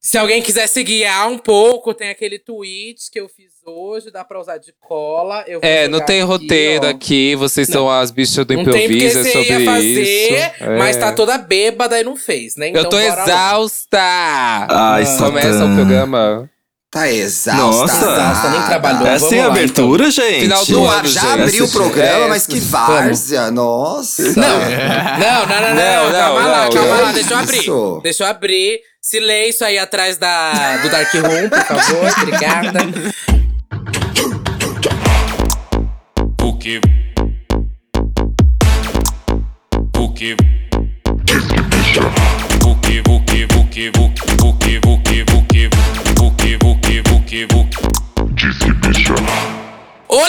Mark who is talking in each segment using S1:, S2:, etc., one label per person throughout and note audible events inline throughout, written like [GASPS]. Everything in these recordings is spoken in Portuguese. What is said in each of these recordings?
S1: Se alguém quiser seguir ah, um pouco, tem aquele tweet que eu fiz hoje, dá pra usar de cola. Eu vou
S2: É, não
S1: jogar
S2: tem
S1: aqui,
S2: roteiro
S1: ó.
S2: aqui, vocês são as bichas do
S1: Não tem porque
S2: improviso, é
S1: você
S2: sobre
S1: ia fazer,
S2: isso. É.
S1: mas tá toda bêbada e não fez, né?
S2: Eu tô
S1: bora lá.
S2: exausta!
S3: Ai, Satã.
S2: Começa o programa.
S4: Tá exausta.
S3: Nossa.
S4: exausta, nem trabalhou.
S1: Então,
S3: Essa é a
S1: vamos lá,
S3: abertura, gente?
S2: Final do
S4: No
S2: ano,
S4: ar,
S3: é
S4: já
S2: gente.
S4: abriu o programa,
S2: É,
S4: mas que várzea, nossa.
S1: Não. é, Não, não, não, não,
S2: Não,
S1: não, calma
S2: não,
S1: lá,
S2: não, é
S1: calma
S4: não.
S1: lá, deixa eu abrir.
S4: Isso.
S1: Deixa eu abrir. Silêncio aí atrás da, do Dark Room, por favor, obrigada.
S5: PUC. PUC. PUC, PUC, PUC, PUC, PUC, PUC, PUC, PUC, PUC, PUC, PUC.
S1: Olá!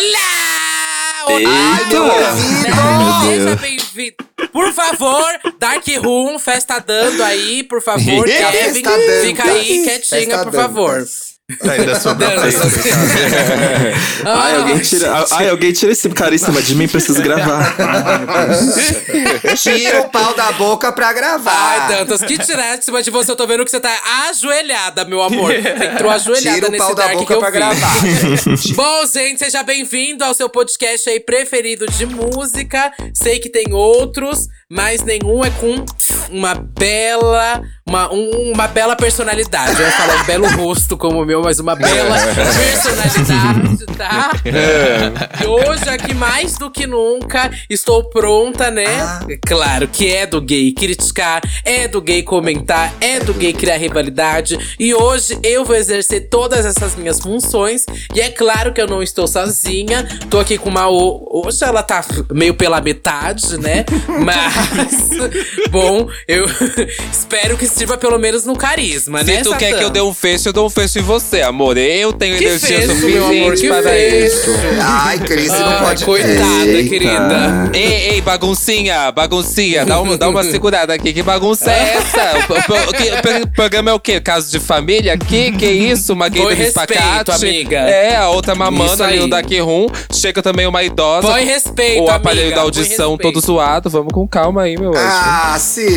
S3: Eita!
S1: Olá!
S3: Meu
S1: Seja
S3: Deus.
S1: bem-vindo. Por favor, Dark Room, festa dando aí, por favor.
S3: [LAUGHS]
S4: Festa
S1: Kevin,
S4: dando.
S1: fica aí
S4: Festa
S1: quietinha, por
S4: dando.
S1: favor.
S6: Ainda sobrou pra
S1: Dança.
S6: isso.
S1: Ah.
S3: Ai, alguém tira, ai, alguém tira esse caríssimo de mim, preciso gravar.
S4: Tira o pau da boca pra
S1: Ai,
S4: gravar.
S1: Dantas, que tirésima de você. Eu tô vendo que você tá ajoelhada, meu
S4: [LAUGHS]
S1: amor. Entrou ajoelhada
S4: Tira o
S1: nesse
S4: pau da
S1: dark que
S4: boca
S1: eu
S4: pra
S1: vi.
S4: gravar.
S1: [LAUGHS]
S4: [LAUGHS]
S1: Bom, gente, seja bem-vindo ao seu podcast aí preferido de música. Sei que tem outros, mas nenhum é com uma bela, uma, um- uma bela personalidade. Eu ia falar um belo rosto como o meu, mas uma bela
S4: [LAUGHS]
S1: personalidade, tá? E hoje, aqui mais do que nunca, estou pronta, né? Claro que é do gay criticar, é do gay comentar, é do gay criar rivalidade. E hoje eu vou exercer todas essas minhas funções. E é claro que eu não estou sozinha. Tô aqui com uma. o- Hoje ela tá meio pela metade, né? Mas, bom, eu [LAUGHS] espero que sirva pelo menos no carisma, né?
S2: Se tu quer
S1: Satã?
S2: que eu dê um fecho, eu dou um fecho em você, amor. Eu tenho
S1: que
S2: energia
S1: fecho, meu amor,
S2: suficiente
S1: que
S2: para
S1: fecho.
S2: isso.
S4: Ai, Cris, você não
S1: Ai,
S4: pode.
S1: coitada,
S4: Eita.
S1: querida.
S2: Ei, ei, baguncinha, baguncinha, dá uma,
S1: [LAUGHS]
S2: dá uma segurada aqui. Que bagunça é essa? O, pro- o que- o pro- programa é o quê? Caso de família? Que que isso? Uma gay
S1: Põe
S2: do
S1: respeito,
S2: espacate?
S1: amiga.
S2: É, a outra
S1: Isso
S2: mamando ali
S1: aí.
S2: no Daqui Rum. Chega também uma idosa.
S1: Põe
S2: com
S1: respeito,
S2: O aparelho
S1: amiga,
S2: da
S1: põe
S2: audição
S1: respeito.
S2: todo zoado. Vamos com calma aí, meu anjo.
S4: Ah, se
S1: Pois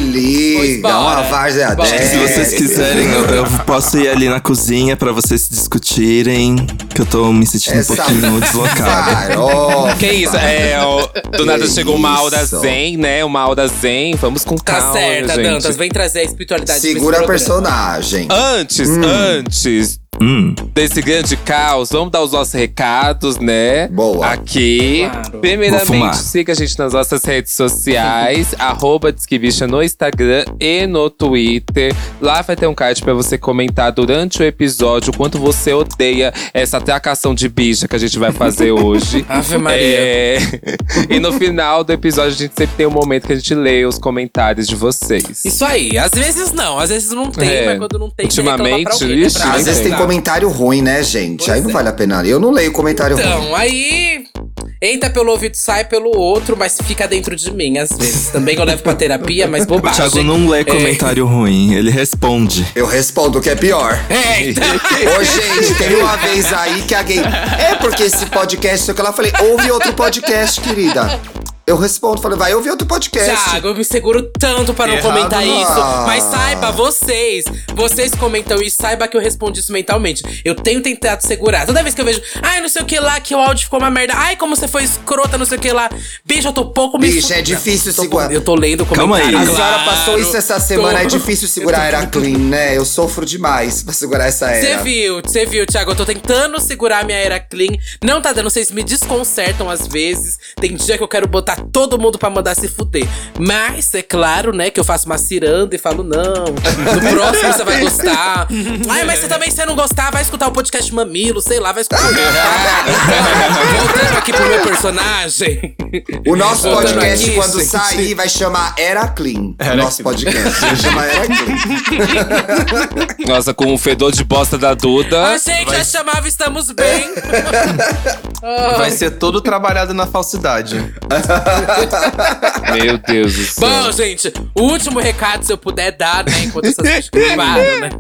S4: liga.
S1: bora.
S4: Uma várzea
S1: Bora.
S4: dessa.
S3: É, Se vocês quiserem, eu, eu posso ir ali na cozinha pra vocês discutirem. Que eu tô me sentindo
S4: Essa-
S3: um
S4: [LAUGHS]
S3: pouquinho deslocado.
S4: Farofa.
S2: Que isso? É, ó, do nada
S4: Que
S2: chegou uma aura
S4: isso.
S2: zen, né? Uma aura zen. Vamos com
S1: Tá
S2: calma,
S1: certa,
S2: gente.
S1: Dantas. Vem trazer a espiritualidade. pra esse
S4: Segura a
S1: programa.
S4: personagem.
S2: Antes,
S4: Hum.
S2: antes
S3: Hum.
S2: desse grande caos, vamos dar os nossos recados, né?
S4: Boa.
S2: Aqui.
S1: Claro.
S3: Vou fumar.
S2: Primeiramente, siga a gente nas nossas redes
S1: [LAUGHS]
S2: sociais, arroba Disquebicha no Instagram e no Twitter. Lá vai ter um card pra você comentar durante o episódio o quanto você odeia essa atracação de bicha que a gente vai fazer
S1: [LAUGHS]
S2: hoje.
S1: Ave Maria.
S2: É, [LAUGHS] e no final do episódio, a gente sempre tem um momento que a gente lê os comentários de vocês.
S1: Isso aí. Às vezes não, às vezes não tem,
S2: É.
S1: mas quando não tem,
S2: Ultimamente,
S1: você reclama pra
S2: ixi,
S1: alguém.
S4: Às
S2: nem
S4: vezes tem
S2: sei. é.
S4: comentário ruim, né, gente? Aí não
S1: é.
S4: vale a pena. Eu não leio comentário ruim.
S1: Então, aí entra pelo ouvido, sai pelo outro, mas fica dentro de mim, às vezes. Também que eu levo pra terapia,
S2: [LAUGHS]
S1: mas
S3: O
S1: bobagem.
S3: Thiago não lê comentário ruim, ele responde.
S4: Eu respondo o que é pior.
S1: É, então,
S4: Ô, gente, teve uma vez aí que a gay. É porque esse podcast, sei o que ela falei, ouve outro podcast, querida. Eu respondo, falei, vai ouvir outro podcast.
S1: Thiago, eu me seguro tanto pra não
S6: Errado
S1: comentar
S4: não.
S1: isso. Mas saiba, vocês, vocês comentam isso, saiba que eu respondo isso mentalmente. Eu tenho tentado segurar. Toda vez que eu vejo, ai, não sei o que lá, que o áudio ficou uma merda. Ai, como você foi escrota, não sei o que lá. Bicho, eu tô pouco me
S4: Bicho, é
S1: fudendo.
S4: difícil
S1: Tô-
S4: segurar.
S1: Eu tô lendo o
S3: Calma
S1: comentário.
S3: aí.
S4: A senhora
S1: claro.
S4: passou isso essa
S1: Tô-
S4: semana, é difícil segurar a era clean, né? Eu sofro demais pra segurar essa
S1: Você
S4: era.
S1: viu, você viu, Thiago. Eu tô tentando segurar minha era clean. Não tá dando, vocês me desconcertam às vezes. Tem dia que eu quero botar todo mundo pra mandar se fuder. Mas é claro, né, que eu faço uma ciranda e falo, não. No
S4: [LAUGHS]
S1: próximo você vai gostar. Ai, mas você também, se você não gostar, vai escutar o podcast Mamilo, sei lá, vai escutar.
S4: [LAUGHS]
S1: Voltando aqui pro meu personagem.
S4: O nosso
S1: Voltando
S4: podcast,
S1: aqui,
S4: quando
S1: gente.
S4: sair, vai chamar Era Clean. O nosso podcast vai chamar Era Clean.
S1: [LAUGHS]
S2: [LAUGHS] Nossa, com o fedor de bosta da Duda.
S1: Achei que já chamava Estamos
S4: [LAUGHS]
S1: Bem. Oh.
S6: Vai ser todo trabalhado na falsidade.
S2: Meu Deus do céu.
S1: Bom, gente, o último recado, se eu puder
S4: [LAUGHS]
S1: dar, né? Enquanto essas coisas param, né?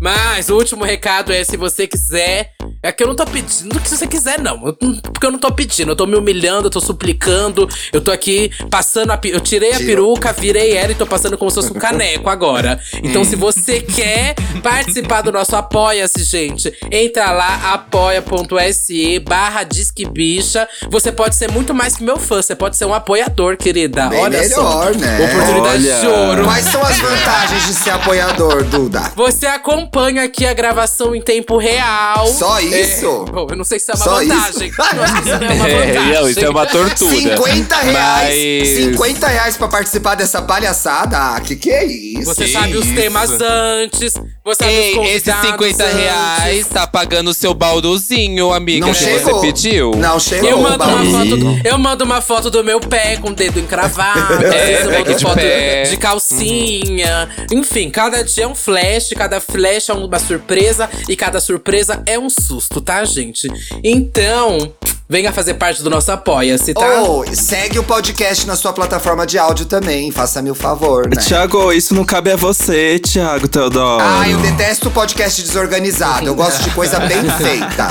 S1: Mas o último recado é: se você quiser É que eu não tô pedindo o que você quiser, não. Eu- porque eu não tô pedindo. Eu tô me humilhando, eu tô suplicando. Eu tô aqui passando a. pe- Eu tirei a peruca, virei ela e tô passando como se fosse um
S4: [LAUGHS]
S1: caneco agora. Então, se você quer participar do nosso Apoia-se, gente, entra lá, apoia.se barra Disque Bicha. Você pode ser muito mais que meu fã. Você pode ser um apoiador, querida.
S4: Bem
S1: Olha só.
S4: melhor, né?
S1: Oportunidade
S3: Olha.
S1: de ouro.
S4: Quais são as vantagens de ser apoiador, Duda?
S1: Você acompanha aqui a gravação em tempo real.
S4: Só isso?
S1: É, bom, eu não sei se isso é uma
S4: Só isso?
S1: vantagem. Eu acho que isso não é uma vantagem.
S2: não, isso [LAUGHS] é uma tortura.
S4: 50 reais!
S2: Mas-
S4: 50 reais pra participar dessa palhaçada? Ah, que que é isso?
S1: Você
S2: Sim,
S1: sabe os
S2: isso.
S1: temas antes. Você
S2: Ei,
S1: sabe os
S2: esses
S1: convidados
S2: 50
S1: antes.
S2: reais tá pagando o seu balduzinho, amiga,
S4: Não
S2: que
S4: chegou.
S2: você pediu.
S4: Não chegou.
S1: Eu mando, uma
S4: Babi.
S1: foto, do- eu mando uma foto do meu pé com o dedo encravado. às vezes eu
S2: pé
S1: mando
S2: de
S1: foto
S2: pé.
S1: de calcinha. Enfim, cada dia é um flash, cada flash é uma surpresa e cada surpresa é um susto, tá, gente? Então, venha fazer parte do nosso Apoia-se, tá?
S4: Ou segue o podcast na sua plataforma de áudio também, faça-me o favor, né?
S3: Tiago, isso não cabe a você, Tiago Teodoro.
S4: Ah, eu detesto podcast desorganizado. Eu gosto de coisa bem feita.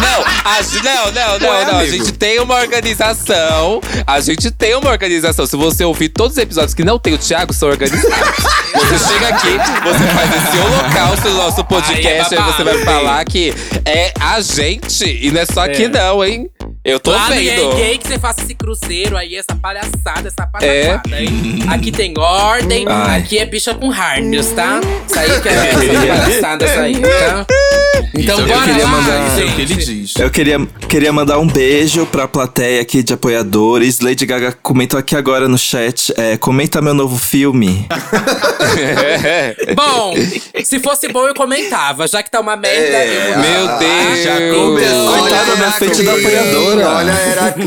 S2: Não, a, gen- não, não, não,
S4: é,
S2: não. A gente tem uma organização. A gente tem uma organização. Se você ouvir todos os episódios que não tem o Thiago, são
S4: [LAUGHS]
S2: organizados. Você chega aqui, você faz esse holocausto do nosso podcast,
S1: Aí
S2: aí,
S1: é babado,
S2: você vai falar que é a gente. E não é só aqui, não, hein? Eu tô
S1: Lá no
S2: vendo.
S1: EA é que você faça esse cruzeiro aí, essa palhaçada, essa palhaçada, hein? Aqui tem ordem,
S3: Ai.
S1: aqui é bicha com harness, tá? Isso aí que é essa palhaçada, isso aí, tá? Então
S6: Isso é o que
S1: bora
S6: eu queria
S1: lá,
S6: mandar. Isso é o que
S1: gente.
S6: ele diz.
S3: Eu queria, queria mandar um beijo pra plateia aqui de apoiadores. Lady Gaga comentou aqui agora no chat. é, comenta meu novo filme.
S2: [LAUGHS]
S1: Bom, se fosse bom eu comentava, já que tá uma merda, eu vou...
S2: Meu Deus.
S1: já
S2: começou.
S3: Coitada
S4: Olha,
S3: na frente da
S4: Heracles,
S3: apoiadora.
S4: Olha,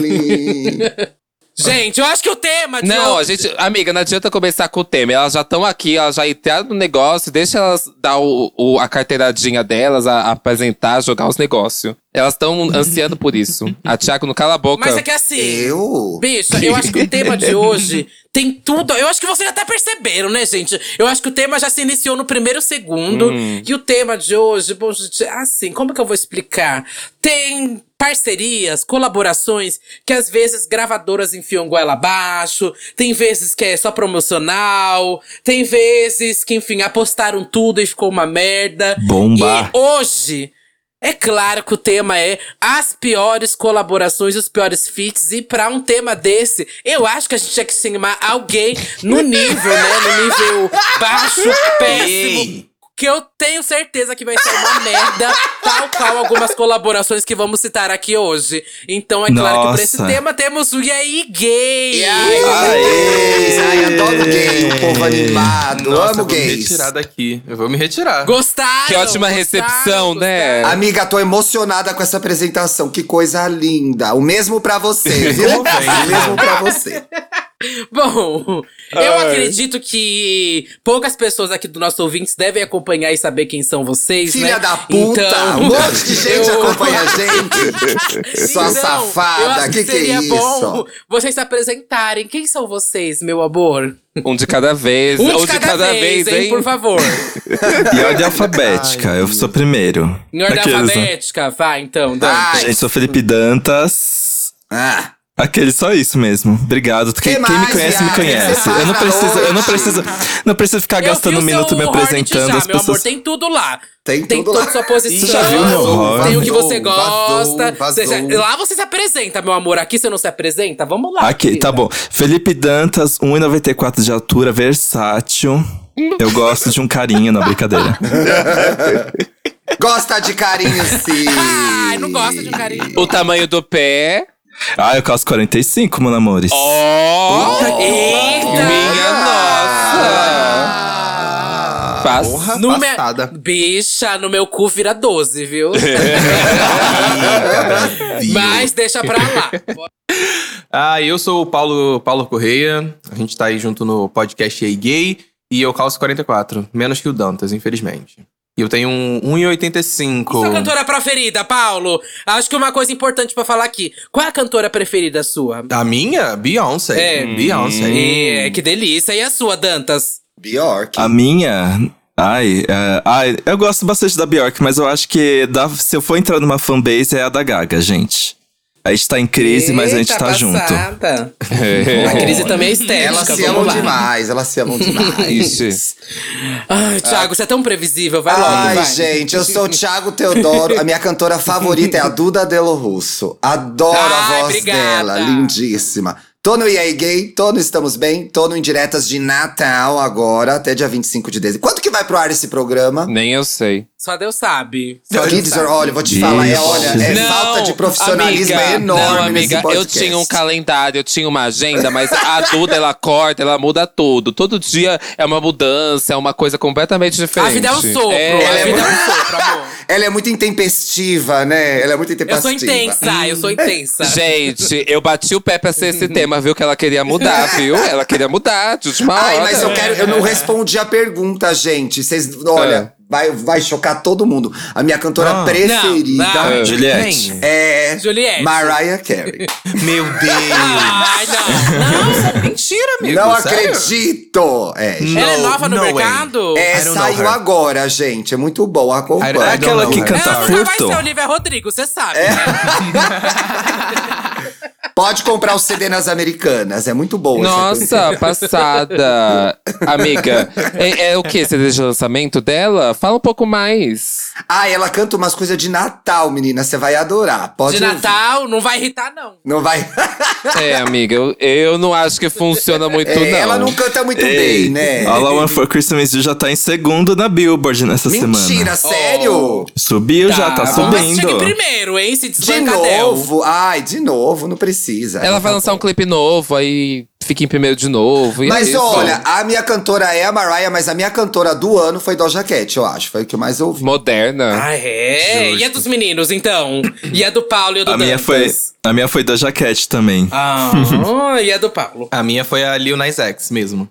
S4: Heracles.
S1: Gente, eu acho que o tema de
S2: Não, a
S1: hoje-
S2: gente. Amiga, não adianta começar com o tema. Elas já estão aqui, elas já entraram no negócio. Deixa elas dar o, o- a carteiradinha delas, a, a apresentar, jogar os negócios. Elas estão ansiando por isso. A Thiago não cala a boca.
S1: Mas é que assim...
S4: Eu?
S1: Bicha, eu acho que o tema de hoje tem tudo. Eu acho que vocês até perceberam, né, gente? Eu acho que o tema já se iniciou no primeiro segundo. E o tema de hoje, bom, gente, assim, como que eu vou explicar? Tem parcerias, colaborações que às vezes gravadoras enfiam goela abaixo, tem vezes que é só promocional, tem vezes que, enfim, apostaram tudo e ficou uma merda.
S3: Bomba.
S1: E hoje, é claro que o tema é as piores colaborações, os piores feats. E pra um tema desse, eu acho que a gente tinha que chamar alguém no nível, né? No nível baixo, péssimo. Que eu tenho certeza que vai ser uma merda, tal qual algumas colaborações que vamos citar aqui hoje. Então é claro que pra esse
S3: Nossa.
S1: tema temos o E aí, gay!
S4: E aí, gays? Ai, adoro gay, o povo animado. Amo
S6: Nossa, eu vou me
S4: gays.
S6: retirar daqui. Eu vou me retirar.
S1: Gostaram?
S2: Que ótima
S1: Gostaram?
S2: recepção,
S1: É.
S2: né?
S4: Amiga, tô emocionada com essa apresentação. Que coisa linda. O mesmo pra
S1: [LAUGHS]
S4: você, viu?
S6: Tudo bem.
S4: o mesmo pra você.
S1: Bom, eu acredito que poucas pessoas aqui do nosso ouvintes devem acompanhar e saber quem são vocês,
S4: Filha
S1: né?
S4: da puta, um monte de gente
S1: eu-
S4: acompanha
S1: [LAUGHS]
S4: a gente. Sua
S1: Então, eu acho
S4: safada, que que é
S1: seria
S4: isso?
S1: bom vocês se apresentarem. Quem são vocês, meu amor?
S2: Um de cada vez,
S1: Um de cada, vez, hein, por favor.
S3: E
S4: [LAUGHS]
S3: ordem alfabética, eu sou primeiro.
S1: Em ordem
S3: Aqueles, né?
S1: alfabética, vai então. Dani.
S4: Ai,
S3: Gente, sou Felipe Dantas.
S4: ah,
S3: Aquele só isso mesmo. Obrigado. Quem, quem
S4: mais,
S3: me conhece, me
S4: viado?
S3: conhece.
S4: Você faz
S3: Eu não
S4: na
S3: preciso, eu não
S4: noite.
S3: preciso, não preciso ficar
S1: Eu vi
S3: gastando
S1: o
S3: um minuto
S1: seu
S3: me
S1: Hornet
S3: apresentando
S1: já,
S3: as
S1: meu amor,
S3: pessoas.
S1: tem tudo lá.
S3: Então,
S4: Tem tudo
S1: toda
S4: lá.
S1: a sua posição.
S3: já viu meu Hornet?
S1: Tem o que você
S4: Vazou, vazou,
S1: gosta. Você já-
S4: vazou.
S1: lá você se apresenta, meu amor. Aqui você não se apresenta? Vamos lá.
S3: Aqui,
S1: querida.
S3: tá bom. Felipe Dantas, 1,94 de altura, versátil. Eu gosto de um carinho, não, brincadeira.
S4: gosta de
S1: [LAUGHS]
S4: carinho, sim.
S1: Ai, não gosto de um carinho.
S2: O tamanho do pé.
S3: Ah, eu calço 45, meu namores.
S2: Ó!
S1: Eita!
S2: Minha nossa!
S4: Ah.
S1: Ah.
S2: Faz.
S6: Porra,
S2: [LAUGHS]
S1: No me-
S6: passada.
S1: Bicha, no meu cu vira 12,
S6: [LAUGHS]
S1: viu? Mas deixa pra
S6: [LAUGHS]
S1: lá.
S6: Ah, eu sou o Paulo, Paulo Correia. A gente tá aí junto no podcast Ei Gay. E eu calço 44. Menos que o Dantas, infelizmente. E eu tenho um
S1: Qual é a
S6: 1,85.
S1: cantora preferida, Paulo? Acho que uma coisa importante pra falar aqui. Qual é a cantora preferida sua?
S6: A minha? Beyoncé.
S1: É.
S6: Beyoncé.
S1: É, que delícia. E a sua, Dantas?
S4: Bjork.
S3: A minha. Ai, é, ai, eu gosto bastante da Bjork, mas eu acho que dá- se eu for entrar numa fanbase é a da Gaga, gente. A gente tá em crise, mas a gente tá junto.
S1: passada. A
S2: [LAUGHS]
S1: crise também é estética,
S4: Elas se
S1: vamos
S4: amam
S1: lá.
S4: demais, elas se amam
S1: [LAUGHS]
S4: demais.
S2: Ixi.
S1: Ai, Thiago, você é tão previsível, vai logo,
S4: Ai,
S1: vai.
S4: gente, eu sou o Thiago Teodoro. A minha
S1: [LAUGHS]
S4: cantora favorita é a Duda Delo Russo. Adoro
S1: Ai,
S4: a voz
S1: obrigada.
S4: dela, lindíssima. Tô no EA Gay, tô no Estamos Bem, tô no Indiretas de Natal agora, até dia 25 de dezembro. Quanto que vai pro ar esse programa?
S2: Nem eu sei.
S1: Só Deus sabe. Só Deus
S4: Kids,
S1: sabe.
S4: olha, vou te falar, é,
S3: Isso.
S4: olha, é
S2: Não,
S4: falta de profissionalismo
S2: amiga,
S4: enorme
S2: Não,
S4: nesse
S2: amiga, eu
S4: podcast.
S2: tinha um calendário, eu tinha uma agenda, mas a Duda, ela corta, ela muda tudo. Todo dia é uma mudança, é uma coisa completamente
S1: A
S2: diferente.
S1: vida é um sopro,
S2: É,
S1: a vida é um sopro, amor.
S4: Ela é muito intempestiva, né? Ela é muito
S1: Eu
S4: intempestiva.
S1: sou intensa, eu sou intensa.
S2: Gente, eu bati o pé pra ser esse tema, viu? Que ela queria mudar, viu? Ela queria mudar de última hora.
S4: Ai, mas eu quero. Eu não respondi a pergunta, gente. Vocês. Olha, vai, vai chocar todo mundo. A minha cantora
S6: Não,
S4: preferida
S1: não,
S3: Juliette.
S2: Nem.
S4: é.
S1: Juliette.
S4: Mariah Carey.
S6: Meu Deus!
S1: Ai, não. Não,
S6: Mentira, amigo.
S4: não
S6: sério?
S4: acredito! É, gente.
S1: ela é
S6: No,
S1: nova no
S6: no way.
S1: mercado?
S4: É,
S6: I don't know
S4: saiu
S6: her.
S4: agora, gente. É muito bom.
S6: I don't-
S4: Acompanha.
S6: I don't
S3: Aquela
S6: know
S3: que
S6: her.
S3: canta
S1: Ela nunca vai ser
S3: furto?
S1: Olivia Rodrigo, você sabe. né?
S4: Pode comprar o CD nas Americanas. É muito bom. essa canção.
S2: Nossa, passada. Amiga, é, é o que? CD de lançamento dela? Fala um pouco mais.
S4: Ah, ela canta umas coisas de Natal, menina. Você vai adorar. Pode
S1: De
S4: ouvir.
S1: Natal, não vai irritar, não.
S4: Não vai.
S2: É, amiga, eu, eu não acho que funciona muito,
S4: É,
S2: não.
S4: Ela não canta muito
S3: Ei,
S4: bem, né?
S3: All I Want For Christmas You já tá em segundo na Billboard nessa semana.
S4: Mentira, sério?
S3: Subiu já, tá
S1: Tá bom, Mas chega em
S3: subindo.
S1: primeiro, hein? Se
S4: De
S1: desbanca Adele.
S4: novo? Ai, de novo, não precisa.
S2: Ela vai lançar um clipe novo, aí fica em primeiro de novo. e é
S4: Mas
S2: isso.
S4: olha, a minha cantora é a Mariah, mas a minha cantora do ano foi Doja Cat, eu acho. Foi o que eu mais ouvi.
S2: Moderna.
S1: Ah, é? E a dos meninos, então? E a do Paulo e a do
S3: A minha, foi,
S1: Dantas?
S3: a minha foi da Jaquete também.
S1: Ah, e a do Paulo.
S6: A minha foi a Lil Nas X mesmo.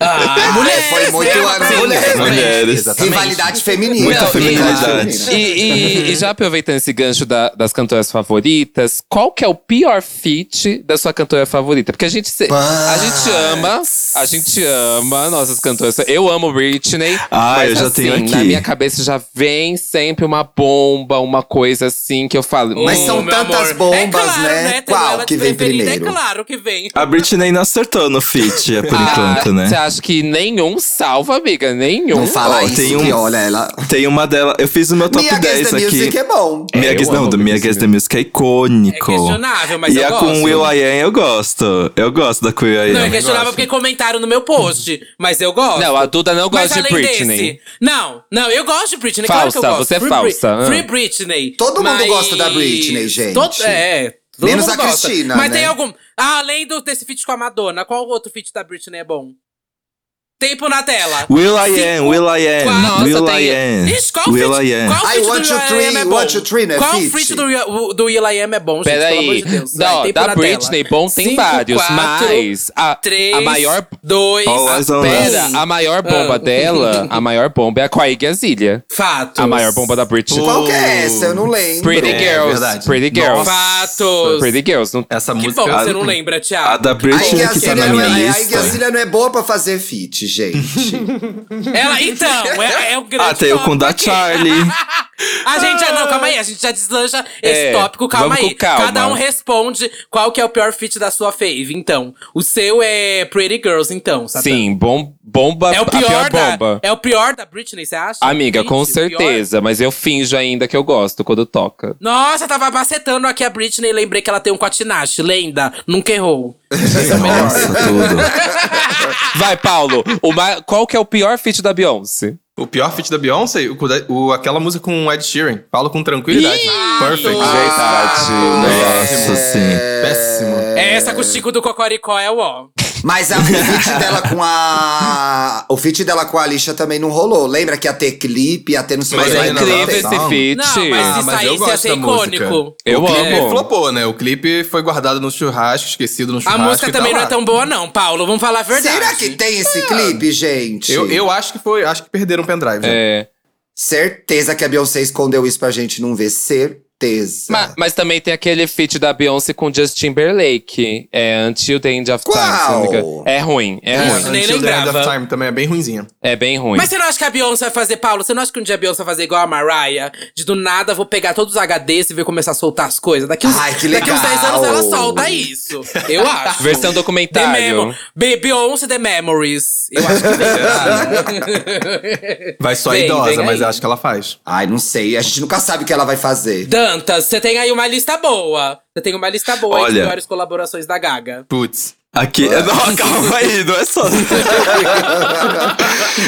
S1: Ah, [LAUGHS] mulher,
S4: foi muito
S1: né,
S4: ano,
S1: Patrícia?
S4: mulher.
S3: Mulheres.
S4: Rivalidade feminina.
S3: Muita
S4: Não,
S3: feminilidade.
S4: rivalidade.
S2: E, e- e já aproveitando esse gancho da- das cantoras favoritas, qual que é o pior feat da sua cantora favorita? Porque a gente, se- a gente ama, a gente ama nossas cantoras. Eu amo Britney.
S3: Ah,
S2: mas
S3: eu já
S2: assim,
S3: tenho aqui.
S2: Na minha cabeça já vem sempre uma bomba, uma coisa assim que eu falo.
S4: Mas
S2: "Hum,
S4: são
S1: Oh, meu
S4: tantas
S1: amor.
S4: bombas,
S1: É claro,
S4: né?
S1: Tem
S4: Qual
S1: ela
S4: que vem
S1: preferida, É
S4: primeiro?
S1: claro que vem.
S3: A Britney não acertou no feat, é por
S2: Ah,
S3: enquanto, né?
S2: Você acha que nenhum salva, amiga? Nenhum.
S4: Não fala
S3: Ó,
S4: isso,
S3: tem
S4: que
S3: um-
S4: olha ela.
S3: Tem uma dela. Eu fiz o meu top
S4: Minha Guess
S3: 10
S4: the
S3: aqui.
S4: Music é bom.
S3: Minha
S2: É,
S3: Guess,
S2: eu
S3: não,
S2: amo
S3: do Minha
S2: Guess
S3: Guess
S2: the
S3: the Music é icônico.
S1: É questionável, mas
S3: e
S1: eu
S3: a
S1: gosto.
S3: com Will I Am eu gosto. Eu gosto da com Will I
S1: Não, é eu
S3: Am.
S1: questionava porque comentaram no meu post, mas eu gosto.
S2: Não, a Duda não
S1: mas
S2: gosta de
S1: além
S2: Britney.
S1: desse. Não, não, eu gosto de Britney, claro que eu
S2: Falsa,
S1: gosto.
S2: você é
S1: Free
S2: falsa,
S1: Bri-
S2: ah.
S1: Free Britney.
S4: Todo mundo
S1: mas-
S4: gosta da Britney, gente.
S1: Todo- é. todo
S4: Menos
S1: mundo
S4: a
S1: gosta.
S4: Cristina,
S1: Mas
S4: né?
S1: tem algum. Ah, além do, desse feat com a Madonna, qual outro feat da Britney é bom? Tempo na tela.
S3: Will I Am, Will I Am,
S1: Nossa,
S3: Will
S2: tem-
S3: I Am.
S1: Ixi, qual
S3: Will
S1: feat,
S3: I
S2: é.
S3: Am.
S1: Qual
S4: I
S1: feat
S4: want
S1: do
S4: you
S1: Will.i.am
S4: three,
S1: é
S4: I
S1: bom?
S4: want you three, né,
S1: Qual
S4: feat?
S1: feat do, Will- do Will I Am é bom, gente? Pelo amor
S2: Peraí.
S1: de Deus.
S2: Não,
S1: Vai, tem
S2: da
S1: por na tela.
S2: Britney, bom, tem
S1: Cinco,
S2: vários,
S1: quatro,
S2: mas a,
S1: Três,
S2: a maior.
S1: dois,
S3: All
S1: a-
S3: eyes on us.
S2: Pera, a maior bomba
S1: Ah.
S2: dela, a maior bomba é a Quaig Azilha.
S1: fatos.
S2: A maior bomba da Britney.
S4: Qual que é essa? Eu não lembro.
S2: Pretty Girls.
S6: verdade.
S2: Pretty Girls.
S1: Fatos.
S2: Pretty Girls. Não... tá-
S6: Essa
S1: Que
S6: música.
S2: é
S1: bom que você não lembra, Thiago.
S3: A da
S4: A
S3: Britney que tá
S4: Igazilha
S3: na
S4: não,
S3: minha
S4: é, a
S3: lista.
S4: Igazilha não é boa pra fazer feat,
S3: [LAUGHS]
S4: gente.
S1: Ela, então, é, é
S2: [LAUGHS]
S1: um grande
S3: Ah, tem o
S1: tópico
S3: com da
S1: aqui.
S3: Charlie.
S1: A gente já, não, calma aí, a gente já deslancha
S2: É,
S1: esse tópico, calma
S2: vamos
S1: aí.
S2: com calma.
S1: Cada um responde qual que é o pior feat da sua fave, então. O seu é Pretty Girls, então, Satã.
S2: Sim, bom, bomba.
S1: É o pior,
S2: a pior
S1: da,
S2: bomba.
S1: É o pior da Britney, você acha?
S2: Amiga,
S1: Feat,
S2: com
S1: o pior?
S2: certeza, mas eu finjo ainda que eu gosto quando toca.
S1: Nossa, tava bacetando aqui a Britney e lembrei que ela tem um cotinache. Lenda, nunca errou.
S3: Nossa, tudo.
S2: Vai, Paulo, o ma- qual que é o pior feat da Beyoncé?
S6: O pior feat da Beyoncé, o, o- aquela música com o Ed Sheeran. Falo com tranquilidade. Perfect.
S1: Ah,
S2: Verdade,
S4: Ah, é.
S3: Nossa, sim.
S6: Péssimo.
S1: É,
S2: É.
S1: Essa com o Chico do Cocoricó é o ó.
S4: Mas a, o feat dela com a. O feat dela com a Alicia também não rolou. Lembra que ia ter clipe, ia ter não sei
S6: Mas
S4: o que
S6: é
S4: lá,
S6: incrível
S4: não, não,
S2: esse
S4: não.
S6: não.
S2: feat.
S1: Não, mas
S6: Ah,
S1: se
S6: mas eu
S1: saísse ia
S6: gosto
S1: ser
S6: da música.
S1: icônico.
S2: Eu
S6: o clipe
S2: amo.
S6: flopou, né? O clipe foi guardado no churrasco, esquecido no
S1: A
S6: churrasco.
S1: música
S6: e tá
S1: também não
S6: lá.
S1: é tão boa, não, Paulo. Vamos falar a verdade.
S4: Será que tem esse clipe, gente?
S6: Eu, eu acho que foi. Acho que perderam o pendrive. né?
S2: É.
S4: Certeza que a Beyoncé escondeu isso pra gente não ver certeza.
S2: Ma- mas também tem aquele feat da Beyoncé com Justin Timberlake. É Until the End of Time.
S4: Qual?
S2: se não me engano. É ruim, é
S1: É.
S2: ruim.
S1: nem
S6: Until the End of
S1: lembrava.
S6: Time também é bem ruinzinha.
S2: É bem ruim.
S1: Mas você não acha que a Beyoncé vai fazer, Paulo? Você não acha que um dia a Beyoncé vai fazer igual a Mariah? De do nada, vou pegar todos os HDs e vou começar a soltar as coisas. Daqui uns,
S4: Ai, que
S1: Daqui uns
S4: legal.
S1: 10 anos ela solta isso. Eu acho.
S2: Versão
S1: The
S2: documentário.
S1: Memo Be- Beyoncé The Memories. Eu acho que é vem.
S6: Vai só
S1: Vem,
S6: idosa,
S1: vem
S6: mas
S1: aí.
S6: eu acho que ela faz.
S4: Ai, não sei. A gente nunca sabe o que ela vai fazer.
S1: Dantas, você tem aí uma lista boa. Você tem uma lista boa aí de
S3: Olha.
S1: melhores colaborações da Gaga.
S6: Putz.
S3: Aqui. [LAUGHS] Não, calma aí, não é só.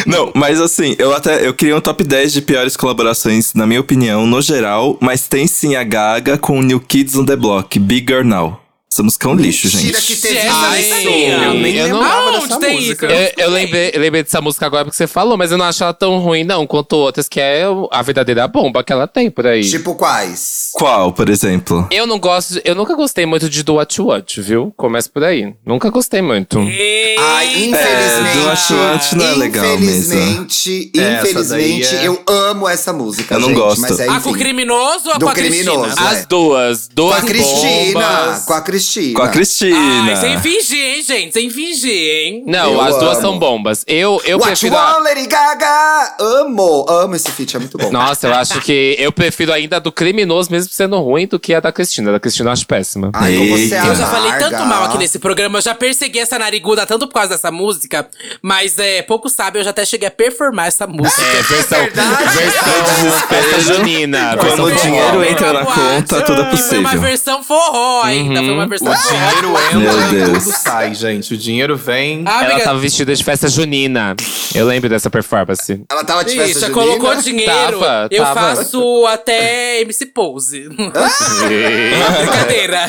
S3: não, mas assim, eu até. Eu criei um top 10 de piores colaborações, na minha opinião, no geral, mas tem sim a Gaga com o New Kids on the Block, Bigger Now. Essa música é um lixo,
S4: Mentira
S3: gente.
S4: que teve
S1: Essa nem
S4: isso.
S1: sabia.
S2: Eu nem
S6: lembrava
S1: Aonde
S6: dessa
S1: tem
S6: música.
S1: isso?
S2: Eu, eu lembrei, eu lembrei dessa música agora porque você falou, mas eu não acho ela tão ruim, não, quanto outras, que é a verdadeira bomba que ela tem por aí.
S4: Tipo quais?
S3: Qual, por exemplo?
S2: Eu não gosto, eu nunca gostei muito de Do What You Want, viu? Começa por aí. Nunca gostei muito.
S4: Ai, infelizmente.
S3: É, do Achuante não é legal mesmo.
S4: Infelizmente,
S6: Essa
S4: infelizmente,
S6: daí é-
S4: eu amo essa música.
S3: Eu não
S4: gente,
S3: gosto.
S4: Mas é,
S1: A Ah, com o
S4: enfim.
S1: criminoso ou a
S4: Do
S1: com a
S4: criminoso.
S1: Cristina?
S2: As duas,
S4: Com
S2: duas
S4: a Cristina.
S2: bombas.
S4: Com a Cristina.
S3: Com a Cristina.
S1: Ai, sem fingir, hein, gente? Sem fingir, hein?
S2: Não,
S4: Eu
S2: as duas
S4: amo.
S2: são bombas. Eu, eu
S4: What you
S2: prefiro. a-
S4: want, Lady Gaga? Amo, amo esse feat, é muito bom.
S2: Nossa, eu acho que eu prefiro ainda a do criminoso, mesmo sendo ruim, do que a da Cristina. A da Cristina eu acho péssima.
S4: Ai, como você
S3: Eita.
S1: Eu já falei
S4: amarga.
S1: tanto mal aqui nesse programa, eu já persegui essa nariguda tanto por causa dessa música, mas é, pouco sabe, eu já até cheguei a performar essa música.
S2: É, versão,
S4: verdade.
S2: versão festa junina. versão
S3: Quando o
S2: forró.
S3: dinheiro
S1: forró.
S3: entra na
S1: Forró.
S3: conta, tudo é
S1: E foi uma
S3: possível. Uhum.
S1: versão forró ainda, foi uma versão
S6: O
S1: forró.
S6: dinheiro
S3: Meu
S6: entra e
S3: Deus.
S6: tudo sai, gente. O dinheiro vem.
S1: Ah,
S2: Ela
S1: amiga,
S2: tava vestida de festa junina. Eu lembro dessa [LAUGHS] performance.
S4: Ela tava de festa
S1: bicha,
S4: junina?
S1: colocou dinheiro,
S2: Tava,
S1: eu
S2: tava.
S1: faço até MC
S3: [LAUGHS]
S1: Pose. [LAUGHS] Brincadeira.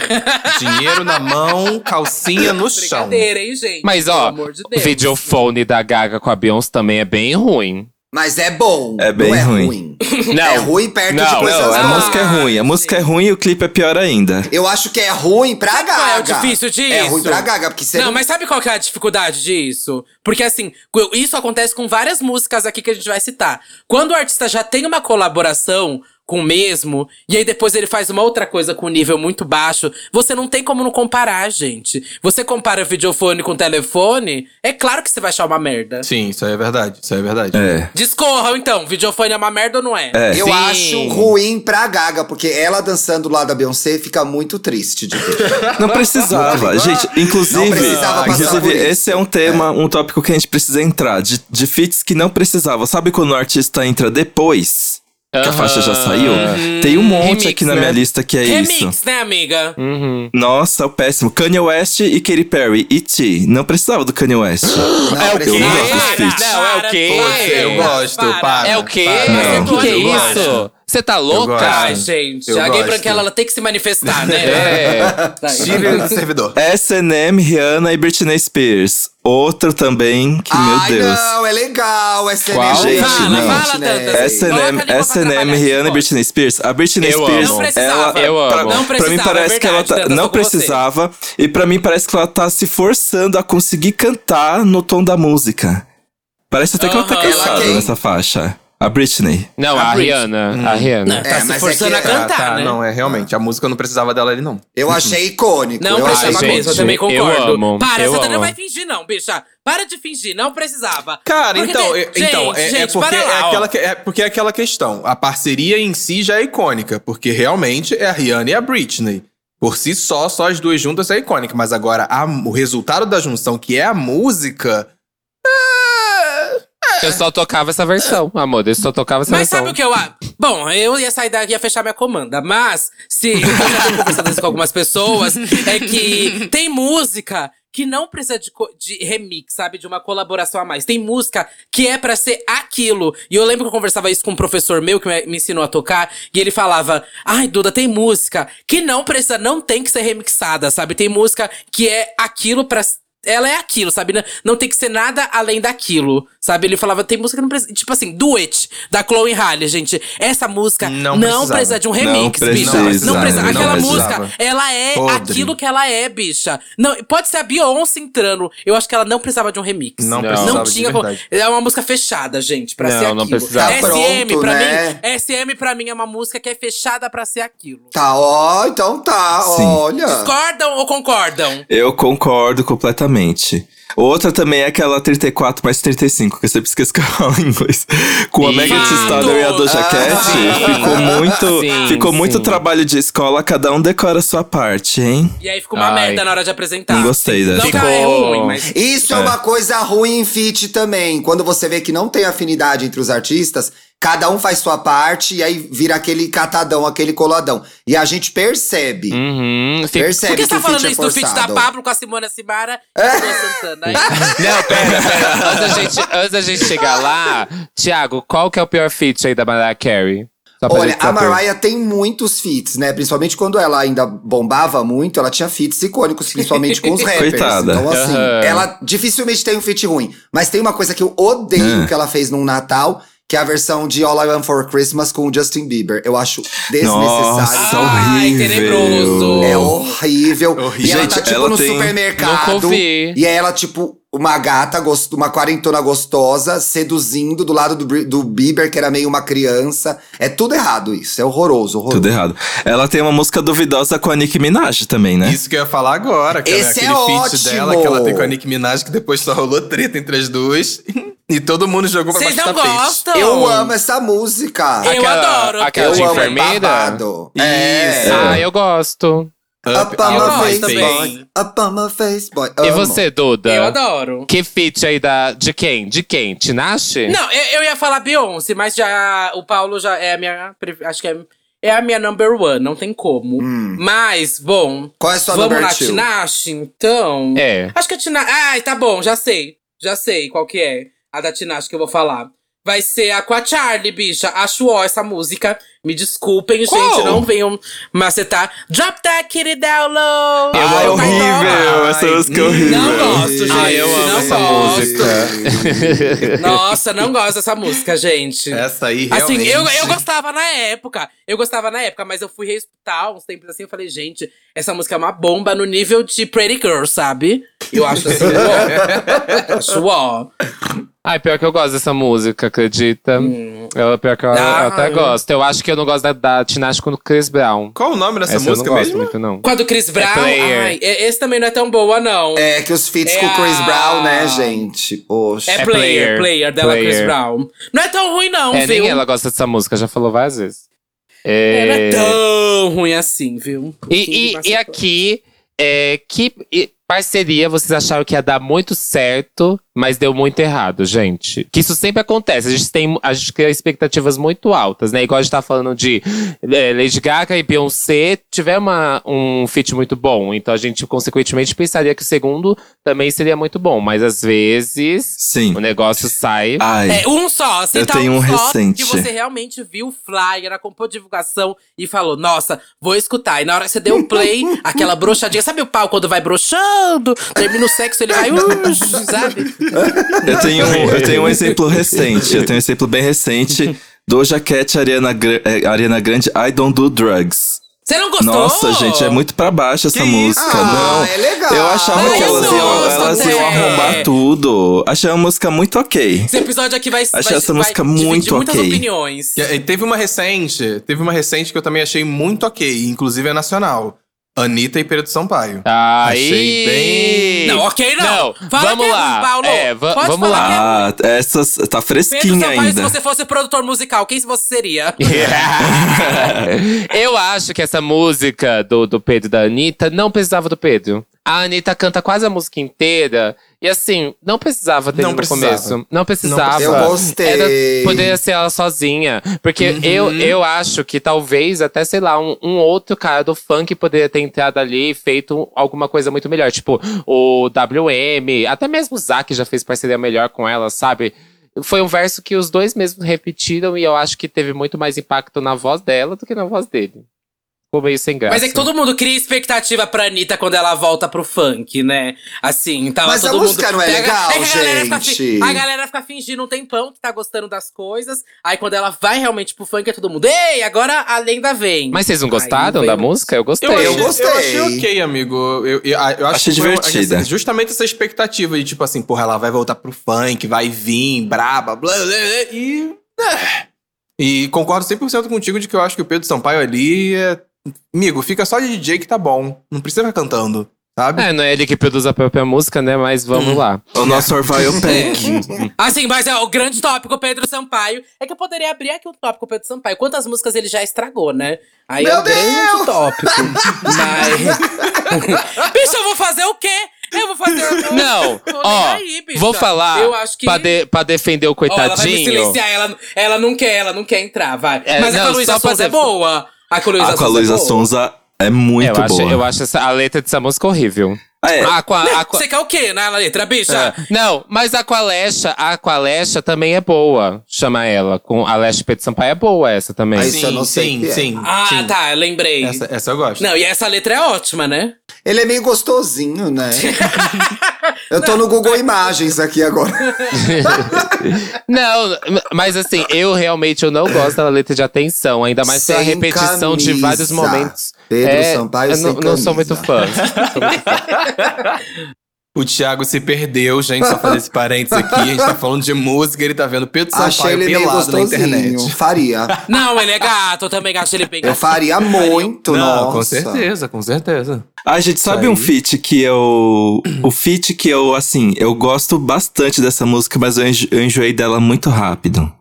S6: Dinheiro na mão, calcinha no chão.
S1: Brincadeira, hein, gente?
S2: Mas
S1: Pelo
S2: ó,
S1: amor de
S2: o
S1: Deus.
S2: videofone da Gaga com a Beyoncé também é bem ruim.
S4: Mas é bom.
S3: É bem
S4: não é
S3: ruim.
S4: ruim.
S2: Não.
S4: É ruim perto
S2: Não,
S4: de coisas
S3: Não, a
S1: Ah,
S4: boas.
S3: música é ruim. A música é ruim e o clipe é pior ainda.
S4: Eu acho que é ruim pra Gaga.
S1: qual é o difícil disso?
S4: É ruim pra Gaga, porque você
S1: Não, mas sabe qual que é a dificuldade disso? Porque assim, qu- isso acontece com várias músicas aqui que a gente vai citar. Quando o artista já tem uma colaboração com o mesmo, e aí depois ele faz uma outra coisa com um nível muito baixo, você não tem como não comparar, gente. Você compara videofone com telefone, é claro que você vai achar uma merda.
S6: Sim, isso aí é verdade. Isso aí é verdade.
S3: É.
S1: Discorram então, videofone é uma merda ou não é?
S3: É.
S4: Eu
S2: Sim.
S4: acho ruim pra Gaga, porque ela dançando lá da Beyoncé fica muito triste de ver.
S3: Não precisava, gente. Inclusive,
S4: Não precisava passar
S3: inclusive
S4: por isso.
S3: esse é um tema, um tópico que a gente precisa entrar. De, de fits que não precisava. Sabe quando o artista entra depois que a
S2: Aham.
S3: faixa já saiu?
S4: Uhum.
S3: Tem um monte
S2: Remix,
S3: aqui na
S2: né?
S3: minha lista que é isso.
S1: Remix, né, amiga?
S2: Uhum.
S3: Nossa, é o péssimo. Kanye West e Katy Perry. E T. Não precisava do Kanye
S4: [GASPS]
S3: West.
S4: Não,
S2: É o
S4: precisa.
S2: quê?
S3: gosto
S1: Para,
S3: desse feat.
S2: Não, é o
S1: para,
S2: quê?
S1: para,
S6: Eu gosto, para.
S2: É o quê?
S1: Ah,
S6: Para,
S2: O que, que é
S1: eu gosto.
S2: isso? Você tá louca?
S6: gosto.
S1: Ai, gente,
S6: Eu
S1: a gay
S6: gosto. tá
S1: branquela ela tem que se manifestar,
S6: [LAUGHS]
S1: né?
S2: É.
S6: Tira ele do servidor.
S3: SNM, Rihanna e Britney Spears. Outro também que,
S4: Ai,
S3: meu Deus.
S4: não, é legal. Essa é
S3: Qual?
S4: gente,
S3: Fala,
S4: não.
S1: fala,
S3: É
S1: Dantas.
S4: Essa
S1: Coloca a língua
S3: SNM,
S1: pra
S3: SNM
S1: trabalhar,
S3: Rihanna e
S1: pode.
S3: Britney Spears. A Britney
S2: Eu
S3: Spears,
S2: amo. Não
S1: precisava.
S3: ela.
S2: Eu amo.
S3: Pra,
S1: Não
S3: pra mim
S1: precisava,
S3: parece
S1: é
S3: que ela
S1: verdade,
S3: tá,
S1: Dantas,
S3: não
S1: tô com você.
S3: precisava. E pra mim parece que ela tá se forçando a conseguir cantar no tom da música. Parece até que ela tá
S1: Aham. Ela
S3: cansada
S4: quem?
S3: nessa faixa. A Britney.
S1: [LAUGHS]
S2: Não,
S1: A
S2: a,
S1: Britney.
S2: Rihanna. A Rihanna.
S1: Tá se
S4: mas é
S1: forçando
S4: que-
S1: a cantar, né?
S6: Não, é realmente. A música eu não precisava dela ali, não.
S4: Eu achei icônico.
S1: Não
S4: eu
S1: precisava
S2: gente,
S1: mesmo, eu também
S2: eu
S1: concordo.
S2: amo,
S1: Para,
S2: eu
S1: você não
S2: amo.
S1: vai fingir, não, bicha. Para de fingir, não precisava.
S6: Cara,
S1: Porque
S6: então,
S1: tem-
S6: é- então é, é
S1: gente, gente,
S6: porque
S1: para lá,
S6: é
S1: ó.
S6: aquela que- é porque é aquela questão. A parceria em si já é icônica, porque realmente é a Rihanna e a Britney. Por si só, só as duas juntas é icônica, mas agora a- o resultado da junção, que é a música,
S2: Eu só tocava essa versão, amor. Eu só tocava essa
S1: Mas
S2: versão.
S1: sabe o que eu acho? Bom, eu ia sair daqui e ia fechar minha comanda. Mas, se eu já tenho conversado isso com algumas pessoas, é que tem música que não precisa de, co- de remix, sabe? De uma colaboração a mais. Tem música que é pra ser aquilo. E eu lembro que eu conversava isso com um professor meu que me, me ensinou a tocar. E ele falava: Ai, Duda, tem música que não precisa, não tem que ser remixada, sabe? Tem música que é aquilo pra ela é aquilo, sabe? Não- Não tem que ser nada além daquilo, sabe? Ele falava, tem música que não precisa. Tipo assim, Do It, da Chloe Halle, gente. Essa música
S6: Não
S1: não,
S6: precisava.
S1: precisa de um
S3: Não
S1: remix, bicha.
S3: precisa,
S1: Não precisa.
S3: não
S1: Aquela
S6: precisava.
S1: música, ela é
S6: Podre.
S1: aquilo que ela é, bicha. Não, pode ser a Beyoncé entrando. Eu acho que ela não precisava de um remix.
S6: Não
S2: Não.
S6: precisava
S1: Não
S6: de
S1: tinha como.
S6: verdade.
S1: É uma música fechada, gente, pra
S2: Não,
S1: ser
S2: não
S1: aquilo.
S2: precisava.
S4: Tá
S1: SM,
S4: pronto,
S1: pra
S4: né?
S1: mim, SM pra mim é uma música que é fechada pra ser aquilo.
S4: Tá, ó, então tá,
S3: Sim.
S6: Ah.
S4: olha.
S1: Discordam ou concordam?
S3: Eu concordo completamente. Outra também é aquela 34 mais 35, que eu sempre esqueço [LAUGHS] que eu falo em inglês. Com a
S2: Ih.
S3: Mega Thee
S1: Fato.
S3: Stallion e a Doja
S4: Ah,
S3: Cat,
S2: sim.
S3: ficou muito,
S2: Sim,
S3: ficou muito
S2: sim.
S3: trabalho de escola, cada um decora a sua parte, hein?
S1: E aí fica uma
S2: Ai.
S1: merda na hora de apresentar.
S3: Não gostei dessa.
S1: Tá. Não,
S4: tá,
S1: cara, é
S2: Ficou-
S1: ruim, mas
S4: Isso é. uma coisa ruim em feat também. Quando você vê que não tem afinidade entre os artistas, cada um faz sua parte e aí vira aquele catadão, aquele coladão. E a gente percebe.
S2: Uhum. Fica-
S4: Percebe
S1: Hum. Por que você
S4: que
S1: tá
S4: o feat
S1: falando
S4: é
S1: isso do feat da
S4: forçado. É.
S1: Pablo com a Simona Simara e o Luan Santana?
S4: [LAUGHS]
S1: Aí,
S2: Não, pera, pera. Antes da gente, antes da gente chegar lá, Thiago, qual que é o pior feat aí da Mariah Carey? Só pra
S4: Olha,
S2: gente
S4: a
S2: saber.
S4: Mariah tem muitos feats, né? Principalmente quando ela ainda bombava muito, ela tinha feats icônicos,
S3: [LAUGHS]
S4: principalmente com os rappers.
S3: Coitada.
S4: Então, assim,
S2: Aham.
S4: ela dificilmente tem um feat ruim. Mas tem uma coisa que eu odeio
S3: Ah.
S4: que ela fez num Natal, que é a versão de All I Want For Christmas com o Justin Bieber. Eu acho
S3: Nossa,
S4: desnecessário.
S1: Ai,
S3: horrível.
S1: tenebroso.
S4: É horrível.
S6: Horrível.
S4: E ela tá
S3: Gente,
S4: tipo
S3: ela
S4: no
S3: tem-
S2: Nunca
S4: supermercado.
S2: ouvi.
S4: E aí ela, tipo, uma gata, gos- uma quarentona gostosa, seduzindo do lado do, Bri- do Bieber, que era meio uma criança. É tudo errado isso. É horroroso, horroroso.
S3: Tudo errado. Ela tem uma música duvidosa com a Nicki Minaj também, né?
S6: Isso que eu ia falar agora, cara.
S4: Esse
S6: aquele
S4: é
S6: feat
S4: ótimo!
S6: dela que ela tem com a Nick Minaj, que depois só rolou treta entre as duas. [LAUGHS] E todo mundo jogou pra
S1: Vocês
S6: baixo
S1: não
S6: do tapete.
S1: gostam?
S4: Eu amo essa música.
S1: Eu adoro.
S2: Aquela
S4: Eu
S2: de
S4: amo, é
S2: É enfermeira?
S4: babado.
S6: Isso.
S4: É.
S2: ah, eu gosto.
S3: É
S4: Up
S2: Tá
S1: Eu
S4: on
S6: Up my
S4: my
S1: gosto
S4: face,
S1: também.
S4: boy. Up on my face, boy.
S2: E
S4: Amo.
S2: você, Duda?
S1: Eu adoro.
S2: Que feat aí da, de quem? De quem? Tinashe?
S1: Não, eu, eu ia falar Beyoncé, mas já o Paulo já é a minha. pre- Acho que é, é a minha number one, não tem como. Mas, bom.
S4: Qual é a sua
S1: vamos
S4: Hum. number
S1: lá,
S4: two?
S1: Tinashe, então.
S2: É.
S1: Acho que a Tinashe. Ai, tá bom, já sei. Já sei qual que é a da Tinashe que eu vou falar. Vai ser a com a Charlie, bicha. Acho ó essa música. Me desculpem, gente, não venham macetar. Drop that kitty down low!
S2: Eu
S3: Ah,
S1: Ai,
S3: é
S2: amo.
S3: horrível! Essa música é horrível.
S1: Não gosto, gente.
S2: Ai, eu amo
S1: não
S2: essa
S1: gosto.
S3: tá-
S2: música.
S1: Nossa, não gosto dessa música, gente.
S6: Essa aí,
S1: Assim,
S6: realmente.
S1: eu, eu gostava na época. Eu gostava na época, mas eu fui reescutar uns tempos assim. Eu falei, gente, essa música é uma bomba no nível de Pretty Girl, sabe? Eu acho
S2: [LAUGHS]
S1: assim, ó. acho ó.
S2: Ai, pior que eu gosto dessa música, acredita? Eu, pior que eu, eu
S1: Ah,
S2: até
S1: eu-
S2: gosto. Eu acho que eu não gosto da, da Tinashe com o Chris Brown.
S6: Qual o nome dessa
S2: Essa eu
S6: música
S2: não gosto
S6: mesmo?
S2: muito, não.
S1: Com a do Chris Brown.
S2: Player.
S1: ai, é- esse também não é tão boa, não. É,
S4: É que os feats
S1: É
S4: com o Chris
S1: a-
S4: Brown, né, gente? Poxa.
S2: é
S1: player,
S2: Player.
S1: player, dela, Chris
S2: Player.
S1: Brown. Não é tão ruim, não,
S2: é,
S1: viu?
S2: nem ela gosta dessa música, já falou várias vezes.
S1: É, não é
S2: É...
S1: tão ruim assim, viu? Um
S2: E,
S1: pouquinho
S2: e,
S1: de
S2: e aqui, é, que e- parceria vocês acharam que ia dar muito certo, mas deu muito errado, gente? Que isso sempre acontece. A gente tem a gente cria expectativas muito altas, né? Igual a gente tá falando de é, Lady Gaga e Beyoncé tiver uma, um fit muito bom. Então a gente, consequentemente, pensaria que o segundo também seria muito bom. Mas às vezes
S3: Sim.
S2: o negócio sai.
S3: Ai.
S1: É, um só. Cita
S3: Eu tenho um
S1: só
S3: recente.
S1: Que você realmente viu o flyer, acompanhou a divulgação e falou, nossa, vou escutar. E na hora que você deu o
S3: [LAUGHS]
S1: play, aquela broxadinha. Sabe o pau quando vai broxando? Termina o sexo, ele vai... "Ush", sabe?
S3: Eu tenho, um- eu tenho um exemplo recente. Eu tenho um exemplo bem recente. Doja Cat, Ariana, Gra- eh, Ariana Grande, I Don't Do Drugs.
S1: Você não gostou?
S3: Nossa, gente, é muito pra baixo essa
S6: Que isso?
S3: música, não.
S4: Ah, é legal.
S3: Eu achava
S1: Ai,
S3: que elas,
S1: eu
S3: iam,
S1: gosto,
S3: elas iam
S1: né?
S3: arrombar tudo. Achei a música muito ok.
S1: Esse episódio aqui vai,
S3: Achei
S1: vai,
S3: essa
S1: vai
S3: música
S1: dividir
S3: muito
S1: muitas
S3: ok.
S1: opiniões.
S6: Que- e Teve uma recente, teve uma recente que eu também achei muito ok, inclusive é nacional. Anitta e Pedro Sampaio.
S2: Aí.
S6: Achei bem-
S1: Não, ok não.
S2: é Não,
S1: Fala
S2: vamos
S1: que é
S2: lá.
S1: ruim, Paulo.
S2: É, va-
S1: Pode
S2: vamos
S1: falar
S2: lá.
S1: que é ruim.
S3: Ah, essa s- tá
S1: Pedro
S3: fresquinha
S1: Sampaio, se
S3: ainda.
S1: você fosse produtor musical, quem você
S2: [LAUGHS]
S1: seria?
S2: Eu acho que essa música do, do Pedro e da Anitta não precisava do Pedro. A Anitta canta quase a música inteira. E assim, não precisava dele
S6: Não
S2: no
S6: precisava.
S2: começo. Não precisava.
S4: Eu gostei.
S2: Era- poderia ser ela sozinha. Porque eu,
S4: Uhum.
S2: eu acho que talvez até, sei lá, um, um outro cara do funk poderia ter entrado ali e feito alguma coisa muito melhor. Tipo, o WM, até mesmo o Zack já fez parceria melhor com ela, sabe? Foi um verso que os dois mesmos repetiram e eu acho que teve muito mais impacto na voz dela do que na voz dele. Ficou meio sem graça.
S1: Mas é que todo mundo cria expectativa pra Anitta quando ela volta pro funk, né? Assim, tava
S4: Mas a
S1: todo
S4: música
S1: mundo...
S4: não é
S1: Pega- [LAUGHS] a
S4: legal,
S1: galera fica fi-
S4: gente.
S1: A galera fica fingindo um tempão que tá gostando das coisas. Aí quando ela vai realmente pro funk, é todo mundo. Ei, agora a lenda vem.
S2: Mas vocês não
S1: Aí
S2: gostaram
S1: vem
S2: da
S1: o-
S2: música? Eu gostei.
S4: Eu gostei.
S6: Eu achei ok, amigo. Eu, eu, eu acho
S3: Achei
S6: que foi uma-
S3: divertida.
S6: assim, justamente essa expectativa de, tipo assim, porra, ela vai voltar pro funk, vai vir, braba, blá, blá, blá, e... ah. E concordo 100% contigo de que eu acho que o Pedro Sampaio ali é... Amigo, fica só de DJ que tá bom. Não precisa ficar cantando, sabe?
S2: É, não é ele que produz a própria música, né? Mas vamos
S4: Uhum.
S2: lá.
S3: O [LAUGHS] nosso Orvalho Pack.
S1: Assim, mas é o grande tópico Pedro Sampaio. É que eu poderia abrir aqui o tópico Pedro Sampaio. Quantas músicas ele já estragou, né? Aí é
S4: Meu
S1: o grande
S4: [LAUGHS]
S1: tópico. mas. [LAUGHS] bicho, eu vou fazer o quê? Eu vou fazer o eu
S2: Não,
S1: tô nem
S2: ó,
S1: bicha.
S2: vou falar
S1: Eu acho que.
S2: pra, de- pra defender o
S1: Ó, ela vai me
S2: coitadinho.
S1: silenciar, ela, ela não quer, ela não quer entrar, vai.
S2: É,
S1: mas a
S2: não,
S1: com a Luísa
S2: só pra
S1: Sonza é
S2: def-
S1: boa. A com a Luísa
S3: Ah, com a
S1: Sonza é
S3: Luísa
S1: boa.
S3: Sonza é
S2: É,
S3: muito
S2: eu, acho,
S3: boa.
S2: eu acho essa- a letra dessa música horrível.
S3: Ah, é.
S2: A Aqua, aqua,
S1: Você quer o quê na letra, bicha?
S2: é. Não, mas a Aqualecha, a Aqualecha também é boa. Chama ela. Com a Leste Pedro Sampaio é boa essa também.
S4: Aí- isso eu não sei o
S6: sim,
S4: que é.
S6: sim,
S1: Ah,
S6: sim.
S1: tá, eu lembrei.
S6: Essa, essa eu gosto.
S1: Não, e essa letra é ótima, né?
S4: Ele é meio
S2: [LAUGHS]
S4: gostosinho, né? Eu tô no Google Imagens aqui agora.
S2: Não, mas assim, eu realmente eu não gosto da letra de atenção, ainda mais pela
S4: Sem
S2: repetição de
S4: camisa.
S2: vários momentos. É,
S4: Pedro Sampaio
S2: eu
S4: sem
S2: não, não sou
S4: camisa.
S2: muito fã.
S6: O Thiago se perdeu, gente, só
S4: [LAUGHS]
S6: fazer esse parênteses aqui. A gente tá falando de música, ele tá vendo Pedro
S4: Achei
S6: Sampaio
S4: ele meio
S6: pelado na internet.
S4: gostosinho. Faria.
S1: Não, ele é gato, eu também acho ele bem
S4: Eu
S1: gato.
S6: [LAUGHS]
S4: faria muito,
S6: Não,
S4: nossa.
S6: com certeza, com certeza.
S3: Ah, gente, sabe
S6: Isso
S3: um
S6: aí.
S3: feat que eu. O feat que eu, assim, eu gosto bastante dessa música, mas eu, enjo- eu enjoei dela muito rápido.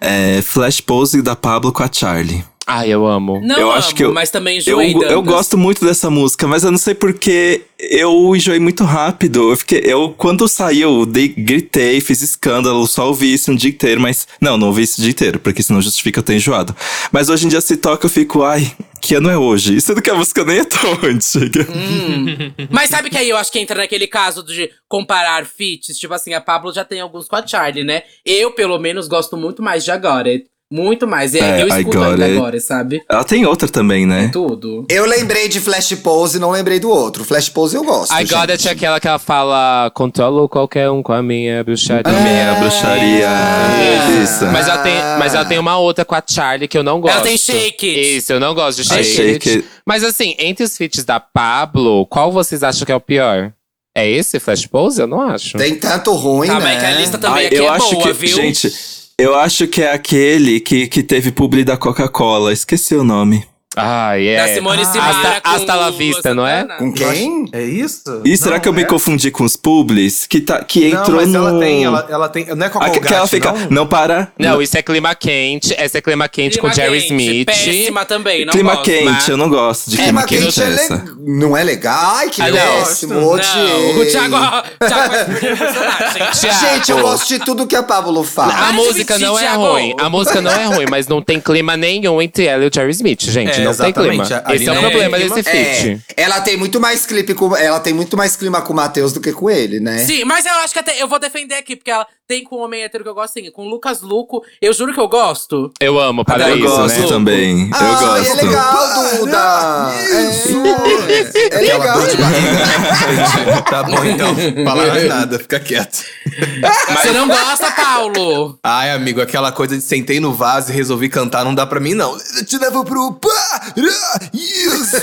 S3: É Flash Pose da Pablo com a Charlie.
S2: Ai, eu amo.
S1: Não,
S3: Eu
S1: amo,
S3: acho que eu-
S1: mas também
S3: Eu,
S1: enjoei
S3: eu
S1: Dantas.
S3: gosto muito dessa música, mas eu não sei porque eu enjoei muito rápido. Eu, fiquei, eu quando saiu, eu dei, gritei, fiz escândalo, só ouvi isso um dia inteiro, mas. Não, não ouvi isso o dia inteiro, porque senão justifica eu ter enjoado. Mas hoje em dia se toca, eu fico, ai, que ano é hoje? Sendo que a música nem é tão [LAUGHS] antiga.
S1: Hum. Mas sabe que aí eu acho que entra naquele caso de comparar feats? Tipo assim, a Pablo já tem alguns com a Charlie, né? Eu, pelo menos, gosto muito mais de Agora. Muito mais. E
S3: É,
S1: eu escuto
S3: Agora
S1: ainda
S3: é-
S1: agora, sabe?
S3: Ela tem outra também, né?
S1: Tudo.
S4: Eu lembrei de Flash Pose, não lembrei do outro. Flash Pose eu gosto.
S2: I got
S4: gente.
S2: it, é aquela que ela fala: controlo qualquer um com a minha
S4: É.
S2: bruxaria.
S3: Minha é bruxaria.
S1: É.
S3: Isso.
S2: É. Mas ela, tem, mas ela tem uma outra com a Charlie que eu não gosto.
S1: Ela tem Shake It.
S2: Isso, eu não gosto de
S3: A
S2: Shake,
S3: Shake
S2: It.
S3: It.
S2: Mas assim, entre os feats da Pablo, qual vocês acham que é o pior? É esse Flash Pose? Eu não acho.
S4: Tem tanto ruim,
S1: Tá,
S4: né?
S1: mas que a lista também
S3: Ai,
S1: aqui
S3: eu
S1: é
S3: acho
S1: boa,
S3: que,
S1: viu?
S3: gente, eu acho que é aquele que, que teve publi da Coca-Cola. Esqueci o nome.
S2: Ai,
S1: da
S2: é.
S1: Simone
S6: Ah,
S1: Simara
S2: hasta-
S1: com
S2: hasta la
S1: o
S2: vista, não é?
S1: Santana.
S4: Com quem?
S6: É isso?
S3: E será que
S4: é.
S3: eu me confundi com os publis? Que, tá, que
S6: Não,
S3: entrou
S6: mas
S3: no.
S6: ela tem, ela, ela tem. Não é
S4: tá
S6: com a
S3: Aque- que ela fica. Não, para.
S2: Não, isso é clima quente. Essa é clima quente
S1: Clima
S2: com Jerry
S1: Quente,
S2: Smith.
S1: Péssima também, não
S3: clima
S1: gosto, né?
S3: quente,
S1: mas-
S3: eu não gosto de clima
S4: Clima
S3: quente.
S4: quente é
S3: essa.
S4: le- não é legal. Ai, que
S2: Ah, não.
S4: péssimo.
S1: Não,
S4: odiei.
S1: o Thiago, o Thiago é o personagem.
S2: Thiago,
S4: Gente, eu gosto de tudo que a Pablo fala.
S2: A
S1: de
S2: música
S1: mentir,
S2: não é
S1: Thiago.
S2: ruim. A música não é ruim, mas não tem clima nenhum entre ela e o Jerry Smith, gente.
S6: É,
S2: não
S6: exatamente.
S2: tem clima.
S6: Ali
S2: Esse é o
S6: não
S1: tem
S2: problema
S6: clima.
S2: desse feat.
S4: É, ela tem muito mais clipe com, ela tem muito mais clima com o Matheus do que com ele,
S3: É.
S4: né?
S1: Sim, mas eu acho que até eu vou defender aqui, porque ela tem com o homem hétero que eu gosto, sim. Com o Lucas Luco, eu juro que eu gosto.
S2: Eu amo, para
S3: Eu
S2: isso,
S3: gosto
S2: né?
S3: também.
S4: Ah,
S3: eu
S4: e
S3: gosto.
S4: é
S6: Ah,
S4: legal, Duda. É, é legal.
S6: [LAUGHS] Tá bom, então. Falar mais nada, fica quieto.
S1: Você não gosta, Paulo?
S6: Ai, amigo, aquela coisa de sentei no vaso e resolvi cantar não dá pra mim, não. Eu te levo pro. pá, rá, Isso!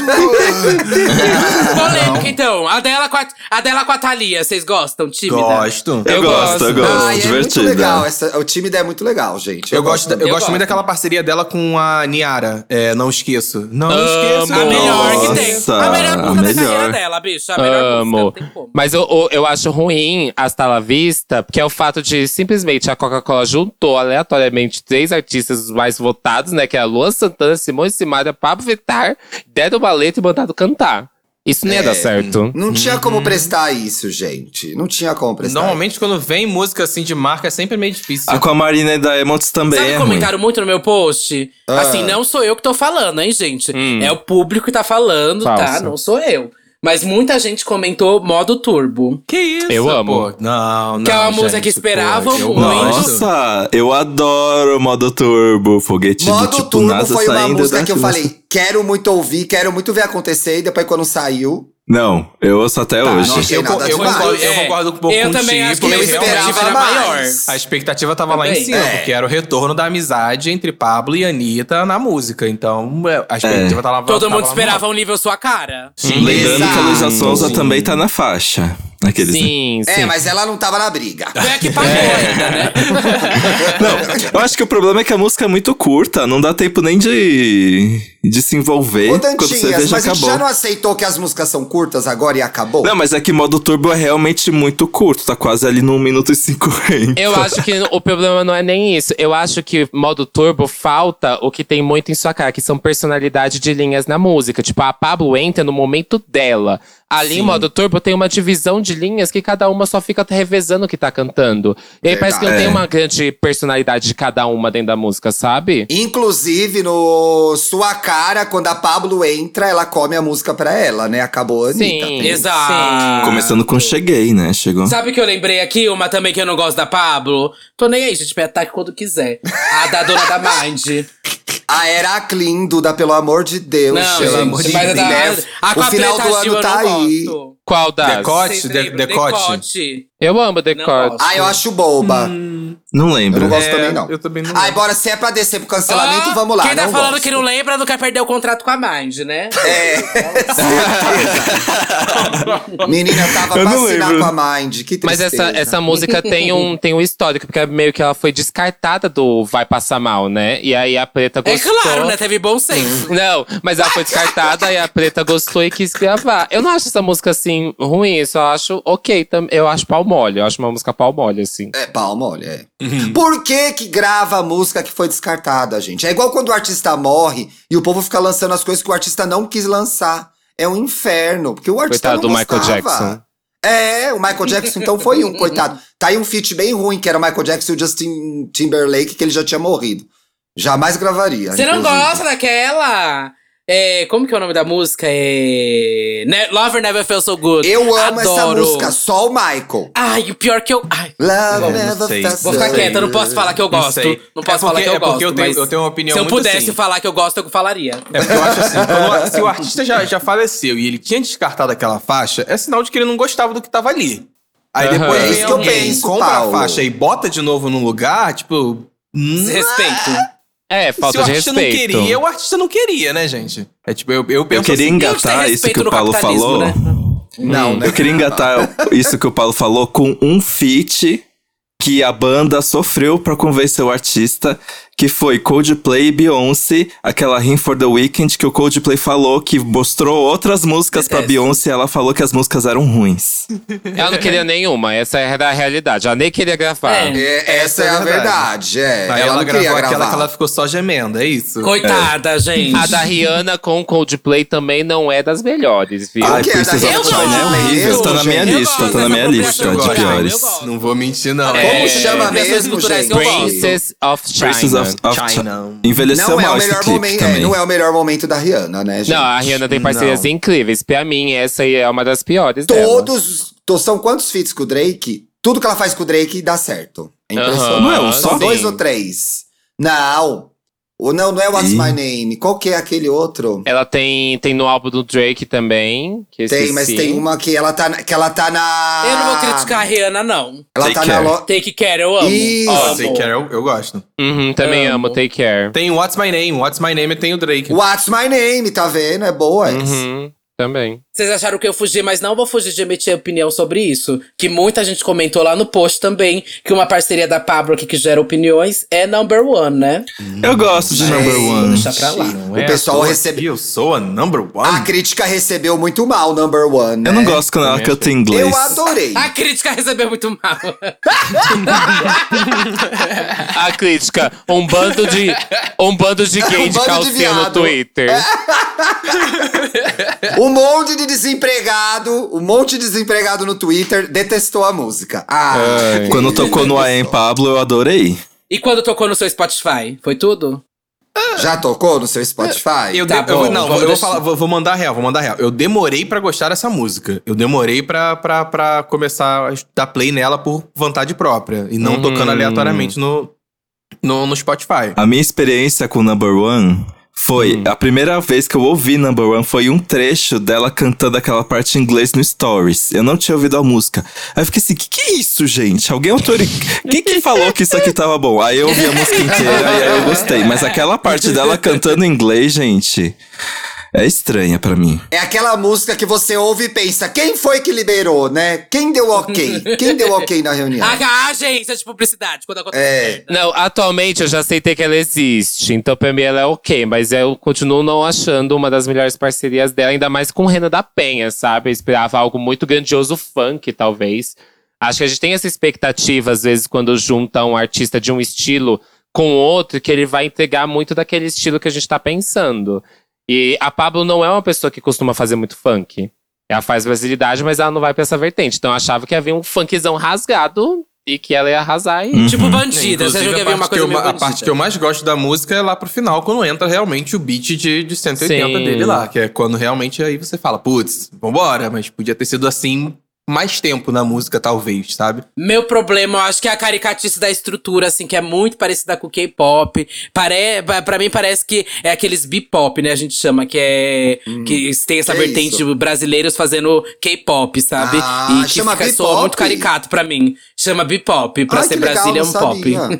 S1: Polêmica, então. A dela com a, a, dela com a Thalia, vocês gostam, tímida?
S6: [LAUGHS] Gosto.
S3: Eu,
S2: Eu
S3: gosto, eu
S2: gosto.
S3: gosto.
S4: Ai, é muito
S3: divertida.
S4: legal. Essa, o time é muito legal, gente.
S6: Eu gosto, da- eu
S1: Eu
S6: gosto
S1: gosto.
S6: muito daquela parceria dela com a Niara. É, não esqueço. Não
S2: Amo.
S6: esqueço.
S1: A melhor que tem.
S3: Nossa,
S1: A melhor
S3: a
S1: música da
S3: melhor.
S1: carreira dela, bicho. A melhor música, não
S2: Amo.
S1: tem como.
S2: Mas eu, eu, eu acho ruim a Stala Vista, porque é o fato de simplesmente a Coca-Cola juntou aleatoriamente três artistas mais votados, né? Que é a Luan Santana, Simone Simaria, Pablo Vittar, deram uma letra e mandado cantar. Isso
S4: É.
S2: nem ia dar certo.
S4: Não tinha
S3: Uhum.
S4: como prestar isso, gente. Não tinha como prestar.
S6: Normalmente, quando vem música assim de marca, é sempre meio difícil.
S3: A Ah, com a Marina e Diamonds também
S1: Sabe
S3: é
S1: que
S3: ruim.
S1: comentaram muito no meu post? Assim, não sou eu que tô falando, hein, gente? É o público que tá falando,
S2: Falsa.
S1: tá? Não sou eu. Mas muita gente comentou modo turbo.
S6: Que isso?
S2: Eu amo.
S6: pô? Não, não.
S1: Que é uma
S6: gente,
S1: música que esperavam
S6: pô, eu
S1: muito.
S6: gosto.
S3: Nossa, eu adoro modo turbo, foguetinho,
S4: Modo
S3: tipo,
S4: Turbo
S3: NASA
S4: foi uma
S3: saindo
S4: música
S3: da
S4: que eu
S3: cruz.
S4: falei, quero muito ouvir, quero muito ver acontecer. E depois quando saiu,
S3: Não, eu ouço até hoje.
S4: nossa,
S6: Eu,
S4: Tem nada
S6: eu
S4: demais.
S6: concordo, eu
S1: É,
S6: concordo um pouco
S1: eu
S6: contigo.
S1: também acho que
S6: porque
S1: eu
S4: eu
S6: realmente
S1: esperava
S4: esperava
S1: era maior.
S4: mais.
S6: A expectativa tava lá
S1: Também.
S6: em cima,
S4: É.
S6: porque era o retorno da amizade entre Pablo e Anitta na música. Então, é, a expectativa tava lá.
S1: Todo
S6: tava
S1: mundo
S6: lá
S1: esperava um nível sua cara.
S6: Sim.
S3: Lembrando que a Luísa
S4: Exato.
S3: Sonza também tá na faixa. Aqueles, né?
S2: Sim, sim.
S4: é, mas ela não tava na briga.
S3: Ah,
S1: Foi a que pagou ainda, né?
S3: Não, eu acho que o problema é que a música é muito curta, não dá tempo nem de, de se envolver.
S4: Ô,
S3: quando você vê,
S4: Dantinhas,
S3: já
S4: mas a gente
S3: acabou.
S4: já não é aceitou que as músicas são curtas agora e acabou?
S3: Não, mas é que modo turbo é realmente muito curto, tá quase ali no 1 minuto e 50. [LAUGHS]
S2: Eu acho que o problema não é nem isso. Eu acho que modo turbo falta o que tem muito em sua cara, que são personalidade de linhas na música. Tipo, a Pablo entra no momento dela. Ali em modo turbo tem uma divisão de linhas que cada uma só fica revezando o que tá cantando. E aí parece que não
S4: Verdade.
S2: tem uma grande personalidade de cada uma dentro da música, sabe?
S4: Inclusive, no Sua Cara, quando a Pablo entra, ela come a música pra ela, né? Acabou a Anitta.
S2: Sim.
S1: Exato.
S3: Começando com cheguei, né? Chegou.
S1: Sabe o que eu lembrei aqui? Uma também que eu não gosto da Pablo? Tô nem aí, gente. Me ataque quando quiser. A da dona da Mind.
S4: A Heraclin, Duda, pelo amor de Deus,
S1: Não,
S4: gente.
S1: gente,
S6: amor de
S1: mas a, da-
S4: Né?
S1: a com a
S4: O final
S1: Preta
S4: do
S1: Gil
S4: ano
S1: eu
S4: tá
S1: não
S4: aí.
S1: gosto.
S2: Qual das?
S6: Decote?
S1: Vocês
S6: de-
S1: lembram?
S6: decote?
S2: Eu amo
S1: Não
S2: decote.
S1: gosto.
S4: Ah, eu acho boba.
S1: Hum.
S3: Não
S4: Eu não
S3: lembro.
S4: gosto
S6: É,
S4: também, não.
S6: Eu também não.
S4: Ai, bora, se é pra descer pro cancelamento,
S1: Ah,
S4: vamos lá.
S1: Quem tá
S4: não
S1: falando
S4: gosto.
S1: que não lembra não quer perder o contrato com a Mind, né?
S4: Menina, tava
S3: Eu
S4: pra
S3: não
S4: assinar
S3: lembro.
S4: com a Mind, que
S2: Mas
S4: tristeza.
S2: essa, essa música
S1: [LAUGHS]
S2: tem um, tem um histórico, porque meio que ela foi descartada do Vai Passar Mal, né? E aí a Preta
S1: É
S2: gostou.
S1: claro, né? Teve bom senso.
S2: Não, mas ela foi descartada e a Preta gostou e quis gravar. Eu não acho essa música assim ruim, só acho ok. tam- Eu acho pau mole, eu acho uma música pau mole, assim.
S4: É, palma, olha. é. Por que que grava a música que foi descartada, gente? É igual quando o artista morre e o povo fica lançando as coisas que o artista não quis lançar. É um inferno, porque o artista
S2: Coitado
S4: não
S2: do Michael
S4: gostava.
S2: Jackson.
S4: É, o Michael Jackson então foi um, coitado. Tá aí um feat bem ruim, que era o Michael Jackson e o Justin Timberlake, que ele já tinha morrido. Jamais gravaria.
S1: Você não
S4: inclusive.
S1: gosta daquela? É, como que é o nome da música? É... Ne- Lover Never Felt So Good.
S4: Eu amo
S1: Adoro.
S4: essa música, só o Michael.
S1: Ai, o pior é que eu... É, Ai,
S4: Love
S6: não
S4: never
S6: sei.
S4: felt
S1: vou ficar
S4: so
S1: quieta, eu não posso falar que eu
S6: Não
S1: gosto. Não,
S6: sei.
S1: posso
S6: É
S1: falar
S6: porque-
S1: que eu
S6: é
S1: gosto,
S6: porque eu tenho-
S1: mas
S6: eu tenho uma opinião
S1: Se eu
S6: muito
S1: pudesse
S6: assim.
S1: falar que eu gosto, eu falaria.
S6: É porque eu acho assim, quando- se o artista já, já faleceu e ele tinha descartado aquela faixa, é sinal de que ele não gostava do que tava ali. Aí
S2: Aham.
S6: depois
S2: É
S6: vem
S4: isso que eu
S6: alguém,
S4: penso,
S6: compra
S4: Paulo.
S6: a faixa e bota de novo no lugar, tipo... hum,
S1: Respeito.
S2: É,
S6: se o
S2: falta de
S6: artista
S2: respeito.
S6: não queria, o artista não queria, né, gente? É tipo, eu, eu penso
S3: Eu queria
S6: assim,
S3: engatar
S4: tá
S1: tem
S3: isso que
S1: respeito
S3: o
S1: no
S3: Paulo
S1: capitalismo,
S3: falou.
S1: né?
S4: Não, né?
S3: Eu queria engatar isso que o Paulo falou com um feat que a banda sofreu pra convencer o artista, que foi Coldplay e Beyoncé, aquela Hymn for the Weekend que o Coldplay falou que mostrou outras músicas
S4: É.
S3: pra
S1: Detesto.
S3: Beyoncé e ela falou que as músicas eram ruins.
S2: Ela não queria nenhuma, essa era a realidade. Ela nem queria gravar.
S1: É.
S4: É, essa é a verdade, é. ela
S6: Aí ela,
S4: não queria
S6: gravou
S4: gravar.
S6: aquela que ela ficou só gemendo, é isso?
S1: Coitada,
S4: É.
S1: gente.
S2: A da Rihanna com Coldplay também não é das melhores, viu?
S4: Ai,
S3: Ai,
S4: que é
S3: Princess
S4: da-
S3: of
S1: Eu
S3: China é
S1: gosto,
S3: horrível.
S1: eu
S3: Tá na minha
S1: gosto,
S3: lista,
S1: eu
S3: tá na
S1: gosto
S3: minha
S1: dessa
S3: lista de
S1: apropriação cultural,
S3: piores.
S1: eu gosto.
S6: Não vou mentir, não.
S4: Como
S2: É.
S4: chama
S1: Pessoas
S4: mesmo,
S1: culturais
S4: gente?
S1: que eu gosto.
S2: Princess of China.
S3: Princess of, of China.
S6: China.
S3: Envelheceu
S4: Não é,
S3: mal
S4: o
S3: esse
S4: melhor
S3: clipe
S4: momento, é,
S3: também. é
S4: não é o melhor momento da Rihanna, né, gente?
S2: Não, a Rihanna tem parcerias
S6: Não.
S2: incríveis. Pra mim, essa aí é uma das piores dela.
S4: Todos. to- São quantos feats com o Drake? Tudo que ela faz com o Drake dá certo. É impressionante.
S3: Não é um só?
S4: São dois
S2: sim.
S4: ou três. Não. Ou não, não é What's
S3: Ih.
S4: My Name. Qual que é aquele outro?
S2: Ela tem, tem no álbum do Drake também. Que eu
S4: Tem, mas
S2: esqueci.
S4: tem uma que ela tá, na- que ela tá na.
S1: Eu não vou criticar a Rihanna, não.
S4: Ela
S3: Take
S4: tá
S3: care.
S4: na lo...
S1: Take Care, eu amo.
S4: Isso.
S1: Amo.
S6: Take Care, eu, eu gosto.
S2: Uhum, também
S1: Amo.
S2: amo. Take Care.
S6: Tem What's My Name, What's My Name e tem o Drake.
S4: What's My Name, tá vendo? É boa essa.
S2: Uhum, também.
S1: Vocês acharam que eu fugi, mas não vou fugir de emitir opinião sobre isso. Que muita gente comentou lá no post também que uma parceria da Pablo aqui que gera opiniões é number one, né?
S3: Eu gosto
S4: É.
S3: de Number
S4: Gente,
S3: One.
S1: É, Deixa pra lá.
S6: Não
S4: O
S6: é à
S4: pessoal
S6: toa
S4: recebe-
S6: que Eu sou a number one.
S4: A crítica recebeu muito mal, number one.
S3: Eu não
S4: né?
S3: gosto quando ela canta em inglês.
S1: [LAUGHS]
S4: Eu adorei.
S1: A crítica recebeu muito mal. [LAUGHS]
S2: A crítica: um bando
S4: [LAUGHS]
S2: de. Um bando de gay
S4: Um
S2: de
S4: bando de
S2: calcinha no
S4: viado. É.
S2: Twitter.
S4: Um monte de desempregado, um monte de desempregado no Twitter detestou a música. Ah,
S2: Ai.
S3: Quando tocou no AM Pablo, eu adorei.
S1: E quando tocou no seu Spotify? Foi tudo?
S4: Já tocou no seu Spotify?
S6: Eu,
S1: Tá
S6: de- eu-
S1: bom,
S6: não,
S1: vamos
S6: eu vou
S1: deixar-
S6: falar, vou, vou mandar real, vou mandar real. Eu demorei pra gostar dessa música. Eu demorei pra, pra, pra começar a dar play nela por vontade própria. E não
S2: Uhum.
S6: tocando aleatoriamente no, no, no Spotify.
S3: A minha experiência com Number One foi. A primeira vez que eu ouvi Number One foi um trecho dela cantando aquela parte em inglês no Stories. Eu não tinha ouvido a música. Aí eu fiquei assim: que que é isso, gente? Alguém autori... [LAUGHS] Quem que falou que isso aqui tava bom? Aí eu ouvi a música inteira e aí eu gostei. Mas aquela parte dela cantando em inglês, gente. É estranha pra mim.
S4: É aquela música que você ouve e pensa, quem foi que liberou, né? Quem deu ok? Quem deu ok na reunião?
S1: [LAUGHS] A agência de publicidade, quando acontece.
S4: É.
S2: Não, atualmente eu já aceitei que ela existe. Então, pra mim, ela é ok. Mas eu continuo não achando uma das melhores parcerias dela, ainda mais com Renan da Penha, sabe? Eu esperava algo muito grandioso, funk, talvez. Acho que a gente tem essa expectativa, às vezes, quando junta um artista de um estilo com outro, que ele vai entregar muito daquele estilo que a gente tá pensando. E a Pablo não é uma pessoa que costuma fazer muito funk. Ela faz brasilidade, mas ela não vai pra essa vertente. Então eu achava que havia um funkzão rasgado e que ela ia arrasar e.
S1: Tipo bandida. Você
S6: Inclusive,
S1: já
S6: a
S1: quer ver uma
S6: parte que
S1: coisa
S6: eu
S1: meio
S6: ma- A
S1: bandida?
S6: parte que eu mais gosto da música é lá pro final, quando entra realmente o beat de, de 180
S2: Sim.
S6: dele lá. Que é quando realmente aí você fala, putz, vambora. Mas podia ter sido assim mais tempo na música, talvez, sabe?
S1: Meu problema, eu acho que é a caricatice da estrutura, assim, que é muito parecida com o K-pop. Pare... pa- Pra mim parece que é aqueles B-pop, né? A gente chama, que é. que tem essa
S4: Uhum. que
S1: vertente
S4: isso?
S1: de brasileiros fazendo K-pop, sabe?
S4: Ah,
S1: que
S4: chama
S1: fica-
S4: B-pop?
S1: soa muito caricato pra mim. Chama B-pop. Pra
S4: Ai,
S1: ser
S4: que legal,
S1: Brasília é um
S4: não
S1: pop.
S4: sabia.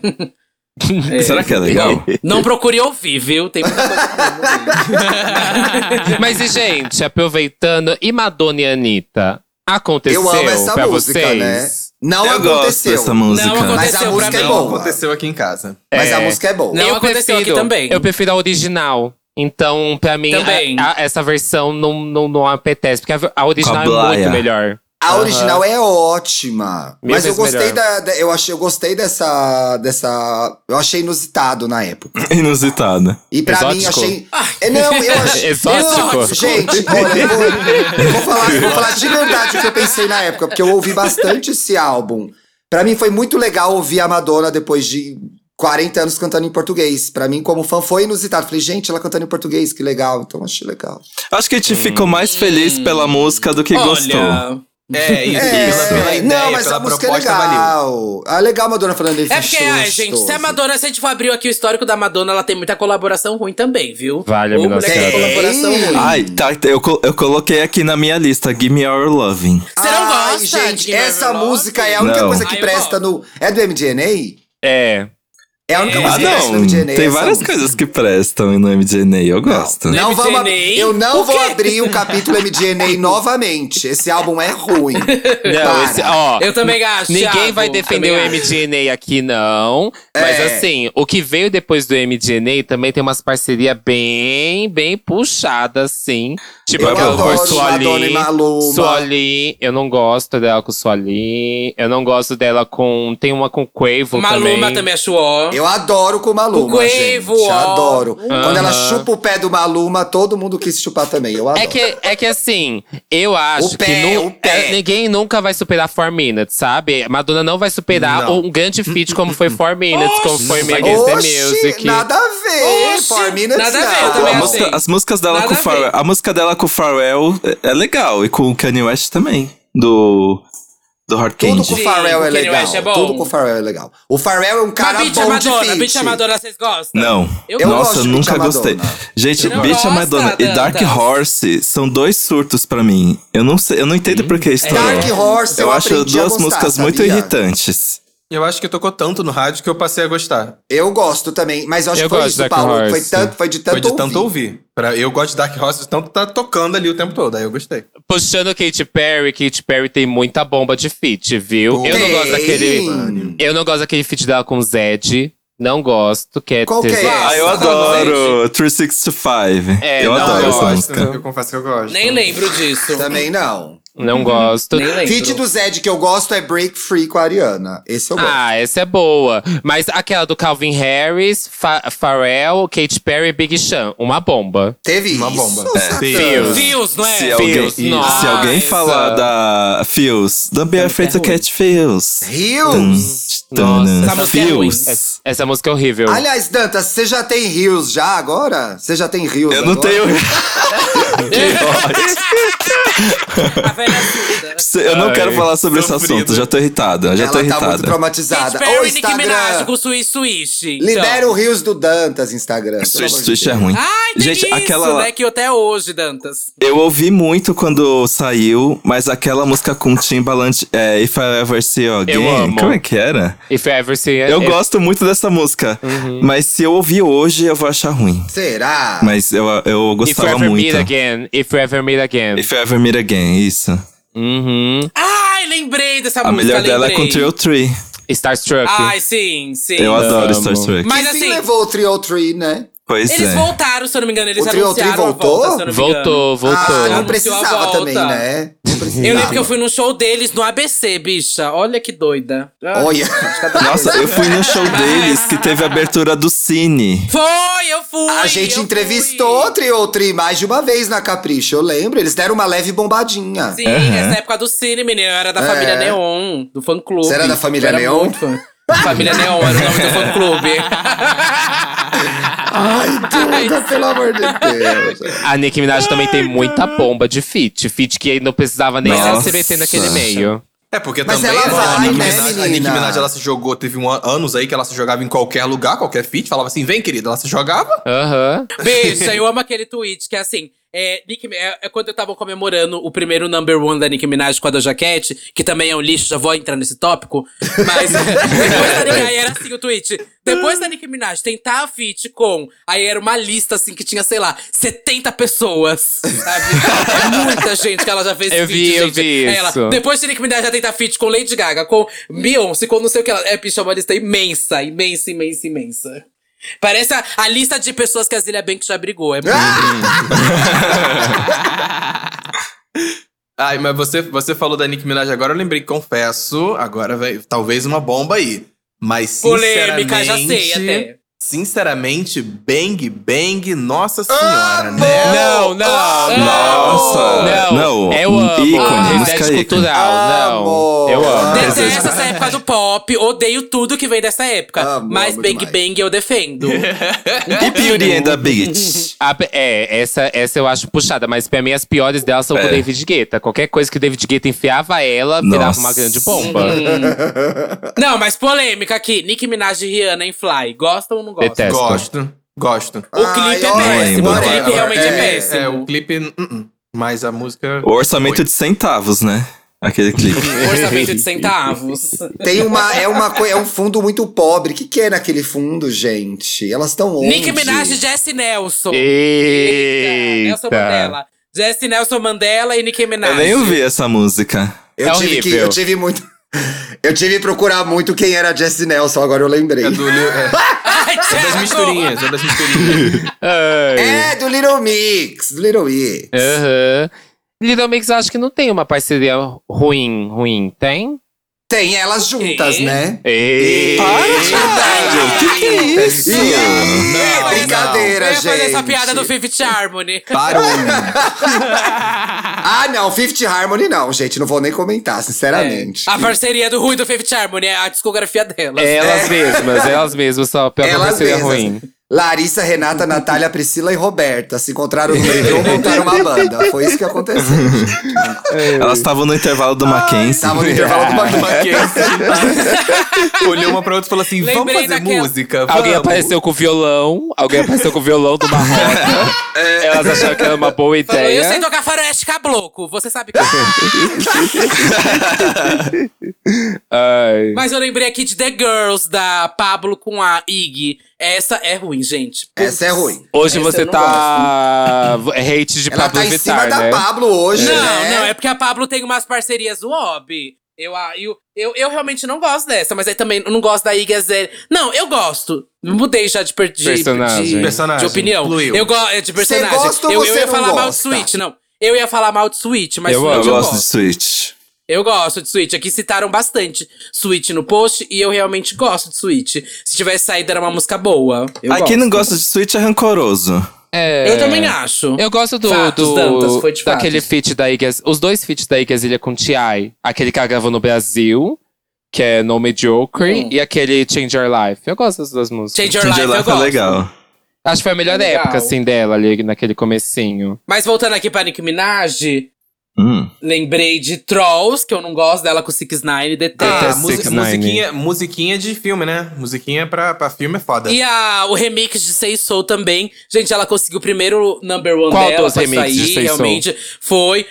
S3: Será que é legal?
S1: Não procure ouvir, viu? Tem muita coisa pra
S2: [LAUGHS] Mas e, gente, aproveitando, e Madonna e Anitta? Aconteceu
S4: Eu amo essa
S2: pra
S4: música,
S2: vocês?
S4: né? Não
S3: eu gosto
S4: aconteceu.
S3: dessa música.
S1: Não
S4: Mas a
S1: Aconteceu
S4: música
S1: pra
S4: é
S1: mim.
S4: boa.
S6: Aconteceu aqui em casa.
S4: Mas a
S2: É.
S4: música é boa.
S1: Não. aconteceu aqui também.
S2: Eu prefiro a original. Então, pra mim,
S1: Também.
S2: a- a- essa versão não, não, não apetece. Porque a, a original é
S3: Com a Blaia.
S2: muito melhor.
S4: A original é ótima.
S2: Mil
S4: mas eu
S2: vezes
S4: gostei
S2: melhor.
S4: da, da- eu achei, eu gostei dessa dessa, eu achei inusitado na época.
S3: [LAUGHS] Inusitada.
S4: E pra mim
S2: Exótico.
S4: achei é, não, eu
S2: [LAUGHS]
S4: achei
S2: Exótico.
S4: Não, Gente, olha, eu vou, eu vou falar, eu vou falar de verdade o que eu pensei na época, porque eu ouvi bastante esse álbum. Pra mim foi muito legal ouvir a Madonna depois de 40 anos cantando em português. Pra mim, como fã, foi inusitado. Falei, gente, ela cantando em português, que legal. Então achei legal.
S3: Acho que a gente ficou mais feliz pela música do que gostou.
S1: Olha.
S6: É, isso.
S4: É,
S6: Pela, pela ideia,
S4: não, mas
S6: pela
S4: a música é
S6: proposta, valeu.
S4: legal. Ah, legal a Madonna falando
S1: É porque, ai, gente, se a Madonna, se a gente for abrir aqui o histórico da Madonna, ela tem muita colaboração ruim também, viu?
S2: Vale,
S1: Ou
S2: minha
S1: mulher tem
S2: senhora.
S1: colaboração
S4: Ei.
S1: ruim.
S3: Ai, tá, eu, co- eu coloquei aqui na minha lista Give Me Your Loving.
S1: Você não gosta de
S4: gente,
S1: Give Me
S4: essa
S1: Your Love?
S4: música é a única
S3: Não.
S4: coisa que
S1: Ah, eu
S4: presta no... É do MDNA?
S1: [LAUGHS]
S2: É.
S4: É a única
S1: É.
S3: Ah,
S4: música que presta no
S3: não.
S4: MDNA.
S3: Tem
S4: essa
S3: várias
S4: música.
S3: coisas que prestam no MDNA, eu gosto.
S1: né?
S4: Não
S1: MDNA?
S4: vamos ab- Eu não
S1: O
S4: vou
S1: quê?
S4: abrir o capítulo
S1: [LAUGHS]
S4: MDNA novamente. Esse álbum é ruim.
S2: Não, esse, ó,
S1: Eu também acho.
S2: Ninguém
S1: Thiago,
S2: vai defender o
S1: também acho.
S2: MDNA aqui, não. Mas
S4: É.
S2: assim, o que veio depois do MDNA também tem umas parcerias bem, bem puxadas, assim. Tipo
S4: Eu
S2: aquela
S4: adoro
S2: com Suali.
S4: Madonna e Maluma.
S2: Suali. Eu não gosto dela com Suali. Eu não gosto dela com. Tem uma com Quavo
S1: Maluma também acho ó.
S4: Eu adoro com o Maluma,
S1: O
S4: gente.
S1: Quavo, ó.
S4: Adoro. Quando ela
S2: Aham.
S4: chupa o pé do Maluma, todo mundo quis chupar também. Eu adoro.
S2: É que, é que assim, eu acho
S4: O pé,
S2: que nu-
S4: o pé.
S2: é, ninguém nunca vai superar Four Minutes, sabe? Madonna não vai superar
S6: Não.
S2: um grande feat como foi Four Minutes, como foi Me Against the Music.
S4: Oxi, nada a ver.
S1: Oxi,
S4: Four Minutes,
S1: nada a ver, eu
S4: não. é
S1: também assim.
S3: A
S1: achei.
S4: Vamos-
S3: música- as músicas dela
S1: Nada
S3: com
S1: a ver.
S3: Pharrell, a música dela com Pharrell é é legal e com o Kanye West também, do do Hard
S4: Tudo
S3: Candy.
S4: com o
S1: Sim,
S4: Pharrell é
S1: Kanye
S4: legal.
S1: West é bom.
S4: Tudo com o Pharrell é legal. O Pharrell é um cara
S1: Mas Beat
S4: bom de
S1: Madonna,
S4: feat.
S1: Beat Madonna, vocês gostam?
S3: Não.
S1: Eu
S4: gosto
S3: Nossa,
S4: de né?
S3: nunca
S4: Beat
S3: gostei.
S4: Madonna.
S3: Gente,
S1: Não
S3: Beat
S1: gosta,
S3: Madonna e Dark
S1: Dantas?
S3: Horse são dois surtos pra mim. Eu não sei, eu não entendo por que estourou.
S4: É. Dark Horse, eu
S3: acho
S4: aprendi a
S3: duas
S4: gostar,
S3: músicas muito
S4: sabia?
S3: irritantes.
S6: Eu acho que tocou tanto no rádio que eu passei a gostar.
S4: Eu gosto também, mas eu acho
S2: Eu
S4: que foi
S2: gosto
S4: isso,
S2: da
S4: Paulo.
S2: Horse.
S4: Foi, tanto, foi de tanto
S6: Foi de tanto
S4: ouvir.
S6: ouvir. Pra, eu gosto de Dark Horse, de tanto tá tocando ali o tempo todo. Aí eu gostei.
S2: Puxando Katy Perry, Katy Perry tem muita bomba de feat, viu? Eu não gosto daquele.
S4: Tem.
S2: Eu não gosto daquele feat dela com Zed. Não gosto, que é.
S4: Qual que é?
S2: tesão.
S3: Ah, eu
S4: Nossa,
S3: adoro 365.
S2: É,
S3: eu
S2: não,
S3: adoro
S6: eu
S3: essa
S6: gosto, né?
S3: música.
S6: Eu confesso que eu gosto.
S1: Nem lembro disso.
S4: Também não.
S2: Não gosto.
S1: Nem lembro.
S4: Feat do Zed que eu gosto é Break Free com a Ariana. Esse eu gosto.
S2: Ah, essa é boa. Mas aquela do Calvin Harris, Fa Pharrell, Katy Perry e Big Sean. Uma bomba.
S4: Teve
S6: Uma
S4: isso,
S6: bomba.
S4: Satã?
S2: Feels.
S1: Views, não é?
S3: Se alguém,
S2: Feels,
S3: se
S2: nossa.
S3: alguém falar da Fios, don't be afraid to catch Fios.
S4: Rios.
S1: Nossa,
S3: Tanana.
S1: essa música é ruim.
S3: Fios.
S2: Essa música é horrível.
S4: Aliás, Dantas, você já tem rios já agora? Você já tem rios
S3: Eu não
S4: agora?
S3: tenho.
S1: [LAUGHS] A velha surda.
S3: Eu não
S2: Ai,
S3: quero falar sobre esse
S2: sofrido.
S3: assunto. Já tô irritada. Já
S4: Ela
S3: tô
S4: tá
S3: irritada.
S4: muito traumatizada.
S1: Katy
S4: Ô,
S1: Perry e Nicki Minaj
S4: Instagram,
S1: com Swish Swish. então.
S4: libera o rios do Dantas, Instagram. pelo
S3: Switch,
S4: amor de
S3: Switch é
S4: Deus.
S3: ruim.
S1: Ai, tem
S3: Gente,
S1: isso,
S3: aquela-
S1: né? Que até hoje, Dantas.
S3: Eu ouvi muito quando saiu, mas aquela música com Timbaland, é, If I Ever See You Again,
S2: amo. É,
S3: como é que era?
S2: If I ever see
S3: Eu
S2: if-
S3: gosto muito dessa música, mas se eu ouvir hoje, eu vou achar ruim.
S4: Será?
S3: Mas eu, eu
S2: If you
S3: gostava
S2: ever meet
S3: muito.
S2: again. If you ever meet again.
S3: If I Ever Meet Again, isso.
S2: Uhum.
S1: Ai, lembrei dessa
S3: A
S1: música,
S3: melhor dela é
S1: Hum, tá lembrei.
S3: com Trio Tree.
S2: Starstruck.
S1: Ai, sim, sim.
S3: Eu
S2: Amo.
S3: adoro Star Trek.
S1: Mas
S4: que fim
S1: assim-
S4: levou o Trio Tree, né?
S3: Pois
S1: Eles
S3: é.
S1: voltaram, se eu não me engano. Eles
S4: O trio
S1: anunciaram
S4: Tri
S1: a
S4: voltou?
S1: volta, se eu não me engano.
S2: Voltou, voltou.
S4: Ah, não
S1: Anunciou a
S4: precisava
S1: volta.
S4: também, né? Não precisava.
S1: Eu lembro que eu fui num show deles no ABC, bicha. Olha que doida. Ah. Ai,
S4: Olha.
S3: Nossa, eu fui
S1: [LAUGHS]
S3: no show deles que teve a abertura do Cine.
S1: Foi, eu fui!
S4: A gente
S1: eu
S4: entrevistou o
S1: fui.
S4: Trio Tri mais de uma vez na Capricho, eu lembro. Eles deram uma leve bombadinha.
S1: Sim, nessa época do cine, menina. Eu era da
S4: É.
S1: família Neon, do fã clube.
S4: Você era da família
S1: Eu era
S4: Neon?
S1: muito fã. Família Neon era o nome do fã clube.
S4: [LAUGHS] Ai, Duda, pelo amor de Deus.
S2: A Nicki Minaj também tem muita bomba de feat. Feat que não precisava nem
S3: Nossa.
S2: se meter naquele meio.
S6: É, porque
S4: Mas
S6: também
S4: ela
S6: né,
S4: vai,
S6: a,
S4: né,
S6: Nicki Minaj, a Nicki
S4: menina?
S6: Minaj, ela se jogou, teve um, an- anos aí que ela se jogava em qualquer lugar, qualquer feat, falava assim, vem querida, ela se jogava.
S2: Aham. [LAUGHS]
S1: Bicha, eu amo aquele tweet que é assim. É, Nicki- é- é quando eu tava comemorando o primeiro number one da Nicki Minaj com a Doja Cat, que também é um lixo, já vou entrar nesse tópico.
S2: [LAUGHS]
S1: Mas depois da Nicki, aí era assim o tweet. Depois da Nicki Minaj tentar a feat com. Aí era uma lista assim que tinha, sei lá, 70 pessoas. Sabe? É muita gente que ela já fez
S2: Eu
S1: feat,
S2: vi, eu
S1: gente.
S2: vi
S1: É ela,
S2: isso.
S1: depois de Nicki Minaj já tentar feat com Lady Gaga, com Beyoncé, com não sei o que ela. É, bicha, é uma lista imensa, imensa, imensa, imensa. Parece a, a lista de pessoas que a Zilia Banks já brigou. É muito-
S6: Ai, mas você, você falou da Nicki Minaj agora, eu lembrei, confesso, agora vai, talvez uma bomba aí. Mas sinceramente...
S1: polêmica, já sei até.
S6: Sinceramente, Bang Bang, nossa senhora, né?
S2: Não, não,
S3: Nossa.
S2: Não,
S3: Não,
S2: eu amo.
S3: ícone,
S2: Reset
S3: música ícone.
S2: cultural, não.
S4: Amo.
S2: Eu amo.
S4: Desejo-
S1: Detesto essa época do pop, odeio tudo que vem dessa época.
S4: Amo,
S1: mas
S4: amo
S1: Bang
S4: demais.
S1: Bang eu defendo.
S3: E Beauty and the Beach.
S2: A pe- é, essa, essa eu acho puxada, mas pra mim as piores delas são com o
S3: É.
S2: David Guetta. Qualquer coisa que o David Guetta enfiava ela, virava
S3: Nossa.
S2: uma grande bomba.
S1: Hum. não, mas polêmica aqui. Nicki Minaj e Rihanna em Fly. Gostam ou não gostam?
S2: Detesto.
S6: Gosto, gosto.
S1: O clipe é
S4: Ai, olha,
S1: péssimo. O
S3: whatever.
S1: clipe realmente é, péssimo.
S6: É, o clipe, uh -uh. mas a música...
S3: O orçamento de centavos, né? Aquele clipe.
S1: Orçamento de centavos.
S4: Tem uma, é uma coi- é um fundo muito pobre. O que, que é naquele fundo, gente? Elas estão onde?
S1: Nicki Minaj e Jesse Nelson.
S2: Eita.
S1: Nelson Mandela. Jesse Nelson Mandela e Nicki Minaj.
S3: Eu nem ouvi essa música.
S4: Eu
S2: É
S4: tive que,
S2: horrível.
S4: eu tive muito, eu tive que procurar muito quem era Jesse Nelson. Agora eu lembrei.
S6: É, do, é,
S1: Ai,
S6: é das
S1: [LAUGHS] Thiago!
S6: misturinhas, é das misturinhas.
S2: Ai.
S4: É, do Little Mix, do Little Mix.
S2: É. Aham. Little Mix, eu acho que não tem uma parceria ruim, ruim. Tem?
S4: Tem elas juntas,
S1: E?
S4: né?
S2: Ei.
S4: Para,
S3: O que, que é isso?
S4: Ih,
S6: não.
S4: É brincadeira,
S1: Eu ia
S4: gente.
S1: fazer essa piada do Fifth Harmony.
S6: Para o homem.
S4: [LAUGHS] Ah, não, Fifth Harmony não, gente. Não vou nem comentar, sinceramente.
S1: É. A parceria do Rui do Fifth Harmony, é a discografia delas.
S2: É Elas mesmas, elas mesmas, só a pior
S4: Elas
S2: parceria
S4: mesmas.
S2: é ruim.
S4: Larissa, Renata, Natália, Priscila e Roberta se encontraram no Réveillon e montaram uma banda. Foi isso que aconteceu.
S1: É.
S3: Elas estavam no intervalo
S1: Ah,
S3: do Mackenzie.
S1: então
S4: Estavam no intervalo do
S6: Uma
S4: Mackenzie.
S1: [LAUGHS]
S6: Mackenzie. Olhou uma pra outra e falou assim: vamos
S1: Lembrei
S6: fazer
S1: daquela-
S6: música?
S2: Alguém
S6: vamos.
S2: apareceu com violão, alguém apareceu com violão de uma roda. Elas acharam que era uma boa
S1: Falou, eu sei
S2: ideia.
S1: tocar faroeste cabloco, você sabe que é. eu
S2: Ai.
S1: Mas eu lembrei aqui de The Girls, da Pablo com a Ig. Essa é ruim, gente.
S4: Essa é ruim.
S2: Hoje
S1: Essa
S2: você
S1: eu não
S2: tá hate de
S4: Ela
S2: Pablo
S4: tá em cima
S2: Vittar, né?
S4: da Pablo hoje,
S1: Não,
S4: né?
S1: não, é porque a Pablo tem umas parcerias Ob. Eu, ah, eu, eu, eu realmente não gosto dessa, mas aí também eu não gosto da Iggy Azalea. Não, eu gosto. Mudei já de, per- de,
S2: Personagem.
S1: de, de
S6: Personagem,
S1: opinião.
S6: fluiu.
S1: Eu gosto de personagem.
S4: gosta ou
S1: eu, eu
S4: você
S1: ia
S4: não
S1: falar mal de
S4: gosta?
S1: Switch, não. Eu ia falar mal de Switch, mas
S2: Eu
S1: Switch
S2: amo.
S3: Eu
S1: eu
S3: gosto de
S1: gosto.
S3: Switch.
S1: Eu gosto de Switch. Aqui citaram bastante Switch no post e eu realmente gosto de Switch. Se tivesse saído, era uma música boa. Eu
S3: Ah, quem
S1: gosto.
S3: não gosta de Switch é rancoroso.
S2: É.
S1: Eu também acho.
S2: Eu gosto do,
S1: Fatos,
S2: do
S1: Dantas, foi de
S2: daquele
S1: fatos.
S2: feat da Iggy, Az- os dois feats da Iggy Azalea com T.I. Aquele que ela gravou no Brasil que é No Mediocre, e aquele Change Your Life. Eu gosto das duas músicas.
S1: Change Your
S3: Ginger
S1: Life, eu
S3: Life é
S1: gosto.
S3: legal.
S2: Acho que foi a melhor
S7: Legal.
S2: época, assim, dela ali, naquele comecinho.
S1: Mas voltando aqui pra Nicki Minaj,
S3: Hum.
S1: lembrei de Trolls, que eu não gosto dela com o 6 Nine detesto.
S6: Ah,
S2: Six
S6: musi-
S2: Nine. né?
S6: musiquinha, musiquinha de filme, né? Musiquinha pra, pra filme é foda.
S1: E a, o remix de Sei Soul também. Gente, ela conseguiu o primeiro number one
S2: Qual
S1: dela
S2: dos
S1: pra
S2: remixes
S1: sair,
S2: de Say Soul?
S1: realmente. Foi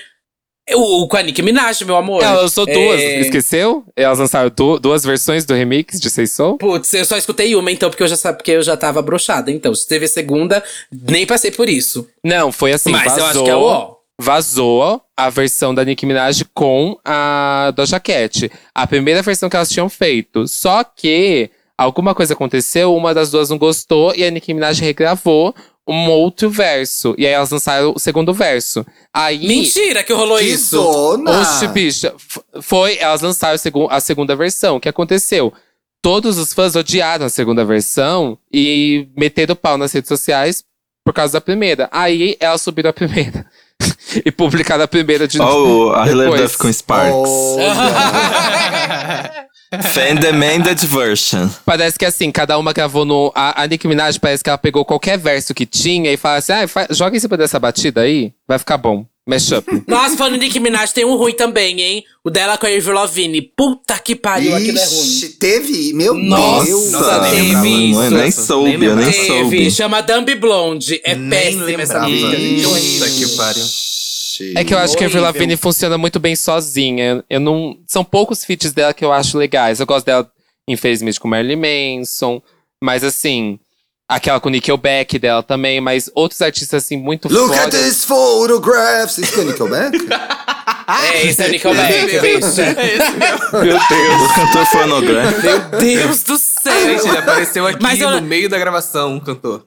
S1: o, o com a Nicki Minaj, meu amor.
S2: Ela lançou
S1: É,
S2: duas, esqueceu? Elas lançaram du- duas versões do remix de Sei Soul.
S1: Putz, eu só escutei uma, então, porque eu já, sa- porque eu já tava broxada. Então, se teve a segunda, nem passei por isso.
S2: Não, foi assim,
S1: Mas
S2: vazou.
S1: eu acho que é o ó.
S2: vazou a versão da Nicki Minaj com a Doja Cat. A primeira versão que elas tinham feito. Só que alguma coisa aconteceu, uma das duas não gostou e a Nicki Minaj regravou um outro verso. E aí elas lançaram o segundo verso. Aí.
S1: Mentira que rolou
S4: Que
S1: isso.
S4: zona!
S2: Oxe, bicha, f- foi, elas lançaram a segun- a segunda versão. O que aconteceu? Todos os fãs odiaram a segunda versão e meteram pau nas redes sociais por causa da primeira. Aí elas subiram a primeira [LAUGHS] e publicaram a primeira de novo.
S3: Ó, o- Oh, a Hilary
S2: Depois.
S3: Duff com
S1: Oh.
S3: Sparks. Fan Demanded Version.
S2: Parece que assim, cada uma gravou no. A, a Nicki Minaj parece que ela pegou qualquer verso que tinha e fala assim: ah, fa- joga em cima dessa batida aí, vai ficar bom. Mashup.
S1: Nossa, falando em Nicki Minaj, tem um ruim também, hein? O dela com a Avril Lavigne. Puta que pariu, aquilo é ruim.
S4: Ixi, teve? Meu
S1: Nossa,
S4: Deus!
S1: nossa,
S4: Ana.
S1: nem teve lembrava. isso.
S3: Não, eu nem soube, eu nem
S1: Teve,
S3: soube.
S1: chama Dumb Blonde. É
S6: Nem
S1: péssima essa
S6: lembrava.
S1: música, É, gente.
S6: Puta
S1: Horrível.
S6: que pariu.
S2: É que eu acho que a Avril
S1: Horrível.
S2: Lavigne funciona muito bem sozinha. Eu não, são poucos feats dela que eu acho legais. Eu gosto dela, infelizmente, com Marilyn Manson. Mas assim, aquela com Nickelback dela também. Mas outros artistas, assim, muito
S4: Look at
S2: foda.
S4: these photographs! Isso que é Nickelback?
S6: Ah!
S1: É, esse é o Nickelback, bicha.
S3: Meu Deus. O cantor fonográfico.
S1: Meu Deus do
S6: [LAUGHS] Gente,
S1: céu.
S6: ele apareceu aqui
S1: Mas eu-
S6: no meio da gravação, um cantor.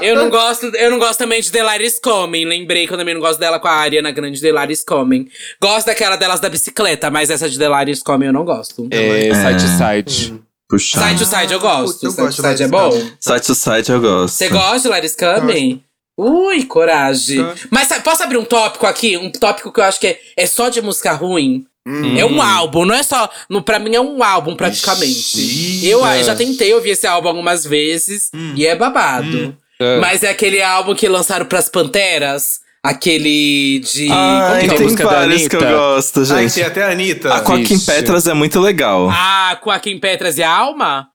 S1: Eu não gosto, eu não gosto também de The Light Is Coming. Lembrei que eu também não gosto dela com a Ariana Grande The Light Is Coming. Gosto daquela delas da bicicleta, mas essa de The Light Is Coming eu não gosto.
S2: É, side to
S1: Hum.
S2: side.
S1: Side to
S3: Puxado.
S1: side eu
S6: Putz,
S1: gosto.
S6: eu
S1: side
S6: gosto
S1: to side
S6: de
S1: é
S6: Light Is
S1: bom.
S6: Coming.
S3: Site to site eu gosto.
S1: Você gosta de Larry Scumming? Ui, coragem. Mas sabe, posso abrir um tópico aqui? Um tópico que eu acho que é, é só de música ruim.
S6: Hum.
S1: É um álbum, não é só. No, pra mim é um álbum, praticamente. Eu, ah, eu já tentei ouvir esse álbum algumas vezes
S6: Hum.
S1: e é babado.
S2: É.
S1: Mas é aquele álbum que lançaram pras Panteras. Aquele de.
S6: Ah,
S3: Ai,
S2: que é a
S3: tem
S2: música da
S3: vários que
S2: Anitta?
S3: eu gosto,
S6: Ai,
S3: gente.
S6: tem até a Anitta.
S3: A Coquim
S2: Isso.
S3: Petras é muito legal.
S1: Ah, com a Kim Petras e a Alma?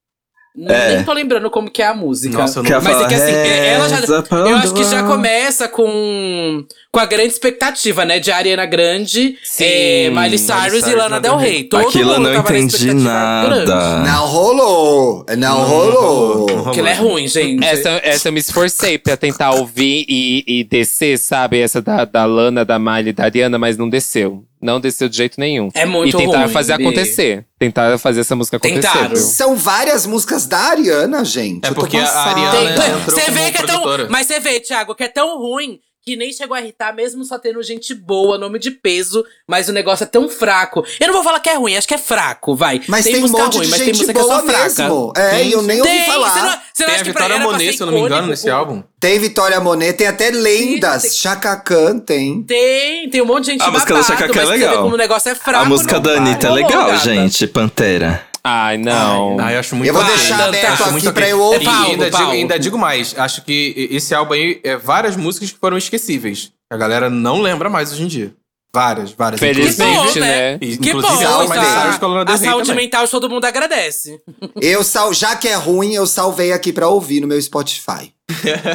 S3: É.
S1: Nem tô lembrando como que é a música.
S6: Nossa, eu não
S3: Quer
S1: Mas é
S3: falar,
S1: que assim, é- ela já.
S3: "Reza pra
S1: Eu acho que já
S3: lá".
S1: começa com, com a grande expectativa, né? De Ariana Grande,
S2: Sim,
S1: eh, Miley
S2: Miley
S1: Cyrus e
S6: Cyrus,
S1: Lana Del Rey. Todo
S3: Aquilo eu
S1: mundo
S3: não
S1: tava na
S3: entendi
S1: expectativa grande.
S3: nada.
S4: Não rolou! Não rolou!
S1: Aquilo é ruim, gente.
S2: Essa, essa eu me esforcei pra tentar ouvir e, e descer, sabe? Essa da, da Lana, da Miley, da Ariana, mas não desceu. Não desceu de jeito nenhum.
S1: É muito
S2: E tentaram
S1: ruim,
S2: fazer
S1: Bi.
S2: acontecer. Tentaram fazer essa música acontecer.
S1: Tentaram.
S2: viu?
S4: São várias músicas da Ariana, gente.
S6: É
S4: Eu tô
S6: porque a
S4: passada.
S6: Ariana
S1: Tem-
S6: ela entrou
S1: né? você
S6: como
S1: vê que é tão.
S6: produtora.
S1: Mas você vê, Thiago, que é tão ruim que nem chegou a irritar, mesmo só tendo gente boa, nome de peso, mas o negócio é tão fraco. Eu não vou falar que é ruim, acho que é fraco, vai.
S4: Mas tem, um
S1: música
S4: monte
S1: ruim,
S4: de
S1: mas tem
S4: gente
S1: música que é
S4: boa
S1: só fraca.
S4: mesmo. É, e eu nem ouvi
S1: Tem, Você não,
S4: falar.
S1: você não
S6: Tem a
S1: acha que pra-
S6: Vitória
S1: era pra
S6: Monet,
S1: ser
S6: se eu não me engano,
S1: icônico?
S6: nesse álbum.
S4: Tem Vitória Monet, tem até lendas.
S1: tem-
S4: Chaka Khan tem.
S1: Tem, tem um monte de gente
S3: A música da
S1: babado,
S3: Chaka Khan
S1: mas
S3: é
S1: você vê
S3: legal.
S1: como o negócio é fraco.
S3: A música
S1: não
S3: da
S1: vai.
S3: Anitta é
S4: tá
S1: Não,
S3: legal,
S1: gata.
S3: gente. Pantera.
S2: Ai, não.
S6: Ah, eu acho muito
S4: Eu vou
S6: ok.
S4: deixar
S1: Dantas,
S4: aberto
S1: acho
S4: aqui
S6: muito
S4: pra
S6: ok.
S4: eu
S6: E
S4: ouvir.
S1: Paulo,
S6: ainda,
S1: Paulo.
S6: Digo, ainda digo mais, acho que e- esse álbum aí é várias músicas que foram esquecíveis. A galera não lembra mais hoje em dia. Várias, várias.
S1: Que
S2: Felizmente.
S1: bom,
S2: Gente,
S1: né?
S2: né?
S1: Que
S6: Inclusive,
S1: bom.
S4: a
S1: A,
S4: Miley
S6: Cyrus com a Lana Del
S1: a
S6: Rey
S1: saúde
S6: também.
S1: mental todo mundo agradece.
S4: Eu sal... Já que é ruim, eu salvei aqui pra ouvir no meu Spotify.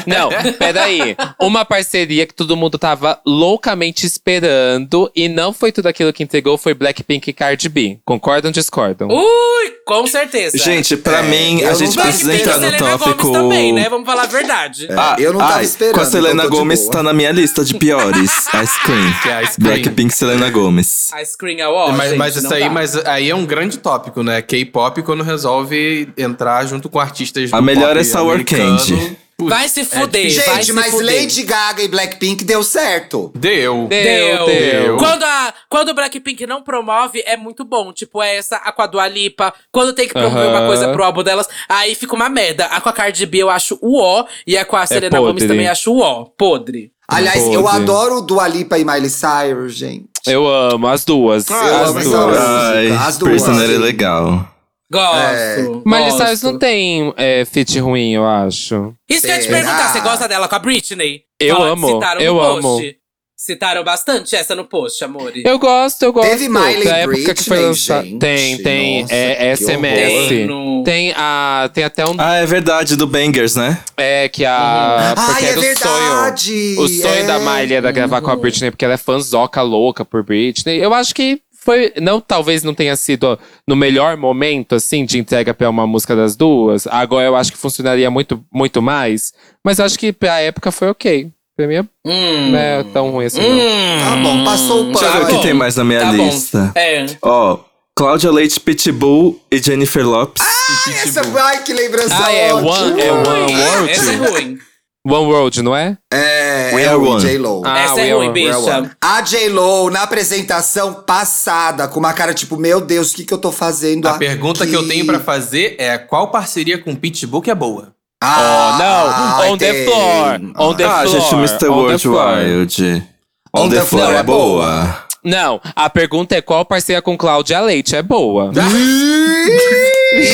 S2: Não, peraí. Uma parceria que todo mundo tava loucamente esperando e não foi tudo aquilo que entregou foi Blackpink e Cardi B. Concordam ou discordam?
S1: Ui, com certeza.
S3: Gente, pra
S1: É,
S3: mim,
S4: eu
S3: a
S4: não
S3: gente
S4: gosto
S3: precisa
S4: de
S3: entrar no
S1: Selena
S3: tópico.
S1: Gomes também, né? Vamos falar a verdade.
S3: Ah,
S4: É, eu não tava
S3: ai,
S4: esperando,
S3: Com a Selena
S4: então tô de
S3: Gomes
S4: boa.
S3: tá na minha lista de piores. Ice Cream.
S6: Que é Ice Cream.
S3: Blackpink Selena Gomes.
S1: A Screen Award,
S6: É. Mas,
S1: é gente,
S6: mas isso
S1: não
S6: aí,
S1: dá.
S6: mas aí é um grande tópico, né? K-pop quando resolve entrar junto com artistas do
S3: A melhor
S6: pop
S3: é Sour
S6: americano.
S3: Candy.
S6: Putz,
S1: Vai se fuder, vai
S4: Gente,
S1: se
S4: mas
S1: fuder.
S4: Lady Gaga e Blackpink deu certo.
S6: Deu.
S1: Deu.
S6: Deu.
S1: Quando, a, quando o Blackpink não promove, é muito bom. Tipo, essa, a com a Dua Lipa. Quando tem que promover
S2: Aham.
S1: uma coisa pro álbum delas, aí fica uma merda. A com a Cardi B eu acho o ó. E a com a Selena Gomes
S2: É podre.
S1: também acho o ó. Podre.
S4: Aliás,
S2: Pode.
S4: eu adoro Dua Lipa e Miley Cyrus, gente. Loft.
S2: Eu amo as duas.
S6: Ah, eu
S2: as
S6: amo essa
S2: duas.
S6: música.
S3: Ai,
S4: As duas.
S3: Prisoner é legal.
S1: Gosto.
S4: É.
S2: Miley
S1: gosto.
S2: Cyrus não tem é, fit ruim, eu acho.
S1: Isso que eu ia te
S4: Será?
S1: perguntar, você gosta dela com a Britney?
S2: Eu
S1: Fala-
S2: amo,
S1: Citaram
S2: eu
S1: no
S2: amo.
S1: post. Citaram bastante essa no post, amores.
S2: Eu gosto, eu gosto.
S4: Teve Miley
S2: da época que foi
S4: Britney,
S2: lançada.
S4: gente.
S2: Tem, tem.
S4: Nossa,
S2: é
S4: que
S2: SMS.
S1: Tem
S2: Tem,
S1: no-
S2: a, tem até um.
S3: Ah, é verdade, do Bangers, né?
S2: É, que a.
S4: Ai,
S2: porque
S4: é
S2: era o sonho.
S4: verdade!
S2: O sonho
S4: é.
S2: da Miley era gravar com a Britney, porque ela é fanzoca louca por Britney. Eu acho que foi. Não, talvez não tenha sido no melhor momento, assim, de entrega pra uma música das duas. Agora eu acho que funcionaria muito, muito mais. Mas eu acho que pra época foi ok. Pra mim
S1: Hum.
S2: não é tão ruim assim. não.
S1: Hum.
S4: Tá bom, passou o
S1: Tá
S4: pano.
S3: Deixa eu ver o
S1: bom.
S3: que tem mais na minha
S1: Tá bom.
S3: lista.
S1: É.
S3: Ó, Cláudia Leite Pitbull e Jennifer Lopes.
S4: Ai, essa, ai, que lembrança
S2: Ah, é
S4: ótima.
S2: One, é One World?
S1: Essa é ruim.
S2: One World, não é?
S4: É,
S3: We
S4: é
S3: are
S4: o
S3: one.
S4: J-Lo.
S2: Ah,
S1: essa
S2: we
S1: é
S2: are
S1: ruim,
S2: one, we
S4: We are
S1: bicha.
S4: one. A J-Lo, na apresentação passada, com uma cara tipo, meu Deus, o que, que eu tô fazendo
S6: A pergunta que eu tenho pra
S4: pra
S6: fazer é qual parceria com o Pitbull que é boa?
S4: Ah,
S2: oh, não! on the floor! On the
S3: ah,
S2: floor!
S3: gente, Mr.
S2: on the floor.
S3: Worldwide. On, the, floor, é boa.
S2: Não, a pergunta é qual parceria com Cláudia Leite é boa.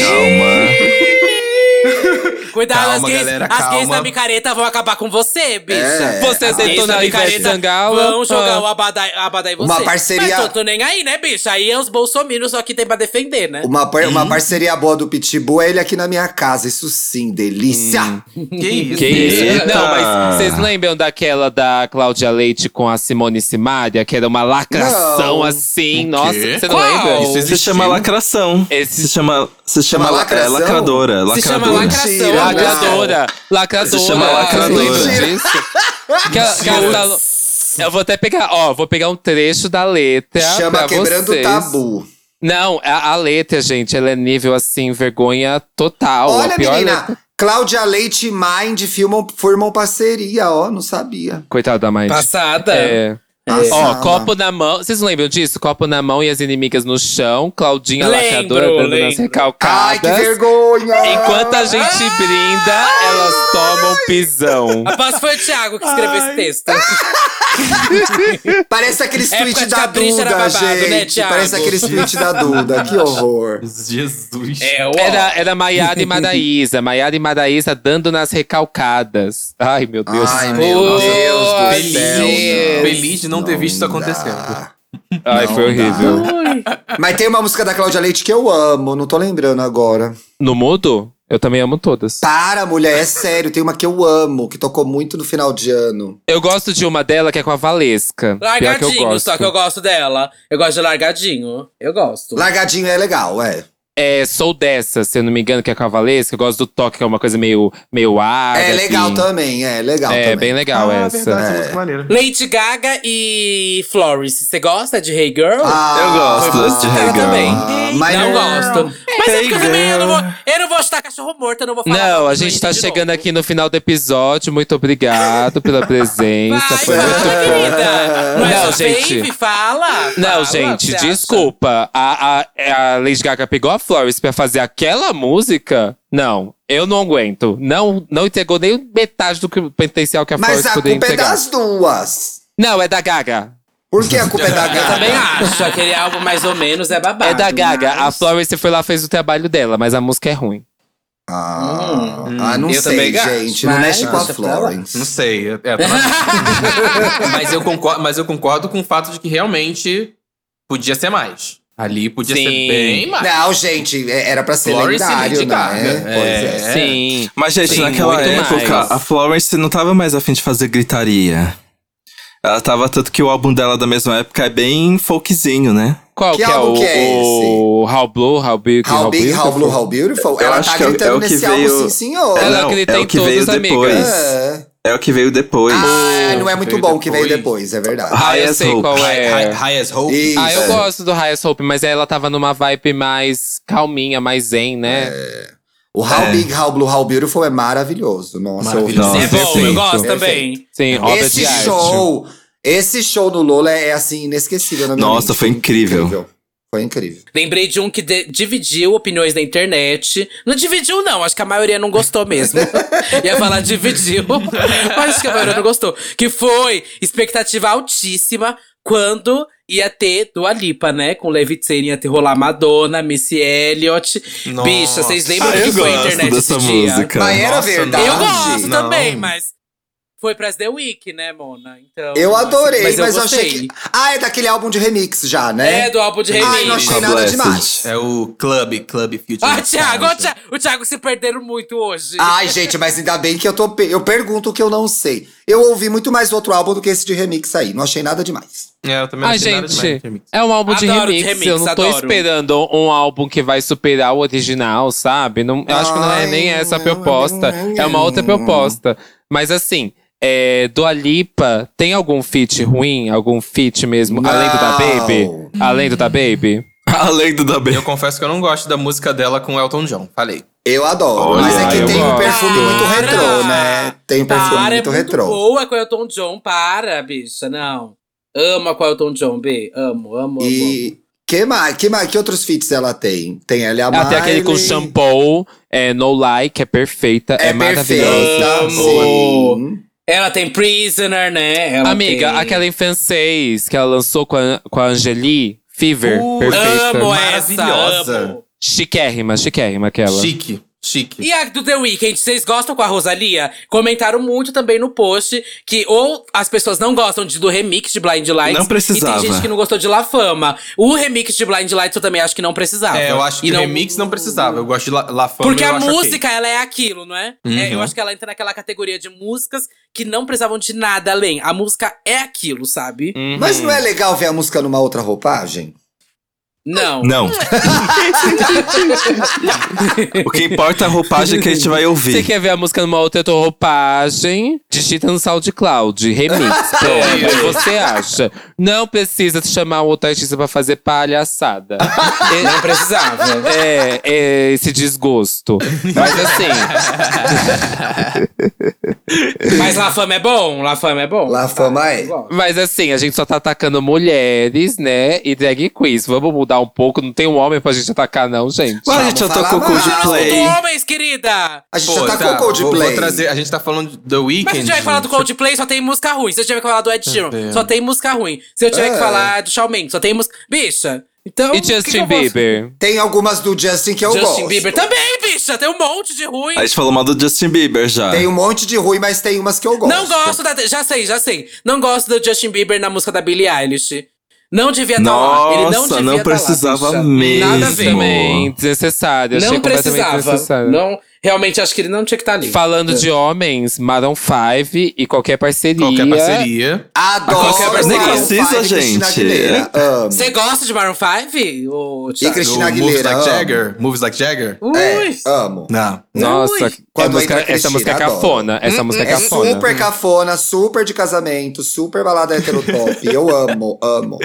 S3: Calma.
S1: Cuidado,
S6: Calma,
S1: as gays,
S6: galera,
S1: as gays
S6: calma.
S1: da micareta vão acabar com você, bicha.
S4: É.
S2: Você
S1: As gays
S2: aceitou
S1: da
S2: na Ivete
S1: micareta
S2: Sangalo?
S1: Vão jogar
S2: Ah.
S1: o abadá, abadá em você.
S4: Uma parceria-
S1: Mas tô, tô nem aí, né, bicha? Aí é os bolsominions só que tem pra defender, né?
S4: Uma, par- uma parceria boa do Pitbull é ele aqui na minha casa. Isso sim, delícia!
S6: Que isso?
S2: Que isso?
S3: Eita!
S2: Não, mas vocês lembram daquela da Cláudia Leite com a Simone Simaria, que era uma lacração
S4: Não.
S2: assim? Nossa, você não
S1: Qual?
S2: lembra?
S1: Isso
S3: Se chama lacração.
S2: Esse-
S3: Se chama, se chama, la-
S4: Chama
S3: é,
S4: lacração?
S3: lacradora.
S1: Se chama né?
S3: Lacradora.
S1: lacra-
S4: Mentira, não.
S2: Lacradora. Lacradora.
S3: Se chama
S2: Vocês lembram
S4: lacradora.
S2: disso? Que ela- que ela falou- Eu vou até pegar, ó, vou pegar um trecho da letra.
S4: Chama
S2: pra
S4: Quebrando o
S2: vocês.
S4: Tabu.
S2: Não, a, a letra, gente, ela é nível assim, vergonha total.
S4: Olha,
S2: a Ah, pior
S4: menina,
S2: letra.
S4: Cláudia Leite e Mind filmam, formam parceria, ó, não sabia.
S2: Coitada da Mind.
S1: Passada.
S2: É. Ó,
S4: Passada.
S2: copo na mão. Vocês não lembram disso? Copo na mão e as inimigas no chão. Claudinha
S1: Lembro,
S2: lacradora dando nas
S1: lembro.
S2: recalcadas.
S4: Ai, que vergonha!
S2: Enquanto a gente brinda, elas tomam pisão.
S1: Mas foi o Thiago que escreveu esse texto.
S4: Parece aqueles
S1: Época
S4: tweets
S1: de
S4: da
S1: capricho
S4: Duda,
S1: era babado,
S4: gente.
S1: né, Thiago?
S4: Parece aqueles tweets da Duda, que horror.
S6: Jesus.
S1: É, ó.
S2: Era, era Maiara e Madaísa. Maiara e Madaísa dando nas recalcadas. Ai, meu Deus.
S4: Ai,
S1: Pô,
S4: meu Deus do
S1: feliz.
S4: céu. não.
S6: Feliz de não ter visto isso
S4: dá.
S6: acontecendo.
S2: Ai, foi
S4: não
S2: horrível.
S4: Mas tem uma música da Cláudia Leite que eu amo, não tô lembrando agora.
S2: No mudo, eu também amo todas.
S4: Para, mulher, é sério, tem uma que eu amo, que tocou muito no final de ano.
S2: Eu gosto de uma dela que é com a Valesca. Pior que eu
S1: Largadinho,
S2: gosto.
S1: só que eu gosto dela. Eu gosto de largadinho. Eu gosto.
S4: Largadinho é legal, é.
S2: É, sou dessa, se eu não me engano, que é com a Valesca. Eu gosto do toque, que é uma coisa meio, meio árabe. assim.
S4: É legal também, é legal
S2: Ah, É,
S4: também.
S2: bem
S4: Ah,
S3: Ah,
S2: legal essa.
S6: muito maneiro.
S1: Lady Gaga e Florence. Você gosta de Hey Girl?
S3: Eu
S4: Ah,
S1: Foi
S3: gosto de
S1: música também.
S3: regar.
S4: mas
S1: não gosto. Mas é
S3: Hey
S1: porque eu também eu não, vou,
S3: Girl.
S1: eu não vou estar cachorro morto, eu não vou falar.
S2: Não,
S1: mal
S2: a
S1: do
S2: gente
S1: Lady
S2: tá
S1: de
S2: chegando
S1: novo.
S2: aqui no final do episódio. Muito obrigado [LAUGHS] pela
S1: Vai,
S2: presença. Foi
S1: fala,
S2: muito bom. [LAUGHS]
S1: querida. Não,
S2: Não,
S1: gente.
S2: gente.
S1: fala.
S2: Não,
S1: Fala,
S2: gente,
S1: você acha?
S2: desculpa. A, a, a Lady Gaga pegou a Florence pra fazer aquela música? Não, eu não aguento. Não, não entregou nem metade do que- do potencial que a
S4: Mas
S2: Florence
S4: a
S2: poderia
S4: culpa é
S2: entregar.
S4: das duas.
S2: Não, é da Gaga.
S4: Por que a culpa é da
S1: Eu
S4: Gaga?
S1: também acho. Aquele álbum mais ou menos é babado.
S2: É da Gaga. A
S1: mas-
S2: Florence foi lá fez o trabalho dela, mas a música é ruim.
S4: Ah, ah, não
S6: eu
S4: sei,
S6: também acho,
S4: gente. Não
S1: mas-
S4: mexe com a
S1: Nossa,
S6: Não
S4: Florence.
S6: sei. é- é, tá na- [LAUGHS] mas, eu concordo, mas eu concordo com o fato de que realmente podia ser mais. Ali podia
S2: Sim.
S6: ser bem mais.
S4: Não, gente, é- era pra ser
S6: Florence e
S4: lendário,
S6: Lady
S4: né?
S6: Gaga.
S4: Pois é.
S6: É.
S2: Sim.
S3: Mas, gente,
S2: Sim,
S3: naquela
S2: muito
S3: época,
S2: mais.
S3: a Florence não tava mais afim de fazer gritaria. Ela tava tanto que o álbum dela da mesma época é bem folkzinho, né?
S2: Qual
S4: Que
S2: que, é,
S4: álbum
S2: o,
S4: que é
S2: o How Blue, É. How Big,
S4: How, Big, How
S2: Beautiful?
S4: Blue, How Beautiful.
S3: Eu
S4: Ela
S3: acho
S4: tá
S3: que é o- é
S4: gritando
S3: o que
S4: nesse
S3: veio-
S4: álbum, sim, senhor.
S2: Ela
S3: não,
S2: grita
S3: é
S2: em
S3: o que
S2: todas,
S3: veio
S2: amiga.
S3: depois.
S4: É.
S3: É o que veio depois.
S4: Ah, não é muito
S6: veio
S4: bom o que veio
S6: depois.
S4: depois, é verdade.
S2: Ah, eu
S3: Highest
S2: sei
S3: Hope.
S2: qual
S6: High,
S2: é.
S6: high, high as hope.
S4: Isso.
S2: Ah, eu gosto do Highest Hope, mas ela tava numa vibe mais calminha, mais zen,
S4: É.
S2: né?
S4: O How
S3: É.
S4: Big, How Blue, How Beautiful é maravilhoso. Nossa, eu ouvi.
S6: Maravilhoso.
S1: É
S3: Nossa,
S1: bom, eu
S3: perfeito.
S1: gosto
S4: Perfeito.
S1: também.
S2: Sim, obra
S4: Esse
S2: de arte.
S4: show, esse show no Lola é assim, inesquecível na minha
S3: Nossa,
S4: mente.
S3: foi incrível.
S4: Foi incrível.
S1: Lembrei de um que de- dividiu opiniões na internet. Não dividiu, não. Acho que a maioria não gostou
S4: [LAUGHS]
S1: mesmo. Ia falar dividiu. [LAUGHS] Mas acho que a maioria não gostou. Que foi expectativa altíssima quando ia ter Dua Lipa, né? Com Levitsen ia ter rolar Madonna, Missy Elliott. Bicha, vocês lembram
S3: Ah,
S1: que
S3: eu
S1: foi a
S3: gosto
S1: internet
S3: dessa
S1: esse dia?
S3: música.
S4: Mas era
S6: Nossa,
S4: verdade.
S1: Eu gosto
S6: Não.
S1: também, mas foi pras The Week, né, Mona? Então,
S4: Eu adorei, mas,
S1: eu
S4: eu,
S1: gostei.
S4: achei que. Ah, é daquele álbum de remix já, né?
S1: É, do álbum de remix.
S4: Ai, não achei
S3: Ah,
S4: nada
S3: Blessed.
S4: demais.
S6: É o Club, Club Future.
S1: Ah, Thiago, ó, Thiago, o Thiago se perderam muito hoje.
S4: Ai, gente, mas ainda bem que eu tô. pe- Eu pergunto o que eu não sei. Eu ouvi muito mais outro álbum do que esse de remix aí. Não achei nada demais.
S6: É, eu também não
S2: Ai,
S6: achei nada
S2: gente.
S6: demais, remix.
S2: É um álbum de
S1: Adoro
S2: remix.
S1: remix,
S2: Eu não tô
S1: adoro.
S2: esperando um álbum que vai superar o original, sabe? Não, eu acho que não é nem
S4: Ai,
S2: essa a proposta.
S4: não, não,
S2: É uma outra
S4: não.
S2: proposta. Mas assim, é, Dua Lipa tem algum feat ruim? Algum feat mesmo? Além do da
S4: Não.
S2: Baby? Além do da Baby?
S3: [LAUGHS] Além do da B.
S6: Eu confesso que eu não gosto da música dela com o Elton John. Falei.
S4: Eu adoro.
S3: Olha,
S4: mas é que
S3: eu
S4: tem um
S3: gosto.
S4: perfume muito retrô, né? Tem um perfume
S1: Para, é
S4: muito
S1: muito
S4: retrô.
S1: boa com o Elton John, para, bicha, não. Amo com o Elton John, B. Amo, amo, amo.
S4: E que mais? Que mais? Que outros feats ela tem? Tem ela e a
S2: Até Ah, aquele com
S4: Miley.
S2: shampoo, é, No Lie, que é perfeita, é,
S4: É,
S2: maravilhosa.
S4: perfeita. Sim.
S1: Ela tem Prisoner, né? Ela
S2: Amiga,
S1: tem-
S2: aquela em francês que ela lançou com a, com a Angeli, Fever,
S6: Uh,
S2: perfeita.
S1: Amo essa,
S6: Maravilhosa.
S1: amo.
S2: Chiquérrima, chiquérrima aquela.
S6: Chique, chique.
S1: E a do The Weeknd, vocês gostam com a Rosalia? Comentaram muito também no post que ou as pessoas não gostam de- do remix de Blind Lights.
S3: Não precisava.
S1: E tem gente que não gostou de La Fama. O remix de Blind Lights eu também acho que não precisava.
S6: É, eu acho
S1: E
S6: que o remix não precisava. Eu gosto de La, La Fama.
S1: Porque
S6: eu
S1: a
S6: acho ok.
S1: música, ela é aquilo, não é? É,
S2: Uhum.
S1: Eu acho que ela entra naquela categoria de músicas que não precisavam de nada além. A música é aquilo, sabe?
S2: Hum.
S4: Mas não é legal ver a música numa outra roupagem?
S1: Não.
S2: [LAUGHS]
S3: Não. o que importa é a roupagem que a gente vai
S2: Você
S3: ouvir.
S2: quer ver a música numa outra roupagem? Digita no SoundCloud,
S1: [LAUGHS]
S2: remix. Pronto, aí você acha. Não precisa chamar outra artista pra fazer
S1: [LAUGHS]
S2: palhaçada.
S1: Não precisava.
S2: É, é esse desgosto. Mas assim,
S1: Mas La Fama é bom, La Fama é bom.
S4: La Fama é.
S2: mas assim, a gente só tá atacando mulheres, né? E drag queens. Vamos mudar um pouco. Não tem um homem pra gente atacar, não, gente.
S3: Ué, a gente já
S4: Vamos
S3: tocou
S4: falar mais.
S3: Coldplay.
S1: Não, homens, querida!
S4: A gente
S6: Pô,
S4: já tá, com o
S6: vou-
S4: Coldplay.
S6: Vou trazer, a gente tá falando do The Weeknd.
S1: Mas se eu tiver que falar do
S6: gente.
S1: Coldplay, só tem música ruim. Se eu tiver que falar do Ed Sheeran,
S6: Entendo.
S1: só tem música ruim. Se eu tiver
S4: É.
S1: que falar do Shawn Mendes, só tem música… Bicha, então…
S2: E
S1: o que que eu
S2: Justin
S1: vou-
S2: Bieber?
S4: Tem algumas do Justin que eu
S1: Justin
S4: gosto.
S1: Bieber também, bicha! Tem um monte de ruim.
S3: A gente falou mal do Justin Bieber já.
S4: Tem um monte de ruim, mas tem umas que eu gosto.
S1: Não gosto da. Já sei, já sei. Não gosto do Justin Bieber na música da Billie Eilish. Não devia estar lá. Ele não
S3: Nossa,
S1: devia
S3: não,
S1: tá
S3: precisava
S1: lá, bicha.
S3: mesmo.
S1: Nada a ver.
S2: Também, desnecessário. Achei
S1: Não
S2: completamente
S1: precisava.
S2: desnecessário.
S1: Não, realmente acho que ele não tinha que estar ali.
S2: Falando de homens, Maroon 5 e qualquer parceria.
S4: é.
S6: Qualquer é parceria.
S4: Adoro.
S1: Qualquer
S4: Maroon
S3: precisa,
S4: five e Cristina
S3: gente.
S4: Aguilera. Amo.
S1: Você gosta de Maroon 5? Ô, Thiago?
S4: Cristina
S6: do Moves
S4: Aguilera,
S6: Like
S4: amo.
S6: Jagger. Moves Like Jagger.
S1: Ui!
S4: É, amo.
S6: Não.
S2: Nossa,
S1: Ui.
S2: é
S4: Quando
S2: música-
S4: entra
S2: essa
S4: Cristina,
S2: música é
S4: adoro.
S2: cafona. Essa música é
S4: É
S2: cafona.
S4: super cafona, super de casamento, super balada heterotop. Eu amo, amo.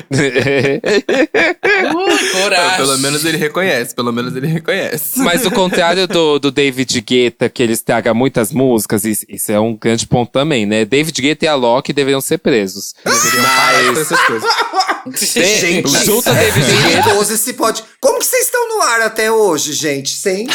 S1: Ui, coragem.
S6: Pelo menos ele reconhece, pelo menos ele reconhece.
S2: [LAUGHS] Mas o contrário do, do David Guetta, que ele estraga muitas músicas, isso, isso é um grande ponto também, né? David Guetta e a Loki deveriam ser
S4: [LAUGHS]
S2: presos.
S6: Mas... Essas coisas.
S2: Gente, junta
S4: [LAUGHS]
S2: David Guetta.
S4: Pose se pode. Como que vocês estão no ar até hoje, gente?
S2: [LAUGHS]
S4: Senhor.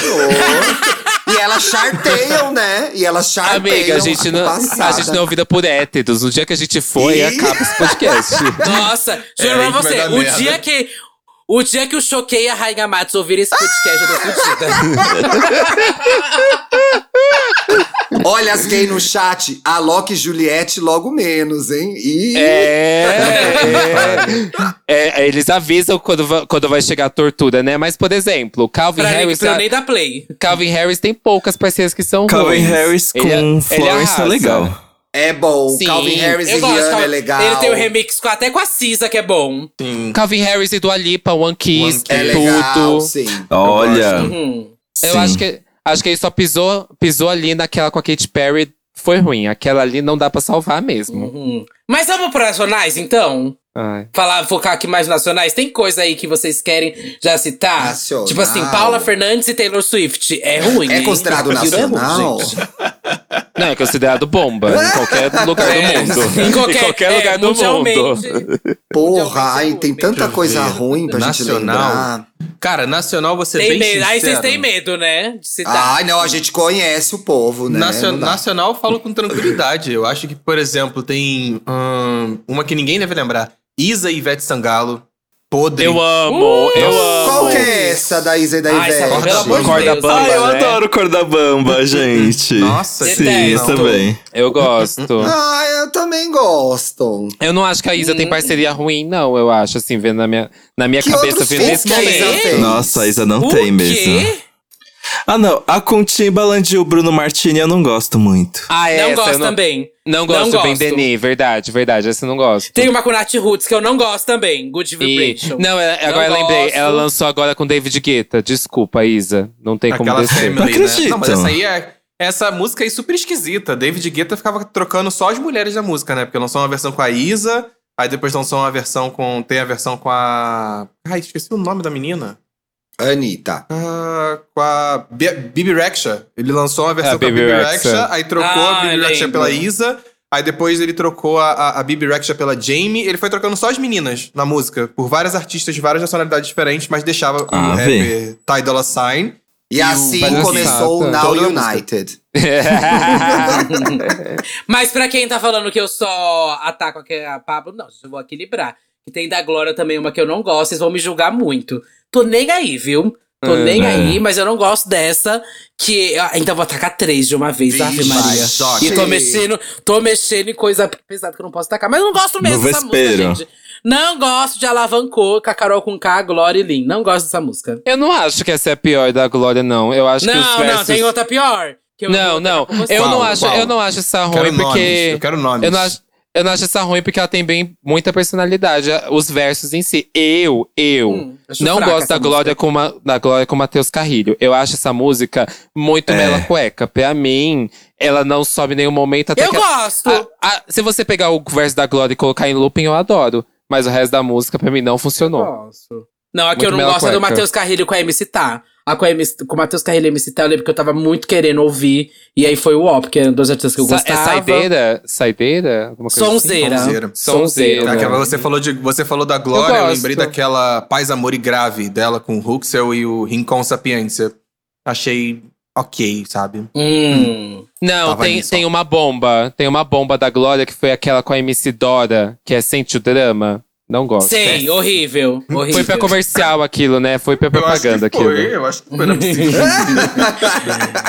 S4: e elas charteiam, né? E elas charteiam.
S2: Amiga, a gente, não, a
S4: passada.
S2: gente não é ouvida por héteros. No dia que a gente for, aí
S4: Ih.
S2: acaba esse
S4: [LAUGHS]
S2: podcast.
S1: Nossa, juro
S6: É, aí
S1: pra
S6: que vai
S1: você,
S6: dar
S1: o
S6: merda.
S1: dia que. O dia que eu choquei a Rainha Matos ouvir esse podcast, eu tô
S2: Ah!
S1: fudida.
S4: Olha as gays no chat. A Loki e Juliette logo menos, hein? Ih.
S2: É, é, é, eles avisam quando, va- quando vai chegar a tortura, né? Mas, por exemplo, Calvin
S1: pra, nem,
S2: Harris.
S1: pra eu
S2: a-
S1: nem dar play.
S2: Calvin Harris tem poucas parceiras que são
S3: Calvin
S2: ruins.
S3: Harris com
S2: Ele- ele
S3: Florence
S2: arrasa.
S3: é legal.
S4: É bom.
S2: Sim,
S4: Calvin Harris e
S1: Eu gosto,
S4: Rihanna
S1: Cal-
S4: é legal.
S1: Ele tem o remix com- até com a Cisa, que é bom.
S2: Calvin Harris e Dua Lipa, One Kiss,
S4: É legal,
S2: tudo.
S4: sim.
S3: Olha.
S1: Hum.
S2: Eu
S3: sim.
S2: acho que acho que ele só pisou, pisou ali naquela com a Katy Perry. Foi ruim. Aquela ali não dá pra salvar mesmo.
S1: Hum. Mas vamos para nacionais, então?
S2: Ai.
S1: Falar, focar aqui mais nacionais. Tem coisa aí que vocês querem já citar?
S4: Nacional.
S1: Tipo assim, Paula Fernandes e Taylor Swift. É ruim,
S4: É
S1: hein?
S4: considerado
S1: Virou ruim,
S4: nacional?
S1: gente.
S2: Não, é considerado bomba em qualquer lugar do
S1: É,
S2: [LAUGHS] mundo.
S1: Em qualquer,
S2: qualquer
S1: é,
S2: lugar do
S1: mundialmente.
S2: mundo.
S4: Porra, ai, tem tanta
S6: Deixa eu
S4: coisa
S6: ver.
S4: ruim pra gente
S6: Nacional.
S4: lembrar.
S6: Cara, nacional você é
S1: Tem
S6: bem
S1: medo. Aí vocês
S6: sincero.
S1: têm medo, né? De citar.
S4: Ai, não, a gente conhece o povo, né?
S6: Nacio-
S4: Não dá.
S6: Nacional eu falo com tranquilidade. Eu acho que, por exemplo, tem hum, uma que ninguém deve lembrar. Isa e Ivete Sangalo. Podre.
S7: Eu amo, eu amo.
S4: Qual que é essa da Isa e
S2: Ah,
S4: da
S1: Ai, essa-
S4: Ivete?
S2: é
S1: pelo amor de
S2: Corda
S1: Deus.
S2: bamba,
S1: ai,
S3: Ai, eu
S2: né?
S3: adoro Corda Bamba, gente.
S6: Nossa,
S3: Sim,
S1: detesto.
S3: eu também.
S2: Eu gosto.
S4: Ah, eu também gosto.
S2: Eu não acho que a Isa tem parceria ruim, não. Eu acho, assim, vendo na minha, na minha
S4: Que
S2: É cabeça,
S4: outros
S2: vendo
S4: filmes
S2: nesse
S4: que a Isa
S2: momento.
S4: fez?
S3: Nossa, a Isa não
S1: O
S3: tem mesmo.
S1: quê?
S3: Ah, não. A Continha Balandi e o Bruno Martini eu não gosto muito.
S2: Ah, essa
S1: Não gosto
S2: eu não,
S1: também.
S2: Não gosto do
S1: gosto.
S2: Ben Denis, verdade, verdade. Essa eu não gosto.
S1: Tem uma com Nath Roots que eu não gosto também. Good
S2: E-
S1: Vibration.
S2: Não, ela- agora eu
S1: Não
S2: lembrei.
S1: gosto.
S2: Ela lançou agora com David Guetta. Desculpa, Isa. Não tem como
S6: Aquela
S2: descer.
S6: family,
S3: Não
S6: né?
S3: acredito.
S6: Não, mas essa aí é. Essa música aí super esquisita. David Guetta ficava trocando só as mulheres da música, né? Porque lançou uma versão com a Isa, aí depois lançou uma versão com. Tem a versão com a. Ai, esqueci o nome da menina.
S4: Anitta.
S6: Ah, com a Bi- Bibi Rexha. Ele lançou uma versão
S2: Ah,
S6: com a
S2: Bibi
S6: Bibi
S2: Rexha.
S6: Rexha, aí trocou
S1: Ah,
S6: a Bibi
S1: eu
S6: Rexha
S1: lembro.
S6: pela Isa, aí depois ele trocou a, a, a Bibi Rexha pela Jamie. Ele foi trocando só as meninas na música, por várias artistas de várias nacionalidades diferentes, mas deixava
S3: Ah,
S6: o
S3: vem.
S6: rapper Ty Dolla Sign.
S4: E assim
S2: Mas assim,
S4: começou o
S2: tá.
S4: Now
S6: Toda a música.
S4: United.
S1: [LAUGHS] Mas pra quem tá falando que eu só ataco aqui a Pablo, não, eu vou equilibrar. E tem da Glória também uma que eu não gosto, vocês vão me julgar muito. Tô nem aí, viu? Tô
S2: É.
S1: nem aí, mas eu não gosto dessa. Que. ah, Então vou atacar três de uma vez, Ave Maria.
S6: Joga.
S1: E tô
S4: Sim.
S1: mexendo, tô mexendo em coisa pesada que eu não posso tacar. Mas eu não gosto mesmo
S3: No
S1: dessa música,
S3: vespeiro.
S1: gente. Não gosto de Alavancou, com a Carol com K, Glória e Lin. Não gosto dessa música.
S2: [LAUGHS] Eu não acho que essa é a pior da Glória, não. Eu acho que os
S1: não, não,
S2: versos...
S1: tem outra pior. que eu
S2: Não,
S1: vou
S2: não.
S1: atacar com você.
S2: Eu não
S6: Qual?
S2: acho,
S6: Qual?
S2: eu não acho essa ruim
S6: Quero nomes,
S2: porque
S6: eu quero nomes.
S2: eu não acho eu não acho essa ruim porque ela tem bem muita personalidade, a- os versos em si. Eu, eu
S1: Hum, acho
S2: não
S1: fraca
S2: gosto da
S1: essa
S2: Glória, com uma, da Glória com o Matheus Carrilho. Eu acho essa música muito
S3: É.
S2: mela cueca. Pra mim, ela não sobe em nenhum momento até
S1: Eu
S2: que
S1: gosto!
S2: a- a- se você pegar o verso da Glória e colocar em looping, eu adoro. Mas o resto da música, pra mim, não funcionou.
S1: Gosto. Não, a que
S2: Muito
S1: eu não
S2: bela
S1: gosto é do
S2: cueca.
S1: Matheus Carrilho com a MC Tá. A com, a MC, com o Matheus Carrilho e a MC Tá, eu lembro que eu tava muito querendo ouvir. E aí foi o Ó, porque eram dois artistas que eu
S2: Sa-
S1: gostava.
S2: É saideira? Saideira? Alguma coisa assim?
S1: Sonzeira.
S6: Sonzeira.
S2: Sonzeira.
S1: Sonzeira.
S6: Aquela, você, falou de, você falou da Glória,
S2: Eu
S6: eu,
S2: gosto.
S6: lembrei daquela Paz, Amor e Grave dela com o Huxel e o Rincon Sapiência. Achei ok, sabe?
S1: Hum.
S2: Não,
S6: Tava
S2: tem,
S6: nisso,
S2: tem uma bomba. Tem uma bomba da Glória que foi aquela com a MC Dora, que é Sente o Drama. Não gosto.
S1: Sei, horrível. é horrível.
S2: Foi pra comercial aquilo, né? Foi pra propaganda
S6: eu acho que foi,
S2: aquilo.
S6: eu acho que foi. não é [LAUGHS] possível.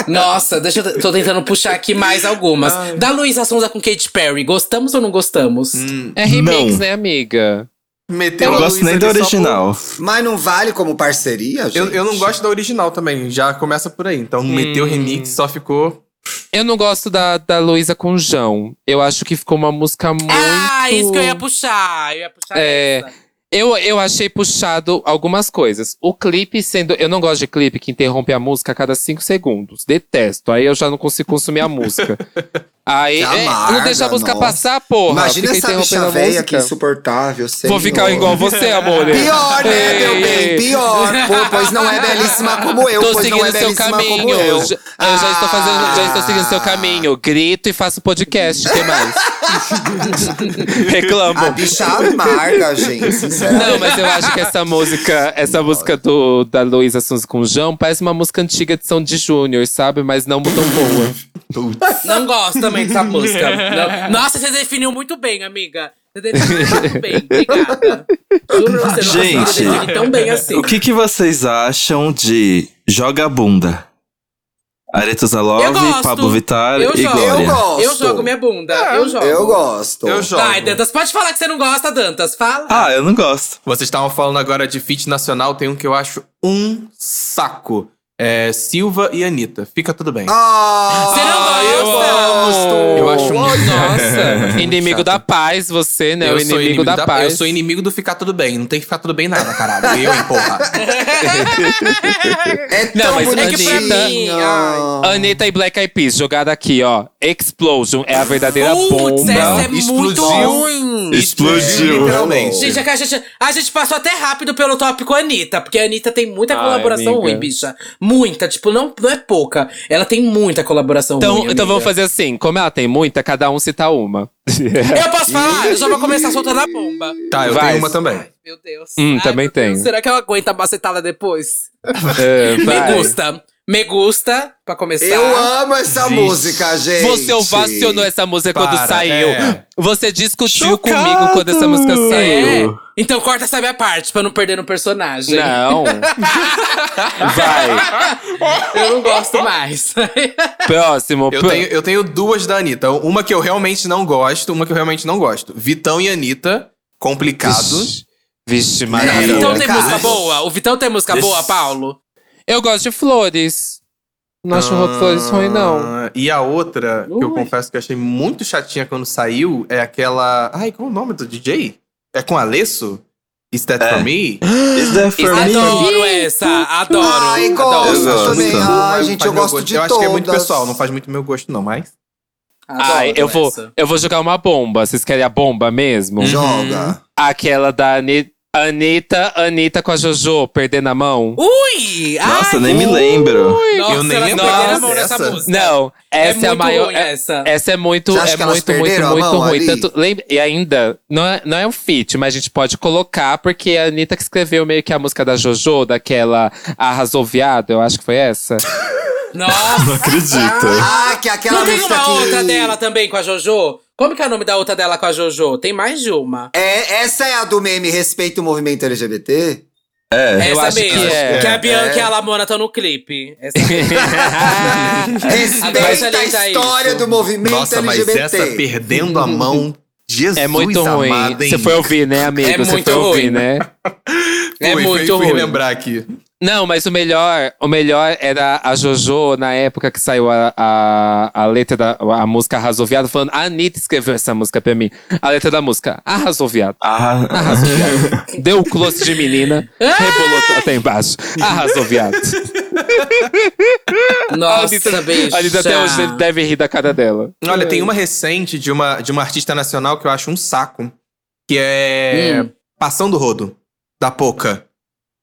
S1: Nossa, deixa eu. Tô tentando puxar aqui mais algumas. Da Luísa Sonza com Katy Perry, gostamos ou não gostamos?
S6: Hum,
S2: É remix,
S3: Não.
S2: né, amiga?
S6: Meteu
S3: Eu não
S6: a
S3: gosto
S6: Então, Luísa
S3: nem do
S6: ali só
S3: original.
S4: Mas não vale como parceria, gente?
S6: por- Eu, eu não gosto da original também, já começa por aí. Então meteu remix, só ficou.
S2: Eu não gosto da, da Luísa com o João. Eu acho que ficou uma música muito.
S1: Ah, isso que eu ia puxar. Eu ia puxar
S2: É.
S1: essa.
S2: Eu, eu achei puxado algumas coisas. O clipe sendo. Eu não gosto de clipe que interrompe a música a cada cinco segundos. Detesto. Aí eu já não consigo consumir a
S4: [LAUGHS]
S2: música. Aí.
S4: Que
S2: é, não
S4: amarga,
S2: deixa a música
S4: nossa.
S2: passar, porra.
S4: Imagina
S2: Fica
S4: essa
S2: interrompendo
S4: bicha
S2: a
S4: velha
S2: música.
S4: que é insuportável.
S2: Vou
S4: senhor.
S2: ficar igual você, amor.
S4: Pior, né,
S2: Ei,
S4: meu bem?
S2: ei.
S4: Pior. Pô, pois não é belíssima como eu.
S2: Tô
S4: pois
S2: seguindo
S4: não é
S2: seu
S4: belíssima
S2: caminho.
S4: como eu.
S2: Eu, já- eu já estou fazendo, já estou seguindo seu
S4: Ah.
S2: caminho. Grito e faço podcast. O que [LAUGHS] mais?
S4: A
S2: Reclamo.
S4: bicha amarga, gente,
S2: Não,
S4: sinceramente.
S2: mas eu acho que essa música, essa música do, da Luísa Sons com o João parece uma música antiga de São de Júnior, sabe? Mas não tão boa.
S1: Não gosto também dessa música. Não- Nossa, você definiu muito bem, amiga. Você definiu muito bem, obrigada. Juro pra você, eu não
S3: Gente,
S1: conseguia definir tão bem assim.
S3: O que, que vocês acham de Joga a Bunda? Areto
S1: Eu gosto.
S3: Zalov, Pablo Vittar
S1: Eu
S3: e
S1: jogo.
S4: eu
S3: Glória.
S4: gosto.
S1: Eu jogo minha bunda, eu jogo.
S4: Eu gosto.
S6: Eu jogo.
S1: Vai, Dantas, pode falar que você não gosta, Dantas, fala.
S3: Ah, eu não gosto.
S6: Vocês estavam falando agora de feat nacional, tem um que eu acho um saco. É Silva e Anitta. Fica tudo bem.
S4: Ah,
S1: Você não gosta?
S4: Eu gosto.
S6: Eu acho muito
S2: Nossa,
S6: chato.
S2: inimigo
S6: Muito
S2: da
S6: chato.
S2: paz, você, né? o
S6: eu
S2: inimigo,
S6: sou
S2: da, paz.
S6: Eu sou inimigo do ficar tudo bem. Não tem que ficar tudo bem nada, caralho. Eu, hein,
S2: [LAUGHS]
S6: porra.
S4: É tão
S2: mas é que pra
S4: bonitinho.
S1: mim, ai.
S2: Anitta e Black Eyed Peas, jogada aqui, ó. Explosion é a verdadeira
S1: Putz,
S2: bomba.
S1: essa é
S6: Explodiu.
S1: muito ruim.
S3: Explodiu.
S6: Literalmente.
S1: Gente, é que a gente, a gente passou até rápido pelo tópico Anitta, porque a Anitta tem muita
S2: Ai,
S1: colaboração
S2: amiga.
S1: ruim, bicha. Muita, tipo, não, não é pouca. Ela tem muita colaboração ruim.
S2: Então, então
S1: amiga.
S2: vamos fazer assim, como ela tem muita, cada um cita uma.
S1: Eu posso falar? Eu já vou começar soltando a bomba.
S6: Tá, eu
S2: Vai.
S6: tenho uma também.
S1: Meu Deus.
S2: Hum,
S1: Ai,
S2: também
S1: meu Deus,
S2: tenho.
S1: Será que eu aguento a macetada depois?
S2: É, vai.
S1: Me gusta. Me gusta, pra começar.
S4: Eu amo essa
S6: Gente.
S4: música, gente.
S2: Você ovacionou essa música
S6: Para,
S2: quando saiu.
S6: é.
S2: Você discutiu
S3: Chocado.
S2: comigo quando essa música
S1: É.
S2: saiu.
S1: Então corta essa minha parte, pra não perder no personagem.
S2: Não. Vai.
S1: Eu não gosto mais.
S2: Próximo.
S6: Eu
S2: pró-
S6: tenho, eu tenho duas da Anitta. Uma que eu realmente não gosto, uma que eu realmente não gosto. Vitão e Anitta, complicado.
S2: Vixe,
S1: o
S2: Maria.
S1: Vitão tem
S4: Cara.
S1: música boa? O Vitão tem música boa, Paulo?
S2: Eu gosto de flores. Não acho roupa de flores ruim, não.
S6: Ah, E a outra, que eu confesso que eu achei muito chatinha quando saiu, é aquela. Ai, qual é o nome do DJ? É com Alesso? Is that
S4: É.
S6: for me?
S3: Is that é for
S1: é
S3: me?
S1: Adoro essa, adoro.
S4: Ai,
S1: adoro.
S4: gosto
S3: adoro.
S4: também.
S3: Muito.
S4: Ai,
S6: Não
S4: Ah, gente,
S6: faz
S4: eu
S6: meu
S4: gosto
S6: gosto.
S4: de
S6: Eu
S4: todas.
S6: acho que é muito pessoal, não faz muito meu gosto, não, mas.
S1: Adoro
S2: Ai, eu vou,
S1: essa.
S2: eu vou jogar uma bomba. Vocês querem a bomba mesmo?
S4: Uhum. Hum. Joga.
S2: Aquela da Ani- Anitta, Anitta com a Jojo, perdendo a mão.
S1: Ui!
S3: Nossa,
S1: ai,
S3: nem me lembro.
S1: Nossa,
S6: Eu nem
S1: elas
S6: lembrava
S1: perderam a mão nessa
S6: dessa.
S1: música.
S2: Não, essa é, a
S1: muito
S2: maior.
S1: ruim,
S2: é-
S1: essa.
S2: Essa é muito,
S4: Você acha
S2: é
S4: que elas
S2: muito, muito,
S4: perderam a
S2: muito
S4: mão
S2: ruim.
S4: ali?
S2: Tanto, lembra, e ainda, não é, não é um feat, mas a gente pode colocar, porque a Anitta que escreveu meio que a música da JoJo, daquela Arrasou Viado, eu acho que foi
S4: [LAUGHS]
S2: essa. é-
S1: Nossa!
S3: Não acredito.
S4: Ah, que é aquela
S1: não tem
S4: música
S1: uma
S4: que...
S1: outra dela também com a Jojo? Como que é o nome da outra dela com a Jojo? Tem mais de uma.
S4: É, essa é a do meme Respeita o Movimento LGBT?
S3: É.
S2: eu
S1: Essa
S2: acho que
S1: mesmo.
S2: é.
S1: a Bianca e a Lamona estão no clipe.
S2: [LAUGHS]
S1: Essa mesmo. Agora
S4: [LAUGHS] Respeita a
S1: salienta
S4: história
S1: isso.
S4: do movimento
S6: Nossa, mas
S4: LGBT.
S6: essa perdendo a mão. Jesus
S2: é muito ruim.
S6: amado, hein?
S2: Você foi ouvir, né, amigo?
S1: É
S2: Você
S1: muito
S2: foi
S1: ruim.
S2: ouvir, né?
S1: É
S6: Fui, fui-
S1: muito
S6: fui
S1: ruim.
S6: lembrar aqui.
S2: Não, mas o melhor, o melhor era a JoJo, na época que saiu a, a, a letra da a música Arrasou Viado, falando: a Anitta escreveu essa música pra mim. A letra da música, Arrasou Viado.
S3: Ah,
S2: Arrasou, viado. Deu o close de menina, rebolou até embaixo. Arrasou, viado. a
S1: Nossa,
S2: Anitta,
S1: bicha.
S2: a Anitta até hoje deve rir da cara dela.
S6: Olha, tem uma recente de uma, de uma artista nacional que eu acho um saco. Que é
S1: Hum.
S6: Passão do Rodo, da Poca.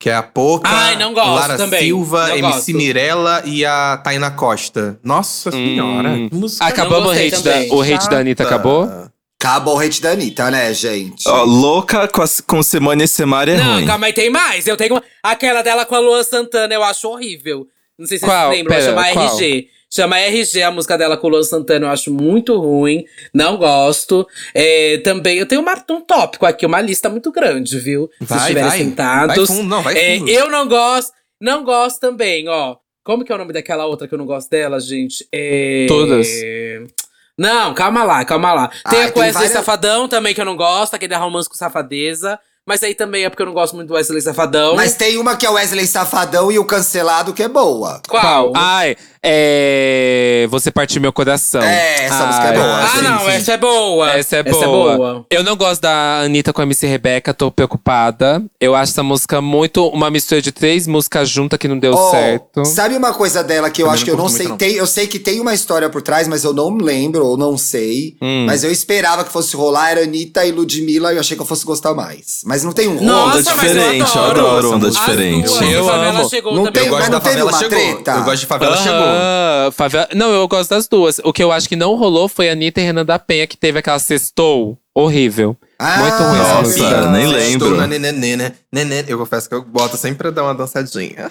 S6: Que é a Poca,
S1: Ai, não gosto
S6: Lara
S1: também.
S6: Silva,
S1: Não
S6: MC
S1: gosto. Hum.
S6: Mirella e a Taina Costa. Nossa senhora. que música
S2: Acabamos o
S1: gostei
S2: hate, da,
S1: também.
S2: o hate da Anitta,
S4: Tá.
S6: chata.
S2: acabou?
S4: Acabou o hate da Anitta, né, gente?
S3: Ó, louca com, a, com Simone e Semar é
S1: Não,
S3: ruim.
S1: calma aí, tem mais. Eu tenho uma- aquela dela com a Luan Santana, eu acho horrível. Não sei se
S2: Qual?
S1: vocês lembram,
S2: Pera,
S1: vai chamar
S2: qual?
S1: RG. Chama RG a música dela com o Luan Santana, eu acho muito ruim. Não gosto. É, também, eu tenho uma- um tópico aqui, uma lista muito grande, viu? se
S6: Vai,
S1: estiverem
S6: vai. Vai
S1: sentados.
S6: fundo, não, vai
S1: É,
S6: fundo.
S1: eu não gosto. Não gosto também, ó. Como que é o nome daquela outra que eu não gosto dela, gente? É...
S2: Todas.
S1: Não, calma lá, calma lá. Tem
S4: Ai,
S1: a
S4: tem
S1: Wesley
S4: várias-
S1: Safadão também que eu não gosto, aquele da romance com safadeza. Mas aí também é porque eu não gosto muito do Wesley Safadão.
S4: Mas tem uma que é o Wesley Safadão e o Cancelado, que é boa.
S1: qual? Ah,
S2: Ai, é. Você partiu meu coração.
S4: É, essa música é
S2: Ai,
S4: boa. sim,
S1: não,
S4: sim.
S1: essa é boa.
S2: Essa é boa.
S1: é boa.
S2: Eu não gosto da Anitta com a MC Rebeca, tô preocupada. Eu acho essa música muito uma mistura de três músicas juntas que não deu
S4: Ó,
S2: certo.
S4: Sabe uma coisa dela que eu
S6: Também
S4: acho
S6: não
S4: que eu não
S6: curto
S4: sei?
S6: muito, não.
S4: Tem, eu sei que tem uma história por trás, mas eu não me lembro, ou não sei.
S2: Hum.
S4: Mas eu esperava que fosse rolar, era Anitta e Ludmilla, e eu achei que eu fosse gostar mais. Mas não tem um rolo.
S1: Nossa,
S3: onda
S1: mas eu
S3: diferente, eu
S1: adoro.
S3: adoro onda
S6: As
S1: As
S3: diferente.
S1: duas,
S2: Eu
S1: a Favela
S2: amo.
S1: Chegou
S4: Não
S1: também.
S4: tem-
S6: Eu gosto
S4: mas não
S6: da
S4: teve
S6: Favela
S4: uma
S6: Chegou.
S4: treta?
S6: Eu gosto de Favela
S2: Aham,
S6: Chegou.
S2: favela- Não, eu gosto das duas. O que eu acho que não rolou foi a Anitta e Renan da Penha, que teve aquela sextou horrível.
S4: Ah,
S2: Muito ruim essa
S4: nossa.
S2: música.
S3: Nossa, nem
S6: Estou
S3: lembro.
S6: na nenenê, né? Nenê. Eu confesso que eu boto sempre pra dar uma dançadinha.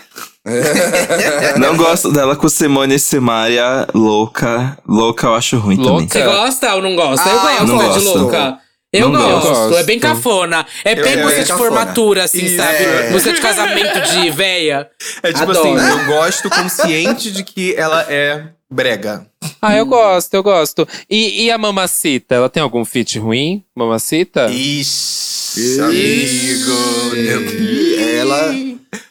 S3: Não gosto dela com Simone e Semar e a louca. Louca eu acho ruim
S2: Louca?
S1: Você
S3: também.
S1: gosta ou não gosta? eu
S4: Ah,
S1: gosto
S3: não
S1: de
S3: gosto.
S1: louca. Eu
S3: Não
S1: gosto.
S2: gosto.
S1: é bem cafona. É
S6: Eu-
S1: bem
S6: eu-
S1: música
S6: é
S1: de
S4: cafona.
S1: formatura, assim,
S6: Isso.
S1: sabe?
S4: É.
S1: Música de casamento de véia.
S6: É tipo
S1: Adoro.
S6: assim, eu gosto consciente de que ela é brega.
S2: Ah,
S1: Hum.
S2: eu gosto, eu gosto. E, e a Mamacita? Ela tem algum feat ruim?
S6: É.
S2: Mamacita?
S6: Ixi, amigo. Eu,
S4: Ela.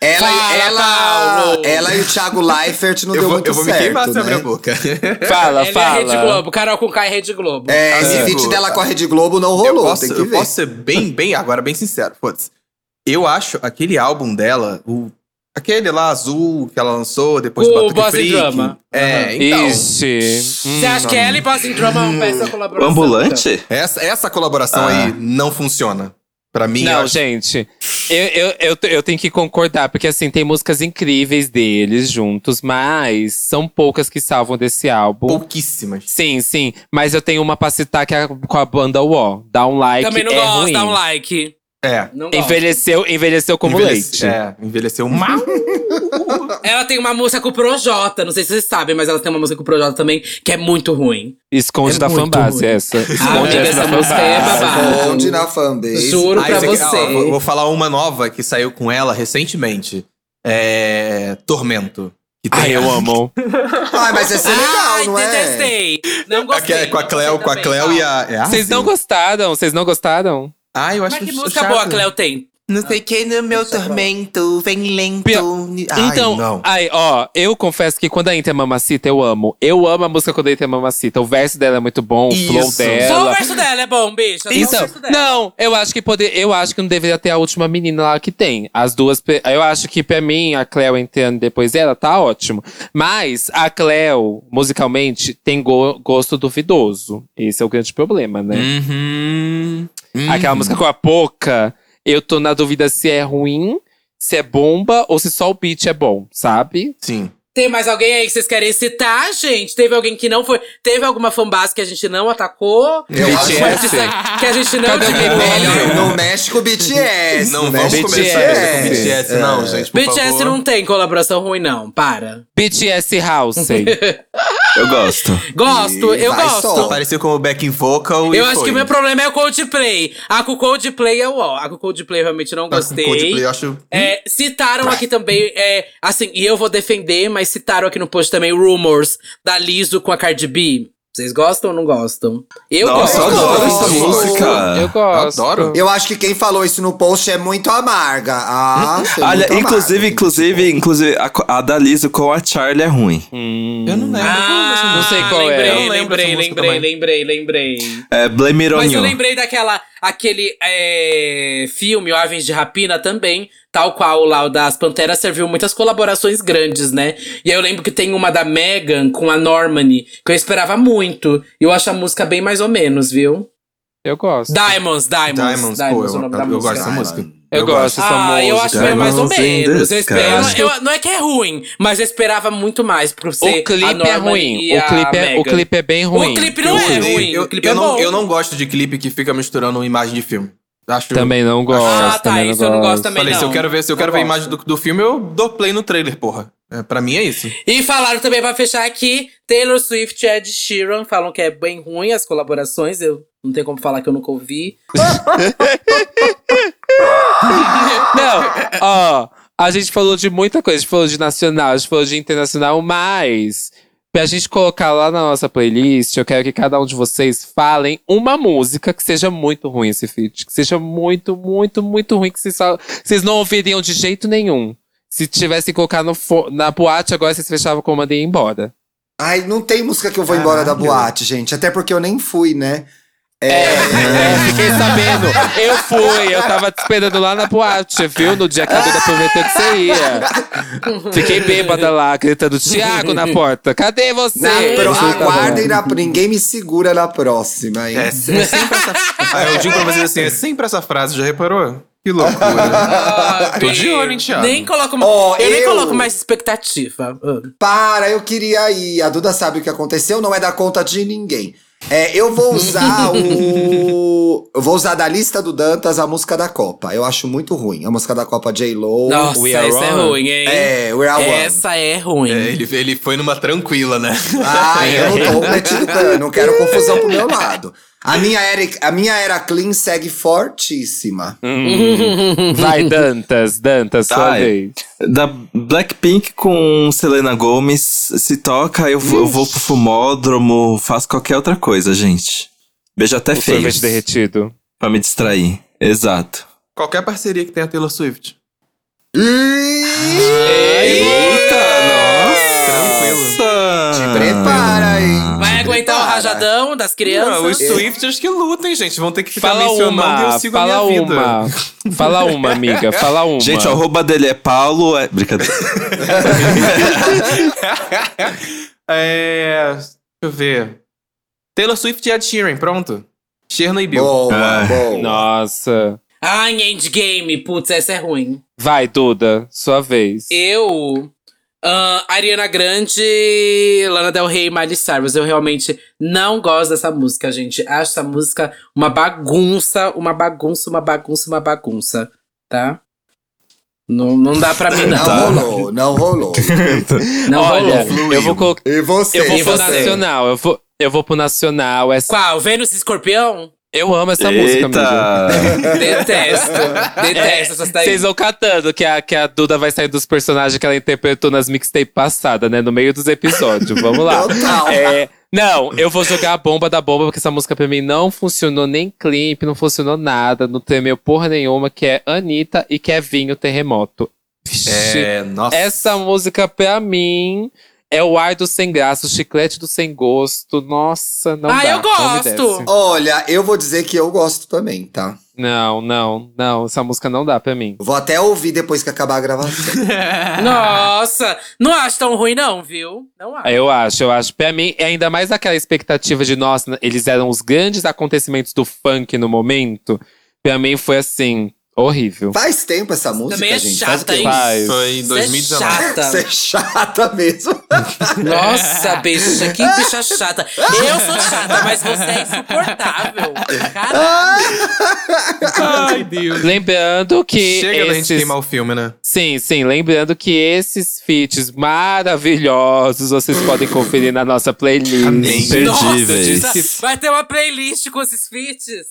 S4: Ela,
S1: Fala,
S4: ela,
S1: Paulo.
S4: ela e o Thiago Leifert não
S6: eu
S4: deu
S6: vou,
S4: muito
S6: eu vou me
S4: certo,
S6: queimar se
S4: né?
S6: abrir um a boca.
S2: Fala,
S1: Ela é
S2: fala.
S1: Rede Globo. Carol com K é Rede Globo.
S4: É, esse
S6: Amigo,
S4: feat dela com a Rede Globo não rolou,
S6: eu posso,
S4: tem que
S6: eu
S4: ver.
S6: posso ser bem, bem, agora bem sincero, foda-se. Eu acho aquele álbum dela, o, aquele lá azul que ela lançou depois
S1: O
S6: do Batuque
S1: Boss in
S6: Freak.
S1: Drama.
S6: É, então.
S2: Ixi.
S1: Você acha que ela e Boston Drum é uma peça colaboração?
S3: Ambulante?
S6: Essa, essa colaboração aí não funciona. Pra mim, eu
S2: Não,
S6: acho-
S2: gente, eu, eu, eu, te- eu tenho que concordar, porque assim, tem músicas incríveis deles juntos, mas são poucas que salvam desse álbum.
S6: pouquíssimas.
S2: Sim, sim. Mas eu tenho uma pra citar que é com a banda UO. Dá um like.
S1: Também não
S2: é
S1: gosto,
S2: ruim.
S1: dá um like.
S6: É.
S1: Não gosto.
S7: Envelheceu, envelheceu como leite.
S6: Envelhece- É, envelheceu mal.
S1: Ela tem uma música com o Projota, não sei se vocês sabem, mas ela tem uma música com o Projota também, que é muito ruim.
S2: Esconde
S1: É
S2: da
S1: muito
S2: fanbase
S1: ruim.
S2: essa.
S1: Ah,
S2: Esconde
S1: amiga,
S2: essa
S1: essa
S2: da
S1: música é
S2: fanbase.
S6: Ah,
S1: babado.
S6: tá.
S4: Onde Tá na fanbase.
S1: Juro pra
S6: isso aqui, ó,
S1: você.
S6: vou, vou falar uma nova que saiu com ela recentemente. É. Tormento. Que
S2: Ai, eu amo.
S4: Ai, mas essa
S1: Ah,
S4: é legal,
S1: Ai,
S4: não é?
S1: detestei. Não
S6: Aqui
S1: gostei.
S6: é com a Cleo, com a
S1: Também,
S6: Cleo
S1: tá.
S6: e a. é a
S2: Vocês não
S6: Arthur?
S2: gostaram? Vocês não gostaram?
S6: Ah, eu acho
S1: Mas que
S6: ch-
S1: música
S6: chato.
S1: boa a Cleo tem?
S6: Não sei que no meu tormento vem lento. Ai,
S2: então,
S6: não.
S2: ai, ó, eu confesso que quando a Inter é Mamacita, eu amo. Eu amo a música quando a Inter é Mamacita. O verso dela é muito bom, o flow
S6: Isso.
S1: Só o
S2: dela.
S1: verso dela é bom, bicha. Só o
S2: Então,
S1: verso dela.
S2: não, eu acho que poder, eu acho que não deveria ter a última menina lá que tem. As duas, pe- eu acho que pra mim a Cleo entrando depois dela tá ótimo. Mas a Cleo musicalmente tem go- gosto duvidoso. Esse é o grande problema, né?
S6: Uhum.
S2: Aquela música com a Poca, eu tô na dúvida se é ruim, se é bomba ou se só o beat é bom, sabe?
S6: Sim.
S1: Tem mais alguém aí que vocês querem citar, gente? Teve alguém que não foi. Teve alguma fanbase que a gente não atacou?
S4: Eu acho
S2: é
S1: Que a gente- que a gente não
S2: Cadê o
S1: divulgou?
S4: Melhor no México, BTS.
S6: Não
S4: no
S6: vamos
S4: México,
S6: começar
S2: BTS.
S6: com
S4: É.
S6: BTS, não, gente. Por
S1: BTS
S6: favor.
S1: não tem colaboração ruim, não. Para.
S2: BTS House.
S1: [LAUGHS]
S3: Eu gosto.
S1: Gosto,
S4: E
S1: eu
S4: vai
S1: gosto.
S4: só.
S6: Apareceu como backing vocal e
S1: Eu acho
S6: foi. Tá
S1: que o meu problema é o Coldplay. A com o Coldplay é o ó. A com o Coldplay eu realmente não
S6: Tá com
S1: gostei.
S6: Coldplay, eu acho...
S1: É, citaram aqui também, é, assim, e eu vou defender, mas citaram aqui no post também Rumors da Liso com a Cardi B. Vocês gostam ou não gostam? Eu
S3: Nossa, eu
S1: gosto.
S3: adoro essa
S4: Gosto.
S3: música.
S2: Eu gosto.
S6: adoro.
S4: Eu acho que quem falou isso no post é muito amarga.
S6: Hum,
S4: Ah, você é
S3: Olha,
S4: muito
S3: inclusive,
S4: amarga.
S3: inclusive, inclusive, a, co- a da Lizzo com a Charlie é ruim.
S6: Eu não lembro.
S1: Ah,
S2: Não sei qual é.
S1: lembrei,
S2: Eu
S6: lembro
S1: Lembrei,
S6: dessa música
S1: lembrei,
S6: também.
S1: lembrei, lembrei,
S3: É Blame It On
S1: Mas eu
S3: You.
S1: lembrei daquela, aquele é, filme, O Aves de Rapina, também, tal qual lá o das Panteras, serviu muitas colaborações grandes, né? E aí eu lembro que tem uma da Megan com a Normani, que eu esperava muito. E eu acho a música bem mais ou menos, viu?
S2: Eu gosto.
S1: Diamonds, Diamonds.
S6: Diamonds, pô,
S1: é o
S6: eu,
S1: nome da música.
S6: eu gosto dessa música.
S2: Eu gosto. dessa
S1: Ah, eu acho que é
S3: música.
S1: mais ou
S3: Diamonds in
S1: menos. Eu
S3: the
S1: espero,
S3: sky.
S1: eu acho que eu- não é que é ruim, mas eu esperava muito mais. Por ser
S2: O clipe
S1: a
S2: é
S1: Normani
S2: ruim.
S1: e
S2: O
S1: a
S2: clipe, é, o
S1: Megan.
S2: clipe é bem ruim.
S1: O clipe não é
S6: Eu-
S1: ruim.
S6: Eu,
S1: o clipe
S6: eu
S1: é
S6: não,
S1: bom.
S6: eu não gosto de clipe que fica misturando imagem de filme. Acho...
S2: Também não gosto.
S1: Ah, tá,
S2: também
S1: isso eu não gosto também.
S6: Falei, se eu
S1: não.
S6: quero ver, se eu
S1: Não
S6: quero ver a
S1: gosto.
S6: imagem do, do filme, eu dou play no trailer, porra. É, pra mim é isso.
S1: E falaram também, pra fechar aqui, Taylor Swift e Ed Sheeran falam que é bem ruim as colaborações. Eu não tenho como falar que eu nunca ouvi.
S2: Não, ó, a gente falou de muita coisa. A gente falou de nacional, a gente falou de internacional, mas pra gente colocar lá na nossa playlist, eu quero que cada um de vocês falem uma música que seja muito ruim esse feat. Que seja muito, muito, muito ruim, que vocês, só- vocês não ouviriam de jeito nenhum. Se tivesse que colocar no fo- na boate, agora vocês fechavam com e ia embora.
S4: Ai, não tem música que eu vou embora da boate, gente. Até porque eu nem fui, né?
S2: É, fiquei sabendo. Eu fui, eu tava te esperando lá na boate, viu? No dia que a Duda prometeu que você ia. Fiquei bêbada lá, gritando, Tiago na porta, cadê você? "Tá
S4: Na pro...
S6: tá
S2: Você tava lá.
S4: Aguardem na. Ninguém me segura na próxima, hein?
S6: É, sempre essa... ah, eu digo pra vocês assim, é sempre essa frase, já reparou? Que loucura.
S1: [LAUGHS] Ah,
S6: [LAUGHS] Tô de olho, hein, Thiago?
S1: Nem coloco mais.
S4: Ó,
S1: eu, nem
S4: eu-
S1: coloco mais expectativa. Ah.
S4: Para, eu queria ir. A Duda sabe o que aconteceu, não é da conta de ninguém. É, eu vou usar o. Eu vou usar da lista do Dantas a música da Copa. Eu acho muito ruim. A música da Copa J. Lo.
S1: Nossa,
S2: We Are
S1: essa é
S2: One.
S1: ruim, hein?
S4: É, We're All One.
S1: essa é ruim.
S6: É, ele, ele foi numa tranquila, né?
S4: Ai, eu não tô competindo, não quero confusão pro meu lado. A minha, era, a minha era clean segue fortíssima.
S2: Vai, Dantas, Dantas, sua
S3: Ai.
S2: vez.
S3: Da Blackpink com Selena Gomez, se toca, eu, vou- eu vou pro fumódromo, faço qualquer outra coisa, gente. Beijo até
S2: O
S3: feio.
S2: sorvete derretido.
S3: Pra me distrair. Exato.
S6: Qualquer parceria que tenha Taylor Swift.
S4: E
S2: Eita,
S6: Tranquilo.
S3: Nossa!
S4: te prepara, hein?
S1: Vai aguentar o
S4: Prepara.
S1: rajadão das crianças?
S6: Não, os Swifters que lutem, gente. Vão ter que ficar
S2: Fala
S6: mencionando e eu
S2: uma,
S6: sigo a
S2: fala
S6: minha vida.
S2: uma. Fala uma, amiga, fala uma.
S3: Gente, o arroba dele é Paulo. É... Brincadeira.
S6: [LAUGHS] É. Deixa eu ver. Taylor Swift e Ed Sheeran, pronto. Chernobyl.
S4: Boa,
S3: Ah,
S4: boa.
S2: Nossa.
S1: Ai, Endgame. Putz, essa é ruim.
S2: Vai, Duda, sua vez.
S1: Eu. Ah, Ariana Grande, Lana Del Rey e Miley Cyrus. Eu realmente não gosto dessa música, gente. Acho essa música uma bagunça, uma bagunça, uma bagunça, uma bagunça, tá? Não, não dá pra mim,
S4: [LAUGHS] Não
S1: não.
S4: rolou, não rolou.
S1: Não
S2: Olha,
S1: rolou.
S2: eu vou, colo-
S4: E você?
S2: eu vou
S4: e
S2: pro
S4: você?
S2: nacional. Eu vou, eu vou pro nacional. Essa,
S1: Qual? Vênus e Escorpião?
S2: eu amo essa música, amiga.
S3: Eita!
S4: [LAUGHS]
S1: Detesto. Detesto essas daí.
S2: Vocês vão catando que a, que a Duda vai sair dos personagens que ela interpretou nas mixtape passadas, né? No meio dos episódios. Vamos
S4: [LAUGHS]
S2: lá.
S4: Total.
S2: É, não, eu vou jogar a bomba da bomba, porque essa música pra mim não funcionou nem clipe, não funcionou nada, não tremeu porra nenhuma, que é Anitta e Kevinho Terremoto. Vixe,
S6: É, nossa.
S2: Essa música pra mim é o ar do sem graça, o chiclete do sem gosto. Nossa, não
S1: Ah,
S2: dá.
S1: eu gosto!
S2: Não, me desce.
S4: Olha, eu vou dizer que eu gosto também, tá?
S2: não, não, não, essa música não dá pra mim.
S4: Vou até ouvir depois que acabar a gravação. É.
S1: Nossa, não acho tão ruim, não, viu? Não acho.
S2: Eu acho, eu acho. Pra mim, é ainda mais aquela expectativa de, nossa, eles eram os grandes acontecimentos do funk no momento. Pra mim foi assim, horrível.
S4: Faz tempo essa música,
S1: Também é
S4: gente.
S1: chata,
S4: Faz o quê?
S1: hein?
S2: Faz.
S6: Foi em
S1: Cê
S6: 2019.
S1: É chata.
S4: Você é chata mesmo.
S1: Nossa, bicha, que bicha chata. Eu sou chata, mas você é insuportável. Caralho.
S6: [LAUGHS] Ai, Deus.
S2: Lembrando que.
S6: Chega da gente
S2: esses-
S6: queimar o filme, né?
S2: Sim, sim. Lembrando que esses feats maravilhosos vocês podem conferir na nossa playlist.
S6: Amém.
S1: Nossa,
S3: Imperdíveis.
S1: Duda, vai ter uma playlist com esses feats.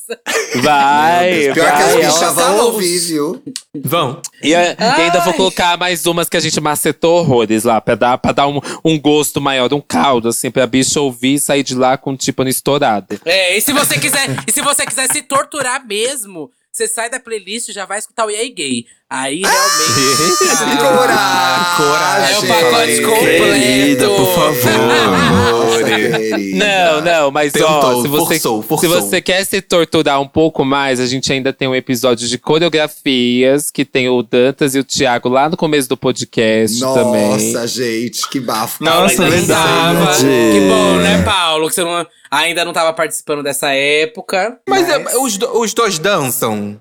S2: Vai,
S4: Pior que as
S2: vai. ó.
S4: bichas vão
S1: nossa.
S4: ouvir, viu?
S6: Vão.
S2: E, a- e ainda vou
S1: Ai.
S2: colocar mais umas que a gente macetou horrores lá, pra dar, pra dar um, um gosto maior, um caldo, assim, pra bicha ouvir e sair de lá com o tímpano estourado.
S1: É, e se você quiser, e se você quiser se torturar mesmo, você sai da playlist e já vai escutar o Yay Gay. Aí realmente.
S4: Coragem.
S1: É o pacote
S4: Gente.
S1: completo.
S3: [LAUGHS] Querida, por favor.
S4: Nossa,
S6: Amore.
S4: querida.
S2: Não, não, mas ó,
S6: Tentou,
S2: se você,
S6: forçou,
S2: se
S6: forçou.
S2: você quer se torturar um pouco mais, a gente ainda tem um episódio de coreografias que tem o Dantas e o Thiago lá no começo do podcast também.
S4: Nossa, gente, que bafo.
S3: Nossa,
S1: Ainda
S3: verdade.
S1: tava. Que bom, né, Paulo? Que você não- ainda não tava participando dessa época.
S6: Mas é, os, do- os dois dançam.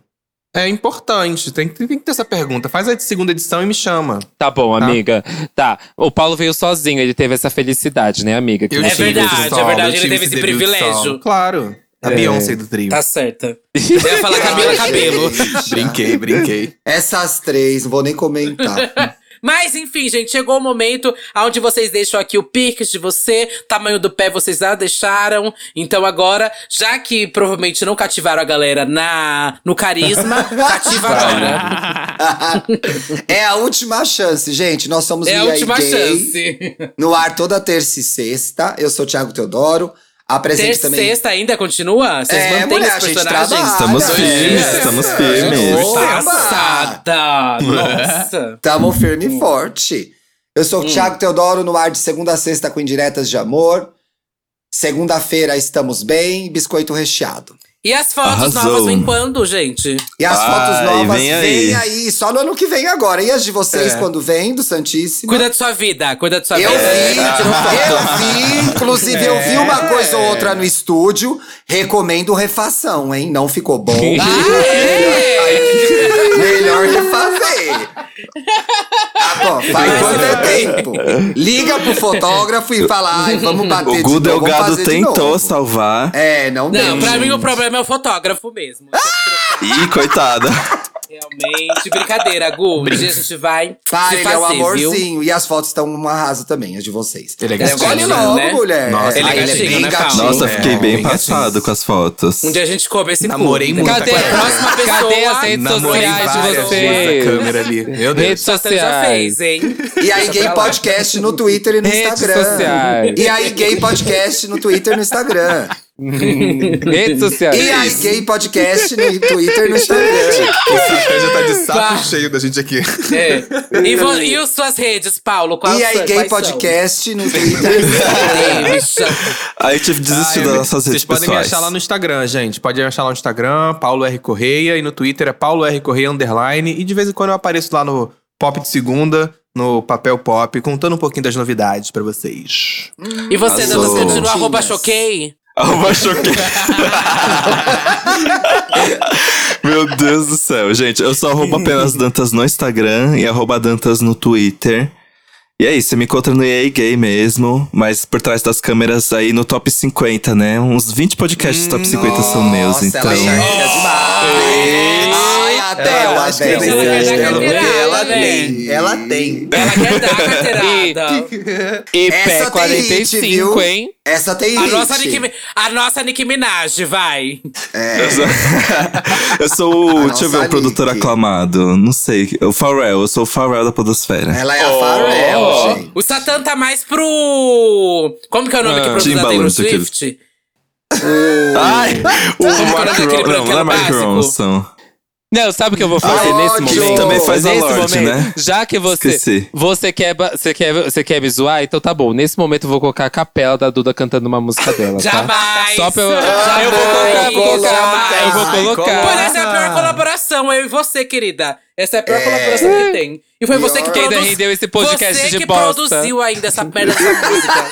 S6: É importante. Tem, que- tem que ter essa pergunta. Faz a de segunda edição e me chama.
S2: Tá bom,
S6: Tá.
S2: amiga. Tá. O Paulo veio sozinho, ele teve essa felicidade, né, amiga? Que
S6: Eu
S1: É
S6: tive
S2: tinha-
S1: verdade,
S6: esse
S1: é
S6: solo,
S1: verdade,
S6: eu
S1: ele
S6: tive
S1: teve esse
S6: debut de
S1: privilégio.
S6: solo. Claro. A Beyoncé do trio.
S1: Tá certa. Eu ia falar Camila Cabelo.
S6: Brinquei, brinquei.
S4: Essas três, não vou
S1: [LAUGHS]
S4: nem comentar.
S1: Mas enfim, gente, chegou o momento onde vocês deixam aqui o pique de você, tamanho do pé vocês já deixaram. Então agora, já que provavelmente não cativaram a galera na no
S4: [LAUGHS]
S1: carisma,
S4: Tá.
S1: cativa agora.
S4: é a última chance, gente. Nós somos
S1: É a
S4: o EA
S1: última
S4: Gay,
S1: chance.
S4: No ar toda terça e sexta. Eu sou o Thiago Teodoro. Apresento
S1: Ter
S4: também.
S1: sexta ainda continua? Vocês
S4: É,
S1: mantêm os
S4: mulher, a gente
S1: personagens?
S4: trabalha.
S3: Estamos
S4: Olha,
S3: firmes,
S1: é.
S3: estamos firmes.
S4: Opa!
S1: Passada! Nossa!
S4: Tamo firme e forte. Eu sou o Thiago Teodoro no ar de segunda a sexta com indiretas de amor. Segunda-feira estamos bem, biscoito recheado.
S1: E as fotos
S3: Arrasou.
S1: novas vêm quando, gente?
S4: E as
S3: Ai,
S4: fotos novas
S3: Ah, vem aí.
S4: vem aí. só no ano que vem agora. E as de vocês quando vem, do Santíssimo?
S1: Cuida de sua vida, cuida de sua
S4: Eu vi,
S1: vida.
S4: eu vi, inclusive eu vi uma coisa ou outra no estúdio. Recomendo refação, hein? Não ficou bom. Tá?
S1: Ah, é?
S4: Melhor refazer. Tá bom, faz quanto é tempo. Liga pro fotógrafo e fala, ai, vamos bater
S3: O
S4: de
S3: Gu
S4: novo, vamos
S3: Delgado
S4: fazer de
S3: tentou
S4: novo."
S3: salvar.
S4: É, não deu.
S1: Não, pra mim o problema é o fotógrafo mesmo.
S4: [LAUGHS]
S3: Ih, coitada.
S1: Realmente, brincadeira, Gu. Um dia a gente vai
S4: Tá,
S1: se
S4: ele
S1: fazer,
S4: é um
S1: viu?
S4: amorzinho. E as fotos estão um arraso também, as de vocês.
S6: Ele é
S4: Escolhe
S6: gatinho,
S4: logo,
S1: né?
S4: mulher.
S6: Nossa,
S1: ele é
S4: Ai,
S1: gatinho,
S4: bem
S1: né, Paulo?
S4: gatinho.
S3: Nossa,
S6: É,
S3: fiquei bem
S6: bem
S3: passado
S6: gatinho.
S3: com as fotos.
S1: Um dia a gente cobra esse cu.
S6: Namorei muito
S2: Cadê?
S6: com ela.
S1: Próxima pessoa.
S2: Cadê as redes
S6: Namorei
S2: sociais de
S6: várias vezes a
S2: vocês?
S6: câmera ali. Meu Deus.
S2: [LAUGHS] Redes
S1: Você já
S2: sociais.
S1: fez, hein?
S4: E aí, Gay Podcast no Twitter e no
S2: Redes
S4: Instagram.
S2: sociais.
S4: E aí, Gay Podcast no Twitter e no Instagram.
S2: Redes sociais.
S4: E aí, Gay Podcast no Twitter e no Instagram.
S6: O Satã já tá de saco
S1: Bah.
S6: cheio da gente aqui.
S1: É. E, vo- e as suas redes, Paulo? Qual
S4: E aí,
S1: são-
S4: Gay
S1: quais são?
S4: Podcast no Twitter
S2: [LAUGHS]
S4: e no
S1: Ai,
S4: Instagram.
S1: bicha.
S3: Aí tive
S6: Ah,
S3: desistido
S6: eu-
S3: das nossas redes
S6: Vocês podem me
S3: pessoais.
S6: achar lá no Instagram, gente. Pode me achar lá no Instagram, Paulo R. Correia. E no Twitter é Paulo R. Correia Underline. E de vez em quando eu apareço lá no Pop de Segunda, no Papel Pop, contando um pouquinho das novidades pra vocês.
S1: E você,
S3: Arrasou.
S1: Dantas, continua arroba
S4: Tinhas.
S1: choquei?
S3: Arroba choquei. [LAUGHS] Meu Deus do céu, gente. Eu só arroba apenas Dantas no Instagram e arroba Dantas no Twitter. E é isso, você me encontra no EA Gay mesmo, mas por trás das câmeras aí no top 50, né? Uns 20 podcasts top 50
S1: Hum,
S3: são meus, então.
S8: Ela enxerga demais. Ai, a Del,
S4: Ela
S8: acho que é
S4: tem.
S8: desse
S1: Ela
S8: dela,
S1: quer
S8: porque
S1: dar
S8: ela
S1: carteirada,
S8: tem. Ela tem.
S1: Ela quer
S2: [LAUGHS]
S1: dar carteirada.
S2: E
S8: Essa
S2: pé
S8: tem
S2: 45,
S8: hit, viu?
S2: hein?
S8: Essa tem
S1: A
S8: hit.
S1: nossa, Nicki, Mi- a nossa Nicki Minaj, vai.
S3: Eu sou, [LAUGHS] eu sou o.
S8: Ah,
S3: deixa
S8: nossa,
S3: eu ver, o
S8: Nick.
S3: produtor aclamado. Não sei. O Pharrell, eu sou o Pharrell da Podosfera.
S8: Ela
S1: Oh.
S8: é a Pharrell, gente.
S1: O Satã tá mais pro. Como que é o nome
S2: Ah,
S1: que
S3: Tim
S1: produz a Taylor
S3: Balance, aquele.
S1: Swift?
S3: Ai! O
S1: Sabe qual é
S3: Mark
S1: daquele
S3: Ron- Não, não é
S1: branquelo
S3: Mark
S1: básico?
S3: Ronson.
S2: Não, sabe o que eu vou fazer
S8: Ah,
S2: nesse
S8: ótimo.
S2: momento?
S8: Também
S3: faz a
S2: nesse
S3: Lorde,
S2: momento,
S3: né?
S2: Já que você
S3: Esqueci.
S2: você quer ba- você quer você quer me zoar, então tá bom. Nesse momento eu vou colocar a capela da Duda cantando uma música dela, tá?
S1: Jamais!
S2: Só pra eu,
S1: Jamais!
S2: eu vou colocar,
S1: Jamais!
S2: vou colocar eu vou
S1: Pô,
S2: colocar.
S1: essa é a pior colaboração, eu e você, querida. Essa é a pior colaboração que tem. E foi você que
S8: Pior.
S2: Quem ainda
S1: produziu.
S2: rendeu esse podcast
S1: você
S2: de
S1: que
S2: bosta.
S1: produziu ainda
S2: [LAUGHS]
S1: essa merda dessa música.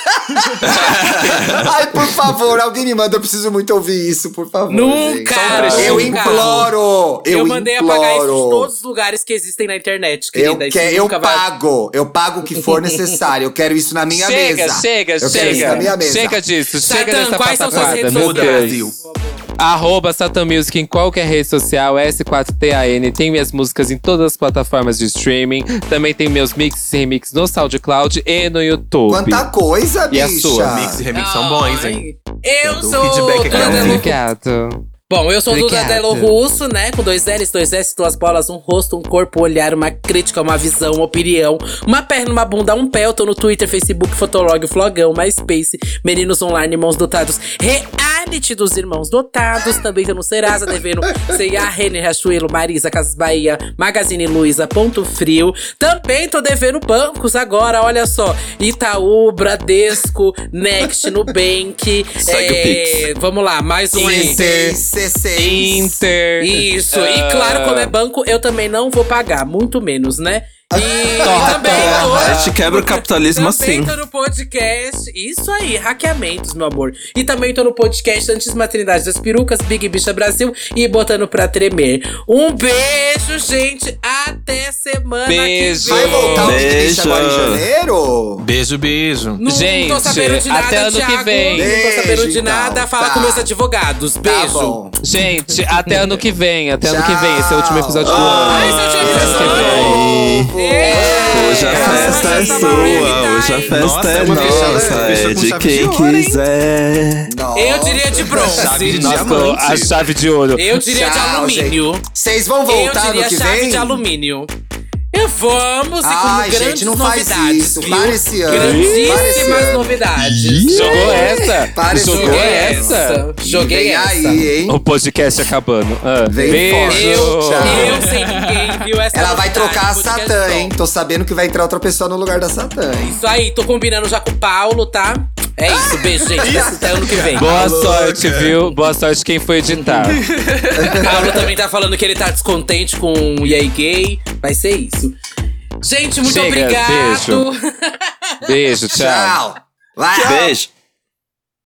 S4: [LAUGHS] Ai, por favor, alguém me manda, eu preciso muito ouvir isso, por favor.
S1: Nunca!
S4: gente. um
S1: Nunca.
S4: Eu imploro! Eu,
S1: Eu, mandei
S4: imploro.
S1: apagar isso de todos os lugares que existem na internet,
S4: Eu,
S1: querida. Isso
S4: que, eu
S1: nunca vai-
S4: pago, eu pago o que for necessário. Eu quero isso na minha
S2: Chega,
S4: mesa.
S2: chega,
S4: eu Quero isso na minha
S2: chega.
S4: mesa.
S2: Chega disso, chega
S1: Satan,
S2: dessa
S1: quais são suas
S2: pataquada,
S1: redes
S2: meu
S6: Muda,
S1: sociais?
S2: Deus.
S6: Brasil.
S2: Arroba Satan Music em qualquer rede social, S4TAN. Tem minhas músicas em todas as plataformas de streaming. Também tem meus mix e remix no SoundCloud e no YouTube.
S4: Quanta coisa,
S2: E
S4: bicha.
S2: a sua,
S6: Mix e remix são bons, hein?
S1: Eu
S6: Eu dou
S1: sou
S6: feedback aqui,
S1: Duda
S6: não.
S1: Delo-
S2: Obrigado.
S1: Bom, eu sou o Duda
S2: Obrigado.
S1: Delo Russo, né? Com dois L's, dois S, duas bolas, um rosto, um corpo, um olhar, uma crítica, uma visão, uma opinião, uma perna, uma bunda, um pé. Eu tô no Twitter, Facebook, Fotolog, Flogão, MySpace, Meninos Online, Irmãos Dotados, Reality dos Irmãos Dotados. Também tô no Serasa, devendo C&A, Renner, Rachuelo, Marisa, Casas Bahia, Magazine Luiza, Ponto Frio. Também tô devendo bancos agora, olha só. Itaú, Bradesco, Next, Nubank. É,
S3: Segue o
S1: Vamos lá, mais um aí.
S2: Inter.
S4: CC.
S2: Inter.
S1: Isso,
S2: Ah.
S1: e claro, como é banco, eu também não vou pagar, muito menos, né? E
S2: [LAUGHS] Torta.
S1: também
S3: É, A
S1: tô.
S3: gente quebra o capitalismo
S1: Também
S3: assim.
S1: tô no podcast. Isso aí, hackeamentos, meu amor. E também tô no podcast Antes Maternidade das Perucas, Big Bicha Brasil e Botando Pra Tremer. Um beijo, gente. Até semana
S2: Beijo.
S1: que vem.
S4: Vai voltar o Big Bicha
S3: Beijo.
S4: agora em janeiro?
S6: Beijo, beijo.
S1: Não
S2: Gente,
S1: tô sabendo de nada,
S2: até ano que
S1: Thiago.
S2: vem.
S1: Não tô sabendo de
S4: Beijo,
S1: nada.
S4: então.
S1: Fala
S4: Tá.
S1: com meus advogados.
S4: Tá
S1: Beijo.
S4: bom.
S2: Ah, Gente, até ano que vem. Até ano que vem. Esse é o último episódio do
S4: Ah,
S1: Ai,
S4: é
S2: ano.
S1: seu Thiago,
S2: Até ano que vem.
S3: Hoje a
S1: Essa
S3: festa é
S1: festa tá
S3: sua,
S1: Mariah
S3: hoje a
S1: Carey.
S3: festa
S6: Nossa,
S3: é
S6: vou fechar-
S3: nossa,
S6: fechou
S3: é
S6: com
S3: de
S6: chave
S3: quem
S6: de ouro, hein?
S3: quiser.
S1: Eu diria de
S6: Chave
S1: bronze.
S6: de
S2: Nossa,
S6: diamante.
S2: a chave de ouro.
S1: Eu diria de
S4: Tchau,
S1: alumínio.
S4: Vocês vão
S1: Eu
S4: voltar no
S1: diria
S4: que
S1: chave
S4: vem?
S1: de alumínio. E vamos, e
S4: Ai,
S1: com
S4: gente,
S1: grandes
S4: não faz
S1: novidades.
S4: isso.
S1: viu?
S4: Para esse ano. Para esse
S1: Grandíssimas
S4: ano.
S1: novidades.
S2: Jogou essa?
S4: Para de
S2: Jogou
S4: jogar
S1: é
S2: essa?
S1: Joguei
S4: Vem
S1: essa.
S4: aí, hein?
S2: O podcast acabando. Ah,
S4: Vem forte.
S2: beijo.
S4: Tchau.
S1: Eu sei ninguém, viu? Essa
S4: Ela
S1: novidade,
S4: vai
S1: é
S4: trocar a
S1: podcast
S4: Satã,
S1: bom.
S4: hein? Tô sabendo que vai entrar outra pessoa no lugar da Satã, hein?
S1: Isso aí, tô combinando já com o Paulo, tá? É isso, beijo, gente. Até ano que vem.
S2: Boa sorte, viu? Boa sorte quem foi editar.
S1: Paulo também tá falando que ele tá descontente com o EA Gay. Vai ser isso. Gente, muito
S2: Chega,
S1: obrigado.
S2: beijo. Beijo, tchau.
S4: Tchau. Vai.
S3: Beijo.